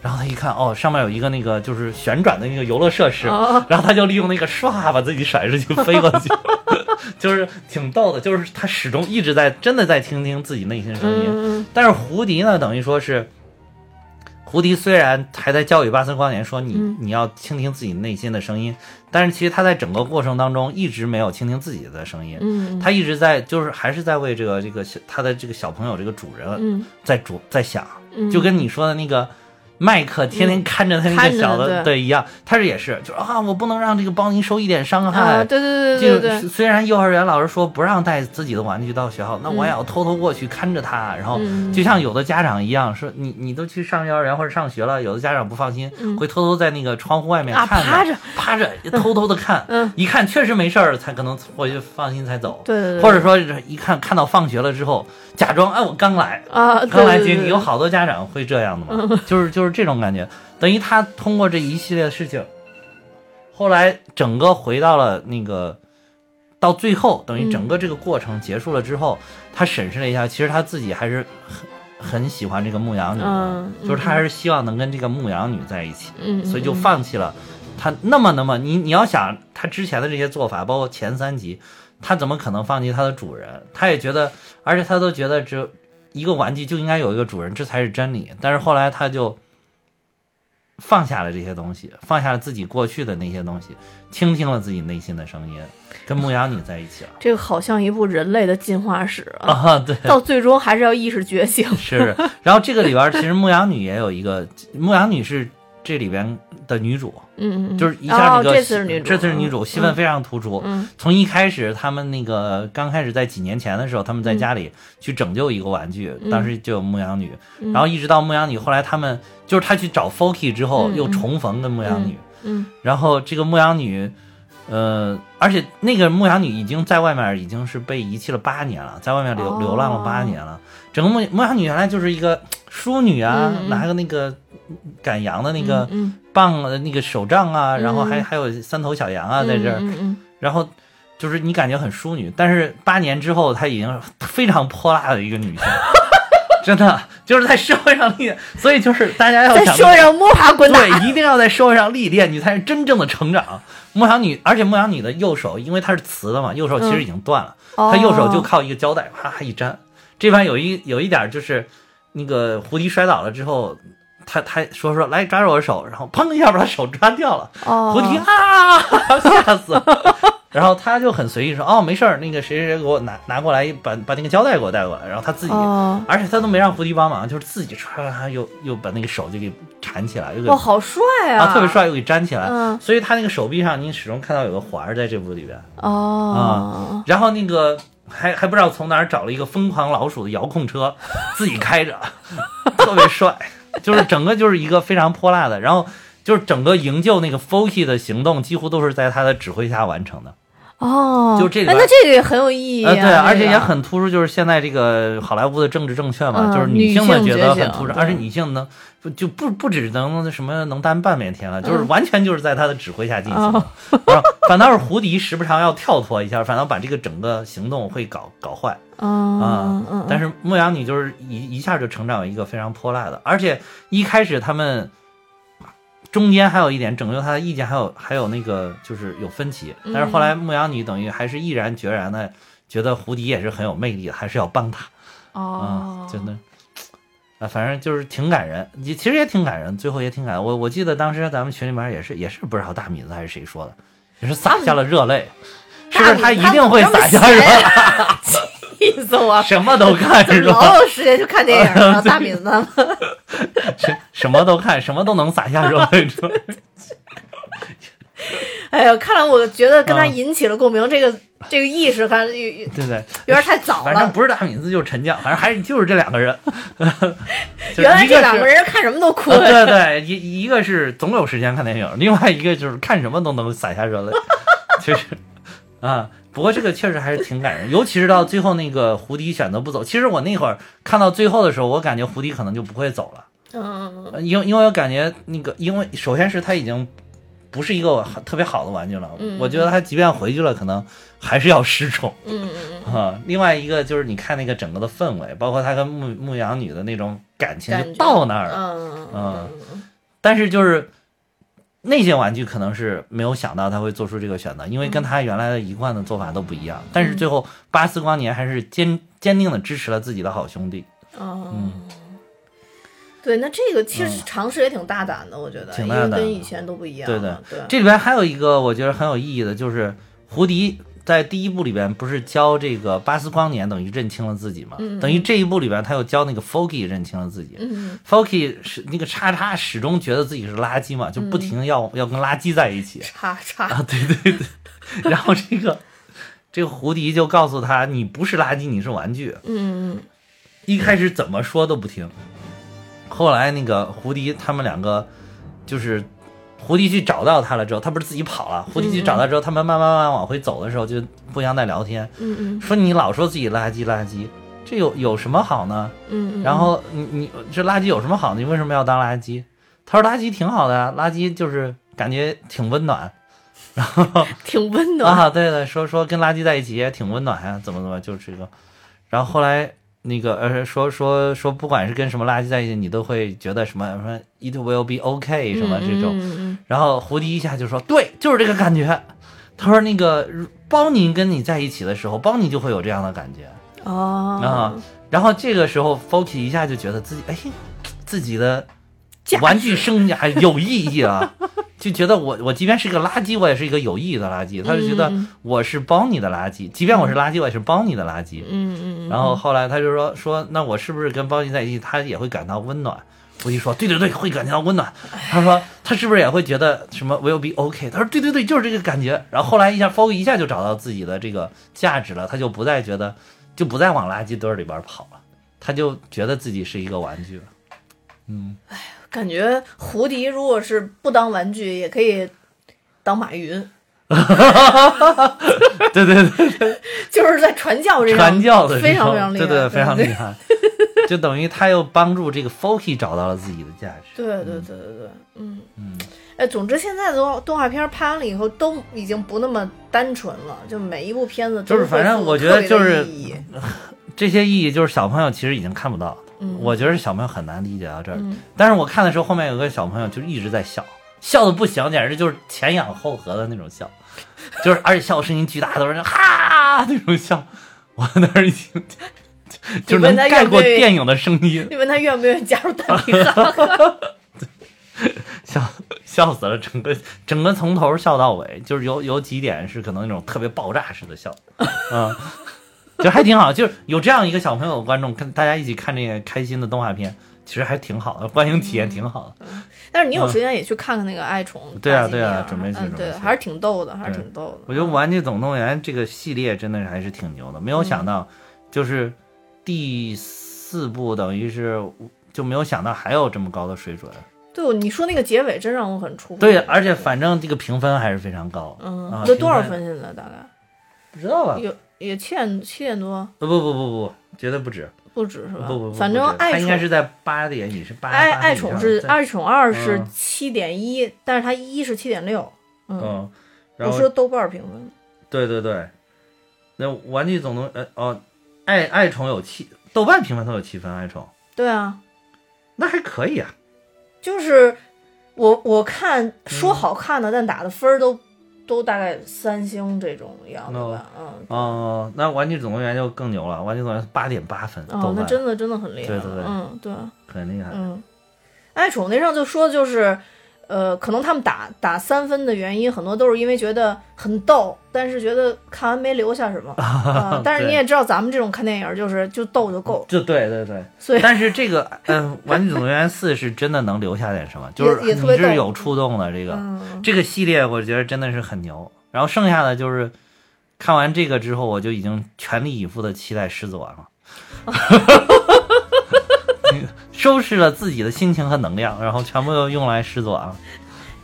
[SPEAKER 2] 然后他一看，哦，上面有一个那个就是旋转的那个游乐设施，
[SPEAKER 1] 哦
[SPEAKER 2] 然后他就利用那个唰把自己甩出去飞过去，就是挺逗的。就是他始终一直在真的在听听自己内心声音，
[SPEAKER 1] 嗯
[SPEAKER 2] 但是胡迪呢，等于说是，胡迪虽然还在教育巴森光年说你、
[SPEAKER 1] 嗯
[SPEAKER 2] 你要倾听自己内心的声音，但是其实他在整个过程当中一直没有倾听自己的声音，
[SPEAKER 1] 嗯
[SPEAKER 2] 他一直在就是还是在为这个这个小他的这个小朋友这个主人
[SPEAKER 1] 嗯
[SPEAKER 2] 在主在想，
[SPEAKER 1] 嗯，
[SPEAKER 2] 就跟你说的那个。麦克天天看着他那
[SPEAKER 1] 看
[SPEAKER 2] 个
[SPEAKER 1] 着
[SPEAKER 2] 小的，
[SPEAKER 1] 对
[SPEAKER 2] 对一样，他是也是，就是啊，我不能让这个邦尼受一点伤害，
[SPEAKER 1] 啊，对对
[SPEAKER 2] 就
[SPEAKER 1] 对对对，
[SPEAKER 2] 虽然幼儿园老师说不让带自己的玩具到学校，那我
[SPEAKER 1] 嗯
[SPEAKER 2] 也要偷偷过去看着他。然后
[SPEAKER 1] 嗯
[SPEAKER 2] 就像有的家长一样，说你你都去上幼儿园或者上学了，有的家长不放心，
[SPEAKER 1] 嗯
[SPEAKER 2] 会偷偷在那个窗户外面
[SPEAKER 1] 啊
[SPEAKER 2] 看
[SPEAKER 1] 趴着
[SPEAKER 2] 趴着偷偷的看，
[SPEAKER 1] 嗯
[SPEAKER 2] 一看确实没事儿，才可能回去放心才走。
[SPEAKER 1] 对对对
[SPEAKER 2] 或者说是一看看到放学了之后，假装哎我刚来，
[SPEAKER 1] 啊，对
[SPEAKER 2] 刚来
[SPEAKER 1] 对
[SPEAKER 2] 接
[SPEAKER 1] 对
[SPEAKER 2] 你，
[SPEAKER 1] 对
[SPEAKER 2] 有好多家长会这样 的嘛，就是就是这种感觉。等于他通过这一系列的事情，后来整个回到了那个，到最后等于整
[SPEAKER 1] 嗯
[SPEAKER 2] 个这个过程结束了之后，他审视了一下，其实他自己还是很很喜欢这个牧羊女的，
[SPEAKER 1] 嗯嗯
[SPEAKER 2] 就是他还是希望能跟这个牧羊女在一起，
[SPEAKER 1] 嗯，嗯
[SPEAKER 2] 所以就
[SPEAKER 1] 嗯
[SPEAKER 2] 放弃了他那么那么你你要想他之前的这些做法，包括前三集，他怎么可能放弃他的主人？他也觉得，而且他都觉得只有一个玩具就应该有一个主人，这才是真理。但是后来他就放下了这些东西，放下了自己过去的那些东西，倾听了自己内心的声音，跟牧羊女在一起了
[SPEAKER 1] 这个好像一部人类的进化史啊，
[SPEAKER 2] 啊！对，
[SPEAKER 1] 到最终还是要意识觉醒。
[SPEAKER 2] 是。然后这个里边儿其实牧羊女也有一个，牧羊女是这里边的女主，
[SPEAKER 1] 嗯，嗯嗯
[SPEAKER 2] 就是一下
[SPEAKER 1] 哦
[SPEAKER 2] 这个、
[SPEAKER 1] 这次是女主，
[SPEAKER 2] 这次是女主，
[SPEAKER 1] 嗯
[SPEAKER 2] 戏份非常突出。
[SPEAKER 1] 嗯
[SPEAKER 2] 从一开始，他们那个刚开始在几年前的时候，他们在家里去拯救一个玩具，
[SPEAKER 1] 嗯
[SPEAKER 2] 当时就有牧羊女，
[SPEAKER 1] 嗯
[SPEAKER 2] 然后一直到牧羊女，后来他们就是他去找 Foki 之后，
[SPEAKER 1] 嗯
[SPEAKER 2] 又重逢跟牧羊女，
[SPEAKER 1] 嗯
[SPEAKER 2] 然后这个牧羊女。呃，而且那个牧羊女已经在外面已经是被遗弃了八年了，在外面流、
[SPEAKER 1] 哦
[SPEAKER 2] 流浪了八年了。整个牧牧羊女原来就是一个淑女啊，
[SPEAKER 1] 嗯嗯
[SPEAKER 2] 拿个那个赶羊的那个、
[SPEAKER 1] 嗯
[SPEAKER 2] 棒呃那个手杖啊，然后还
[SPEAKER 1] 嗯
[SPEAKER 2] 还有三头小羊啊在这儿，
[SPEAKER 1] 嗯嗯
[SPEAKER 2] 然后就是你感觉很淑女，但是八年之后她已经非常泼辣的一个 女性，真的就是在社会上历练，所以就是大家
[SPEAKER 1] 嗯
[SPEAKER 2] 要
[SPEAKER 1] 哎在
[SPEAKER 2] 想
[SPEAKER 1] 社会上摸爬滚打，
[SPEAKER 2] 对，一定要在社会上历练，你才是真正的成长。牧羊女，而且牧羊女的右手，因为她是瓷的嘛，右手其实已经断了，
[SPEAKER 1] 哦
[SPEAKER 2] 她右手就靠一个胶带啪一粘。这边有一有一点就是，那个胡迪摔倒了之后，她她说说来抓着我的手，然后砰一下把她手抓掉了，
[SPEAKER 1] 哦，
[SPEAKER 2] 胡迪啊， 吓死了。然后她就很随意说哦没事儿，那个谁谁谁给我拿拿过来，把把那个胶带给我带过来，然后她自己。
[SPEAKER 1] 哦，
[SPEAKER 2] 而且她都没让胡迪帮忙，就是自己唰又又把那个手就给缠起来，又给
[SPEAKER 1] 哇，好帅
[SPEAKER 2] 啊，特别帅，又给粘起来。
[SPEAKER 1] 嗯
[SPEAKER 2] 所以他那个手臂上，你始终看到有个环儿在这部里边。
[SPEAKER 1] 哦，
[SPEAKER 2] 然后那个还还不知道从哪儿找了一个疯狂老鼠的遥控 车，自己开着，特别帅，就是整个就是一个非常泼辣的。然后就是整个营救那个 Foki 的行动，几乎都是在他的指挥下完成的。
[SPEAKER 1] 哦，
[SPEAKER 2] 就这里
[SPEAKER 1] 那
[SPEAKER 2] 边
[SPEAKER 1] 那这个也很有意义、啊
[SPEAKER 2] 呃，对，而且
[SPEAKER 1] 这个
[SPEAKER 2] 也很突出，就是现在这个好莱坞的政治正确嘛，
[SPEAKER 1] 嗯
[SPEAKER 2] 就是
[SPEAKER 1] 女
[SPEAKER 2] 性的
[SPEAKER 1] 性
[SPEAKER 2] 角
[SPEAKER 1] 觉
[SPEAKER 2] 色
[SPEAKER 1] 醒
[SPEAKER 2] 很突出，
[SPEAKER 1] 对
[SPEAKER 2] 而且女性能不就不不只能什么能当半边天了，
[SPEAKER 1] 嗯
[SPEAKER 2] 就是完全就是在他的指挥下进行
[SPEAKER 1] 哦
[SPEAKER 2] 的。然后反倒是胡迪时不常要跳脱一下，反倒把这个整个行动会搞搞坏啊
[SPEAKER 1] 嗯。嗯，
[SPEAKER 2] 但
[SPEAKER 1] 是
[SPEAKER 2] 是牧羊女就是一一下就成长为一个非常泼辣的，而且一开始他们。中间还有一点拯救她的意见，还有还有那个就是有分歧，
[SPEAKER 1] 嗯
[SPEAKER 2] 但是后来牧羊女等于还是毅然决然的觉得胡迪也是很有魅力的，还是要帮他。啊
[SPEAKER 1] 哦，，
[SPEAKER 2] 真的，啊，反正就是挺感人，也其实也挺感人，最后也挺感人。我我记得当时咱们群里面也是也是不知道大米子还是谁说的，也是洒下了热泪， 是不是
[SPEAKER 1] 大
[SPEAKER 2] 他
[SPEAKER 1] 米
[SPEAKER 2] 一
[SPEAKER 1] 他
[SPEAKER 2] 定会
[SPEAKER 1] 怎么
[SPEAKER 2] 洒下
[SPEAKER 1] 闲
[SPEAKER 2] 热泪，
[SPEAKER 1] 气死我 了！
[SPEAKER 2] 什么都看是
[SPEAKER 1] 老
[SPEAKER 2] 吧？
[SPEAKER 1] 有时间去看电影 了，大米子他们。
[SPEAKER 2] 什什么都看，什么都能 洒下热泪是吧
[SPEAKER 1] 哎呦，看来我觉得跟他
[SPEAKER 2] 啊
[SPEAKER 1] 引起了共鸣，这个这个意识还是有有有
[SPEAKER 2] 对不对？
[SPEAKER 1] 点太早
[SPEAKER 2] 反正
[SPEAKER 1] 了。
[SPEAKER 2] 不是大米子就是陈酱，反正还是就是这两个人，就是
[SPEAKER 1] 原来
[SPEAKER 2] 一个
[SPEAKER 1] 这两
[SPEAKER 2] 是
[SPEAKER 1] 个人看什么都哭
[SPEAKER 2] 啊、，对对，一一个是总有时间看电影，另外一个就是看什么都能洒下热 泪，确实啊。不过这个确实还是挺感人，尤其是到最后那个胡迪选择不走。其实我那会儿看到最后的时候，我感觉胡迪可能就不会走了，
[SPEAKER 1] 嗯，
[SPEAKER 2] 呃因为因为我感觉那个，因为首先是他已经不是一个很特别好的玩具了，
[SPEAKER 1] 嗯
[SPEAKER 2] 我觉得他即便回去了，可能还是要失宠。
[SPEAKER 1] 嗯
[SPEAKER 2] 啊，另外一个就是你看那个整个的氛围，包括他跟牧牧羊女的那种感情，
[SPEAKER 1] 感
[SPEAKER 2] 就
[SPEAKER 1] 觉
[SPEAKER 2] 到那儿了。
[SPEAKER 1] 嗯
[SPEAKER 2] 嗯，但是就是那些玩具可能是没有想到他会做出这个选择，
[SPEAKER 1] 嗯
[SPEAKER 2] 因为跟他原来的一贯的做法都不一样。但是最后，巴斯光年还是坚坚定的支持了自己的好兄弟，
[SPEAKER 1] 嗯，对，那这个其实尝试也挺大胆的，我觉得，
[SPEAKER 2] 嗯挺
[SPEAKER 1] 因
[SPEAKER 2] 大胆
[SPEAKER 1] 为
[SPEAKER 2] 的
[SPEAKER 1] 跟以前都不一样
[SPEAKER 2] 对
[SPEAKER 1] 了。对，
[SPEAKER 2] 这里边还有一个我觉得很有意义的，就是胡迪在第一部里边不是教这个巴斯光年等于认清了自己嘛，等于这一部里边他又教那个 Foggy 认清了自己。
[SPEAKER 1] 嗯，
[SPEAKER 2] Foggy 是那个叉叉始终觉得自己是垃圾嘛，就不停地要、要跟垃圾在一起。
[SPEAKER 1] 叉叉，
[SPEAKER 2] 啊，对对 对，然后这个这个胡迪就告诉他，你不是垃圾，你是玩具。
[SPEAKER 1] 嗯
[SPEAKER 2] 一开始怎么说都不听，后来那个胡迪他们两个就是胡迪去找到他了之后，他不是自己跑了，胡迪去找他之后，他们慢慢慢慢往回走的时候，就互相在聊天，
[SPEAKER 1] 嗯嗯
[SPEAKER 2] 说你老说自己垃圾垃圾，这有有什么好呢？
[SPEAKER 1] 嗯，
[SPEAKER 2] 然后你你这垃圾有什么好呢？你为什么要当垃圾？他说垃圾挺好的啊，垃圾就是感觉挺温暖。
[SPEAKER 1] 挺温暖。
[SPEAKER 2] 啊，对的，说说跟垃圾在一起也挺温暖呀、怎么怎么就是这个。然后后来那个呃说说说，不管是跟什么垃圾在一起，你都会觉得什么什么 it will be okay 什么这种。
[SPEAKER 1] 嗯
[SPEAKER 2] 然后胡迪一下就说，对，就是这个感觉。他说那个邦尼跟你在一起的时候，邦尼就会有这样的感觉
[SPEAKER 1] 嗯哦
[SPEAKER 2] 啊。，然后这个时候 f o k y 一下就觉得自己哎，自己的玩具生涯有意义啊，就觉得我我即便是个垃圾，我也是一个有意义的垃圾。他就觉得我是帮你的垃圾，即便我是垃圾，我也是帮你的垃圾。
[SPEAKER 1] 嗯嗯，
[SPEAKER 2] 然后后来他就说说，那我是不是跟邦尼在一起，他也会感到温暖？我就说对对对，会感觉到温暖。他说他是不是也会觉得什么 will be okay？他说对对对，就是这个感觉。然后后来一下 f o 一下就找到自己的这个价值了，他就不再觉得，就不再往垃圾堆儿里边跑了，他就觉得自己是一个玩 具了。
[SPEAKER 1] 感觉胡迪如果是不当玩具，也可以当马云，
[SPEAKER 2] 对对对。
[SPEAKER 1] 就是在传教这上
[SPEAKER 2] 传教的时候
[SPEAKER 1] 非常非常厉害，
[SPEAKER 2] 对对，非常厉
[SPEAKER 1] 害。
[SPEAKER 2] 害。 就等于他又帮助这个 Foki 找到了自己的价值。
[SPEAKER 1] 对对对对对，嗯嗯。哎，总之现在的动动画片拍完了以后，都已经不那么单纯了，就每一部片子都
[SPEAKER 2] 就是反正
[SPEAKER 1] 会有
[SPEAKER 2] 我觉得
[SPEAKER 1] 特别的
[SPEAKER 2] 就是
[SPEAKER 1] 意义
[SPEAKER 2] 这些意义就是小朋友其实已经看不到，
[SPEAKER 1] 嗯
[SPEAKER 2] 我觉得小朋友很难理解到这儿。
[SPEAKER 1] 嗯
[SPEAKER 2] 但是我看的时候，后面有个小朋友就一直在笑，笑的不行，简直就是前仰后合的那种笑，就是而且笑声音巨大，都是那哈那种笑。我那儿已经就是能
[SPEAKER 1] 你问他愿不
[SPEAKER 2] 盖过
[SPEAKER 1] 愿意
[SPEAKER 2] 电影的声音，
[SPEAKER 1] 你问他愿不愿意加入大 明哈？
[SPEAKER 2] 笑 笑死了，整个整个从头笑到尾，就是有有几点是可能那种特别爆炸式的笑，嗯，就还挺好，就是有这样一个小朋友的观众跟大家一起看这个开心的动画片，其实还挺好的，观影体验挺好的。
[SPEAKER 1] 但是你有时间也去看看那个爱宠
[SPEAKER 2] 对啊
[SPEAKER 1] 大吉
[SPEAKER 2] 对啊
[SPEAKER 1] 米尔
[SPEAKER 2] 准备去
[SPEAKER 1] 嗯
[SPEAKER 2] 准备
[SPEAKER 1] 对，
[SPEAKER 2] 去
[SPEAKER 1] 还是挺逗的，还是挺逗的。
[SPEAKER 2] 我觉得《玩具总动员》这个系列真的是还是挺牛的，没有
[SPEAKER 1] 嗯
[SPEAKER 2] 想到就是第四部等于是就没有想到还有这么高的水准，
[SPEAKER 1] 对，你说那个结尾真让我很触动。
[SPEAKER 2] 对，而且反正这个评分还是非常高，
[SPEAKER 1] 嗯
[SPEAKER 2] 啊，
[SPEAKER 1] 得多少
[SPEAKER 2] 评
[SPEAKER 1] 分现在大概？
[SPEAKER 2] 不知道吧？呃
[SPEAKER 1] 有也七点七点多
[SPEAKER 2] 不不不不不，绝对不止，
[SPEAKER 1] 不止是吧？
[SPEAKER 2] 不不不，
[SPEAKER 1] 反正
[SPEAKER 2] 不止他
[SPEAKER 1] 爱
[SPEAKER 2] 应该
[SPEAKER 1] 宠
[SPEAKER 2] 是在八点，你是八，
[SPEAKER 1] 爱
[SPEAKER 2] 八
[SPEAKER 1] 爱
[SPEAKER 2] 点以
[SPEAKER 1] 宠
[SPEAKER 2] 上
[SPEAKER 1] 是
[SPEAKER 2] 在
[SPEAKER 1] 爱宠二是
[SPEAKER 2] 嗯
[SPEAKER 1] 七点一，但是它一是七点六。嗯，
[SPEAKER 2] 嗯，然
[SPEAKER 1] 我
[SPEAKER 2] 后
[SPEAKER 1] 说豆瓣儿评分，
[SPEAKER 2] 对对对，那玩具总动呃哦，爱爱宠有七，豆瓣评分都有七分，爱宠
[SPEAKER 1] 对啊，
[SPEAKER 2] 那还可以啊，
[SPEAKER 1] 就是我我
[SPEAKER 2] 嗯
[SPEAKER 1] 看说好看的，但打的分儿都都大概三星这种样子吧。嗯，
[SPEAKER 2] 哦，那玩具总动员就更牛了，玩具总动员八点八分，
[SPEAKER 1] 哦
[SPEAKER 2] 豆，
[SPEAKER 1] 那
[SPEAKER 2] 瓣
[SPEAKER 1] 真的真的很厉害
[SPEAKER 2] 对
[SPEAKER 1] 了。
[SPEAKER 2] 对对
[SPEAKER 1] 嗯，对，
[SPEAKER 2] 很厉害，
[SPEAKER 1] 嗯，爱宠那上就说就是。呃，可能他们打打三分的原因，很多都是因为觉得很逗，但是觉得看完没留下 什么。啊但是你
[SPEAKER 2] 对
[SPEAKER 1] 也知道，咱们这种看电影就是就逗就够了，
[SPEAKER 2] 就对对对，
[SPEAKER 1] 所以
[SPEAKER 2] 但是这个嗯，呃玩具总动员四是真的能留下 点什么，就
[SPEAKER 1] 也
[SPEAKER 2] 是
[SPEAKER 1] 也特别
[SPEAKER 2] 你是
[SPEAKER 1] 逗
[SPEAKER 2] 有触动的这个，
[SPEAKER 1] 嗯，
[SPEAKER 2] 这个系列我觉得真的是很牛。然后剩下的就是看完这个之后，我就已经全力以赴的期待《狮子王》了，收拾了自己的心情和能量，然后全部又用来《狮子王》。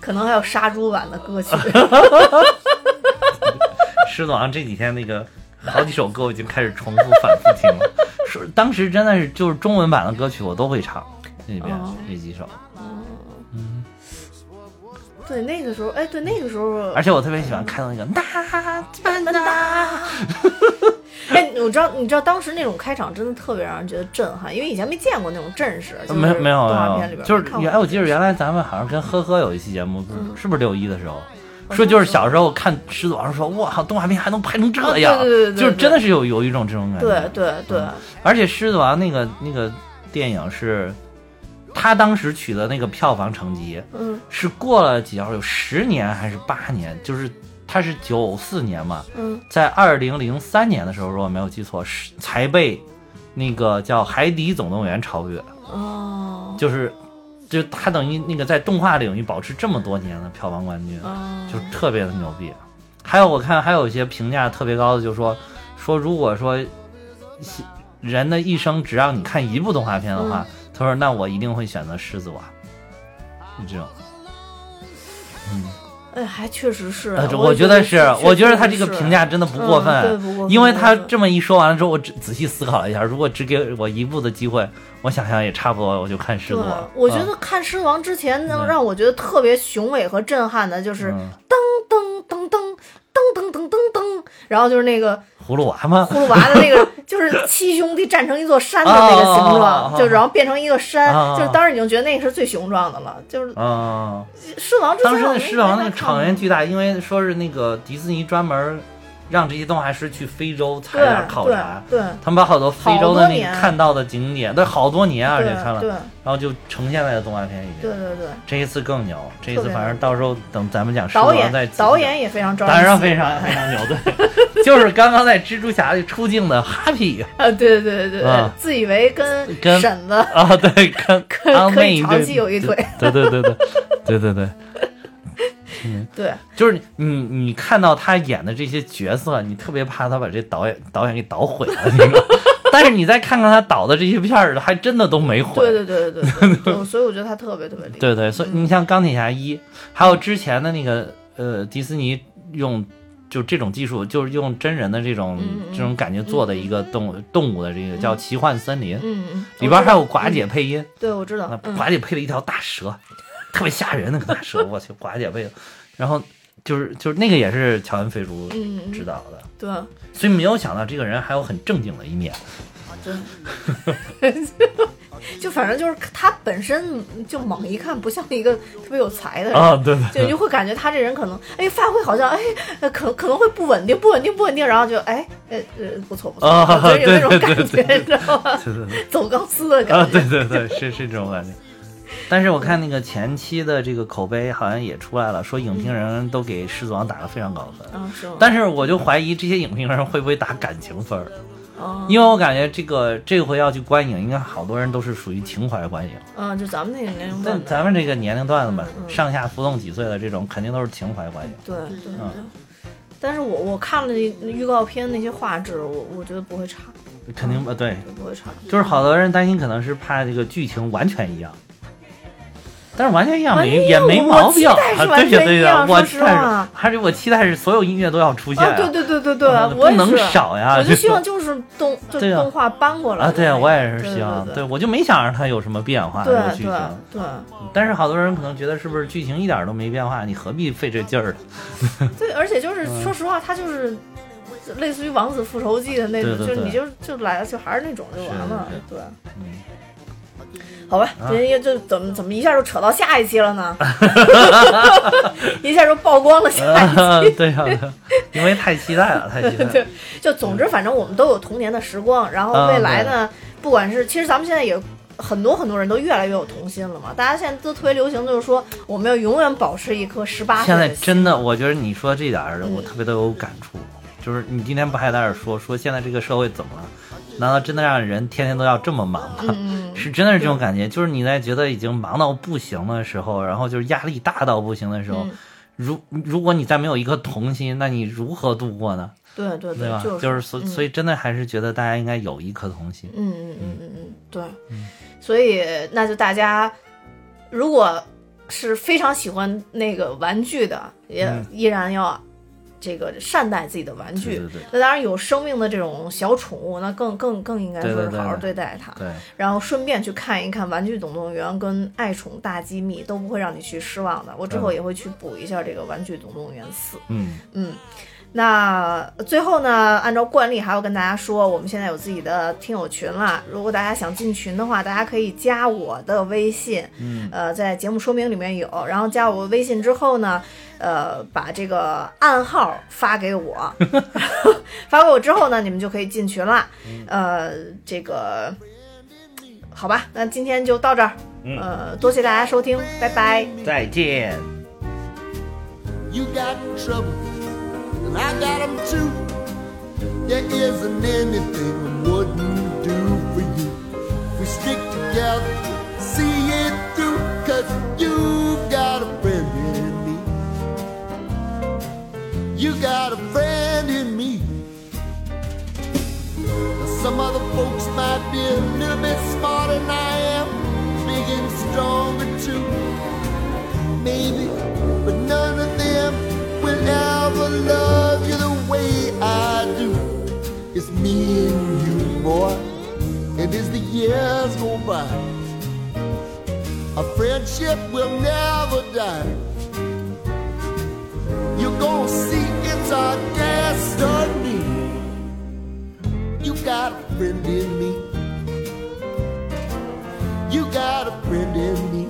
[SPEAKER 1] 可能还有杀猪版的歌 曲。
[SPEAKER 2] 《狮子王》这几天那个好几首歌我已经开始重复反复听了，是当时真的是就是中文版的歌曲我都会唱，那边
[SPEAKER 1] 哦
[SPEAKER 2] 这几首，
[SPEAKER 1] 对，那个时候，哎，对，那个时候，
[SPEAKER 2] 而且我特别喜欢看到那个那
[SPEAKER 1] 门大。 哎，我知道，你知道当时那种开场真的特别让人觉得震撼，因为以前没见过那种阵势，就是
[SPEAKER 2] 呃没没有
[SPEAKER 1] 动画片
[SPEAKER 2] 没
[SPEAKER 1] 里
[SPEAKER 2] 有，
[SPEAKER 1] 边
[SPEAKER 2] 就是
[SPEAKER 1] 看过
[SPEAKER 2] 原来哎我记得原来咱们好像跟呵呵有一期节目，不是
[SPEAKER 1] 嗯
[SPEAKER 2] 是不是六一的时候？
[SPEAKER 1] 好像
[SPEAKER 2] 说就是
[SPEAKER 1] 是
[SPEAKER 2] 小时候看《狮子王》说，哇，动画片还能拍成这样，
[SPEAKER 1] 啊对对对对对
[SPEAKER 2] 就是真的是有有一种这种感觉。
[SPEAKER 1] 对对对，
[SPEAKER 2] 而且《狮子王》那个那个电影是，他当时取的那个票房成绩
[SPEAKER 1] 嗯
[SPEAKER 2] 是过了几少有十年还是八年，就是他是九四年嘛，
[SPEAKER 1] 嗯
[SPEAKER 2] 在二零零三年的时候，如果没有记错，是才被那个叫《海底总动员》超越。
[SPEAKER 1] 哦
[SPEAKER 2] 就是就是他等于那个在动画领域保持这么多年的票房冠军，
[SPEAKER 1] 哦，
[SPEAKER 2] 就是特别的牛逼。还有我看还有一些评价特别高的，就说说如果说西人的一生只让你看一部动画片的话，
[SPEAKER 1] 嗯
[SPEAKER 2] 他说那我一定会选择《狮子王》，是这种。
[SPEAKER 1] 哎，还确实是啊
[SPEAKER 2] 呃，这，
[SPEAKER 1] 我
[SPEAKER 2] 我
[SPEAKER 1] 也
[SPEAKER 2] 觉得是，我觉得他这个评
[SPEAKER 1] 价
[SPEAKER 2] 价真的不过分，
[SPEAKER 1] 嗯对不过分，
[SPEAKER 2] 因为他
[SPEAKER 1] 不过分
[SPEAKER 2] 这么一说完了之后，我只仔细思考了一下，如果只给我一部的机会，我想想也差不多，我就看《狮
[SPEAKER 1] 对
[SPEAKER 2] 子王》。，
[SPEAKER 1] 我觉
[SPEAKER 2] 嗯
[SPEAKER 1] 得看《狮王》之前能
[SPEAKER 2] 嗯
[SPEAKER 1] 让我觉得特别雄伟和震撼的，就是
[SPEAKER 2] 嗯
[SPEAKER 1] 噔噔噔噔噔噔噔噔噔，然后就是那个
[SPEAKER 2] 葫芦娃吗？
[SPEAKER 1] 葫芦娃的那个，就是七兄弟站成一座山的那个形
[SPEAKER 2] 哦哦哦
[SPEAKER 1] 状，
[SPEAKER 2] 哦
[SPEAKER 1] 就然后变成一个
[SPEAKER 2] 哦
[SPEAKER 1] 山，
[SPEAKER 2] 哦
[SPEAKER 1] 就是当时已经觉得那个是最雄壮的了，就是
[SPEAKER 2] 啊、
[SPEAKER 1] 狮王之前
[SPEAKER 2] 当时
[SPEAKER 1] 好像
[SPEAKER 2] 那个狮王那个场
[SPEAKER 1] 没
[SPEAKER 2] 面
[SPEAKER 1] 太
[SPEAKER 2] 巨大，因为说是那个迪士尼专门让这些动画师去非洲参加
[SPEAKER 1] 看
[SPEAKER 2] 考
[SPEAKER 1] 过对
[SPEAKER 2] 察，
[SPEAKER 1] 对
[SPEAKER 2] 他们把好多非
[SPEAKER 1] 好
[SPEAKER 2] 洲的
[SPEAKER 1] 多
[SPEAKER 2] 那
[SPEAKER 1] 年
[SPEAKER 2] 个看到的景点，对，好多年啊，而且
[SPEAKER 1] 对
[SPEAKER 2] 看了，
[SPEAKER 1] 对
[SPEAKER 2] 然后就呈现在动画片里面。
[SPEAKER 1] 对对对，
[SPEAKER 2] 这一次更牛，这一次
[SPEAKER 1] 特别
[SPEAKER 2] 反正
[SPEAKER 1] 牛
[SPEAKER 2] 到时候等咱们讲狮
[SPEAKER 1] 导
[SPEAKER 2] 王再
[SPEAKER 1] 演
[SPEAKER 2] 讲
[SPEAKER 1] 导演也非常招人
[SPEAKER 2] 当
[SPEAKER 1] 喜
[SPEAKER 2] 然
[SPEAKER 1] 欢，
[SPEAKER 2] 非常非常牛，对，就是刚刚在蜘蛛侠里出镜的哈皮
[SPEAKER 1] 啊，对对对对对
[SPEAKER 2] 啊，
[SPEAKER 1] 自以为跟
[SPEAKER 2] 跟
[SPEAKER 1] 婶子
[SPEAKER 2] 啊，对，跟
[SPEAKER 1] 可
[SPEAKER 2] 阿
[SPEAKER 1] 可
[SPEAKER 2] 妹
[SPEAKER 1] 以长
[SPEAKER 2] 对
[SPEAKER 1] 期有一腿，
[SPEAKER 2] 对对对对对对对。
[SPEAKER 1] 对
[SPEAKER 2] 就是你你看到他演的这些角色，你特别怕他把这导演导演给导毁了，你知道吗 但是你再看看他导的这些片儿，还真的都没毁。
[SPEAKER 1] 对嗯对对对对对，我所以我觉得他特别特别厉害，
[SPEAKER 2] 对对所以你像钢铁侠一，还有之前的那个呃，迪士尼用就这种技术，就是用真人的这种、
[SPEAKER 1] 嗯嗯
[SPEAKER 2] 这种感觉做的一个动物、动物的这个叫《奇幻森林》
[SPEAKER 1] 嗯嗯，
[SPEAKER 2] 里边还有寡
[SPEAKER 1] 姐，
[SPEAKER 2] 姐配音，
[SPEAKER 1] 对我知道，
[SPEAKER 2] 那
[SPEAKER 1] 嗯
[SPEAKER 2] 寡姐配了一条大蛇，特别吓人那个大蛇，我去，寡姐配的，然后就是就是那个也是乔恩·菲竹
[SPEAKER 1] 嗯嗯
[SPEAKER 2] 指导的。
[SPEAKER 1] 对，
[SPEAKER 2] 所以没有想到这个人还有很正经的一面。
[SPEAKER 1] 就反正就是他本身就猛一看不像一个特别有才的人，
[SPEAKER 2] 啊，对对
[SPEAKER 1] 就你就会感觉他这人可能哎发挥好像哎呃可可能会不稳定不稳定不稳定，然后就哎呃呃不错不错，
[SPEAKER 2] 啊
[SPEAKER 1] 就是有那种
[SPEAKER 2] 对
[SPEAKER 1] 感
[SPEAKER 2] 对
[SPEAKER 1] 觉，
[SPEAKER 2] 对对
[SPEAKER 1] 你知道吗？
[SPEAKER 2] 对对对，
[SPEAKER 1] 走钢丝的
[SPEAKER 2] 啊，
[SPEAKER 1] 感觉，
[SPEAKER 2] 对对对，是是这种感觉。但是我看那个前期的这个口碑好像也出来了，说影评人都给《狮子王》打了非常高的分。
[SPEAKER 1] 啊是吗？
[SPEAKER 2] 呃但是我就怀疑这些影评人会不会打感情分儿，
[SPEAKER 1] 哦
[SPEAKER 2] 因为我感觉这个这回要去观影，应该好多人都是属于情怀观影。
[SPEAKER 1] 嗯，就咱们那个年龄
[SPEAKER 2] 但
[SPEAKER 1] 段的，
[SPEAKER 2] 咱们这个年龄段子嘛，
[SPEAKER 1] 嗯嗯
[SPEAKER 2] 上下浮动几岁的这种，肯定都是情怀观影。
[SPEAKER 1] 对对对。
[SPEAKER 2] 啊
[SPEAKER 1] 但是我我看了预告片那些画质，我我觉得不会差，
[SPEAKER 2] 肯定呃对，
[SPEAKER 1] 不会差。
[SPEAKER 2] 就是好多人担心可能是怕这个剧情完全一样，但是完全一样
[SPEAKER 1] 完全
[SPEAKER 2] 没
[SPEAKER 1] 一
[SPEAKER 2] 也
[SPEAKER 1] 样
[SPEAKER 2] 没
[SPEAKER 1] 哎我
[SPEAKER 2] 毛
[SPEAKER 1] 期
[SPEAKER 2] 病啊
[SPEAKER 1] 待是！完
[SPEAKER 2] 对呀
[SPEAKER 1] 全
[SPEAKER 2] 对
[SPEAKER 1] 一
[SPEAKER 2] 呀，
[SPEAKER 1] 样
[SPEAKER 2] 我
[SPEAKER 1] 说
[SPEAKER 2] 期
[SPEAKER 1] 实
[SPEAKER 2] 待
[SPEAKER 1] 话
[SPEAKER 2] 是，还是我期待是所有音乐都要出现
[SPEAKER 1] 啊，
[SPEAKER 2] 啊，
[SPEAKER 1] 对对对对对，
[SPEAKER 2] 嗯
[SPEAKER 1] 我
[SPEAKER 2] 不
[SPEAKER 1] 也
[SPEAKER 2] 能
[SPEAKER 1] 是。
[SPEAKER 2] 少呀！
[SPEAKER 1] 我就
[SPEAKER 2] 这
[SPEAKER 1] 希
[SPEAKER 2] 个
[SPEAKER 1] 望就是动，就
[SPEAKER 2] 对啊
[SPEAKER 1] 动画搬过来
[SPEAKER 2] 啊，对啊，我也是
[SPEAKER 1] 对
[SPEAKER 2] 希望，
[SPEAKER 1] 对
[SPEAKER 2] 对我就没想让它有什么变化，这
[SPEAKER 1] 对
[SPEAKER 2] 个剧
[SPEAKER 1] 对
[SPEAKER 2] 情。
[SPEAKER 1] 对
[SPEAKER 2] 但是好多人可能觉得是不是剧情一点都没变化，你何必费这劲儿呢？
[SPEAKER 1] 对，而且就是
[SPEAKER 2] 嗯
[SPEAKER 1] 说实话，它就是类似于《王子复仇记》的那种，
[SPEAKER 2] 对对
[SPEAKER 1] 就是
[SPEAKER 2] 对
[SPEAKER 1] 你就就来了，就还是那种就完了
[SPEAKER 2] 是，
[SPEAKER 1] 对。
[SPEAKER 2] 嗯
[SPEAKER 1] 好吧，
[SPEAKER 2] 啊
[SPEAKER 1] 人家就怎么怎么一下就扯到下一期了 呢？一下就曝光了下 一期。
[SPEAKER 2] 啊，对呀、对呀因为太期待了，太期待
[SPEAKER 1] 对
[SPEAKER 2] 了。，
[SPEAKER 1] 就总之，反正我们都有童年的时光，然后
[SPEAKER 2] 啊
[SPEAKER 1] 未来呢，不管是其实咱们现在也很多很多人都越来越有童心了嘛，大家现在都特别流行，就是说我们要永远保持一颗十八岁
[SPEAKER 2] 现在
[SPEAKER 1] 的心。
[SPEAKER 2] 真的，我觉得你说这点儿，我
[SPEAKER 1] 嗯
[SPEAKER 2] 特别的有感触。就是你今天不还在这儿说说现在这个社会怎么了？难道真的让人天天都要这么忙吗？
[SPEAKER 1] 嗯，
[SPEAKER 2] 是真的是这种感觉，就是你在觉得已经忙到不行的时候，然后就是压力大到不行的时候，
[SPEAKER 1] 嗯
[SPEAKER 2] 如如果你再没有一颗童心，那你如何度过呢？
[SPEAKER 1] 对对
[SPEAKER 2] 对吧？
[SPEAKER 1] 就是
[SPEAKER 2] 就是所
[SPEAKER 1] 嗯
[SPEAKER 2] 所以真的还是觉得大家应该有一颗童心。
[SPEAKER 1] 嗯嗯嗯嗯嗯，对，所以那就大家如果是非常喜欢那个玩具的，也
[SPEAKER 2] 嗯
[SPEAKER 1] 依然要这个善待自己的玩具。
[SPEAKER 2] 对对对
[SPEAKER 1] 那当然有生命的这种小宠物，那更更更应该说
[SPEAKER 2] 对
[SPEAKER 1] 是
[SPEAKER 2] 对对
[SPEAKER 1] 好好对待它，
[SPEAKER 2] 对，
[SPEAKER 1] 然后顺便去看一看《玩具总动员》跟《爱宠大机密》，都不会让你去失望的。我之后也会去补一下这个《玩具总动员四》。
[SPEAKER 2] 嗯，
[SPEAKER 1] 嗯，那最后呢，按照惯例还要跟大家说，我们现在有自己的听友群了。如果大家想进群的话，大家可以加我的微信，嗯，呃，在节目说明里面有。然后加我微信之后呢，呃，把这个暗号发给我，发给我之后呢，你们就可以进群了。呃，这个。好吧，那今天就到这儿，
[SPEAKER 2] 嗯
[SPEAKER 1] 呃，多谢大家收听，拜拜。
[SPEAKER 2] 再见。
[SPEAKER 3] You got trouble, and I got 'em too. There isn't anything I wouldn't do for you. We stick together to see it through, cause you've got a friend in me. You got a friend in me. Now, some other folks might be a little bit smarter than I am, big and stronger too maybe, but none of them will ever love you the way I do. It's me and you, boy, and as the years go by, our friendship will never die. You're gonna see it's our destiny. You got a friend in me. You got a friend in me.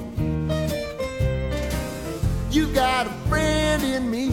[SPEAKER 3] You got a friend in me.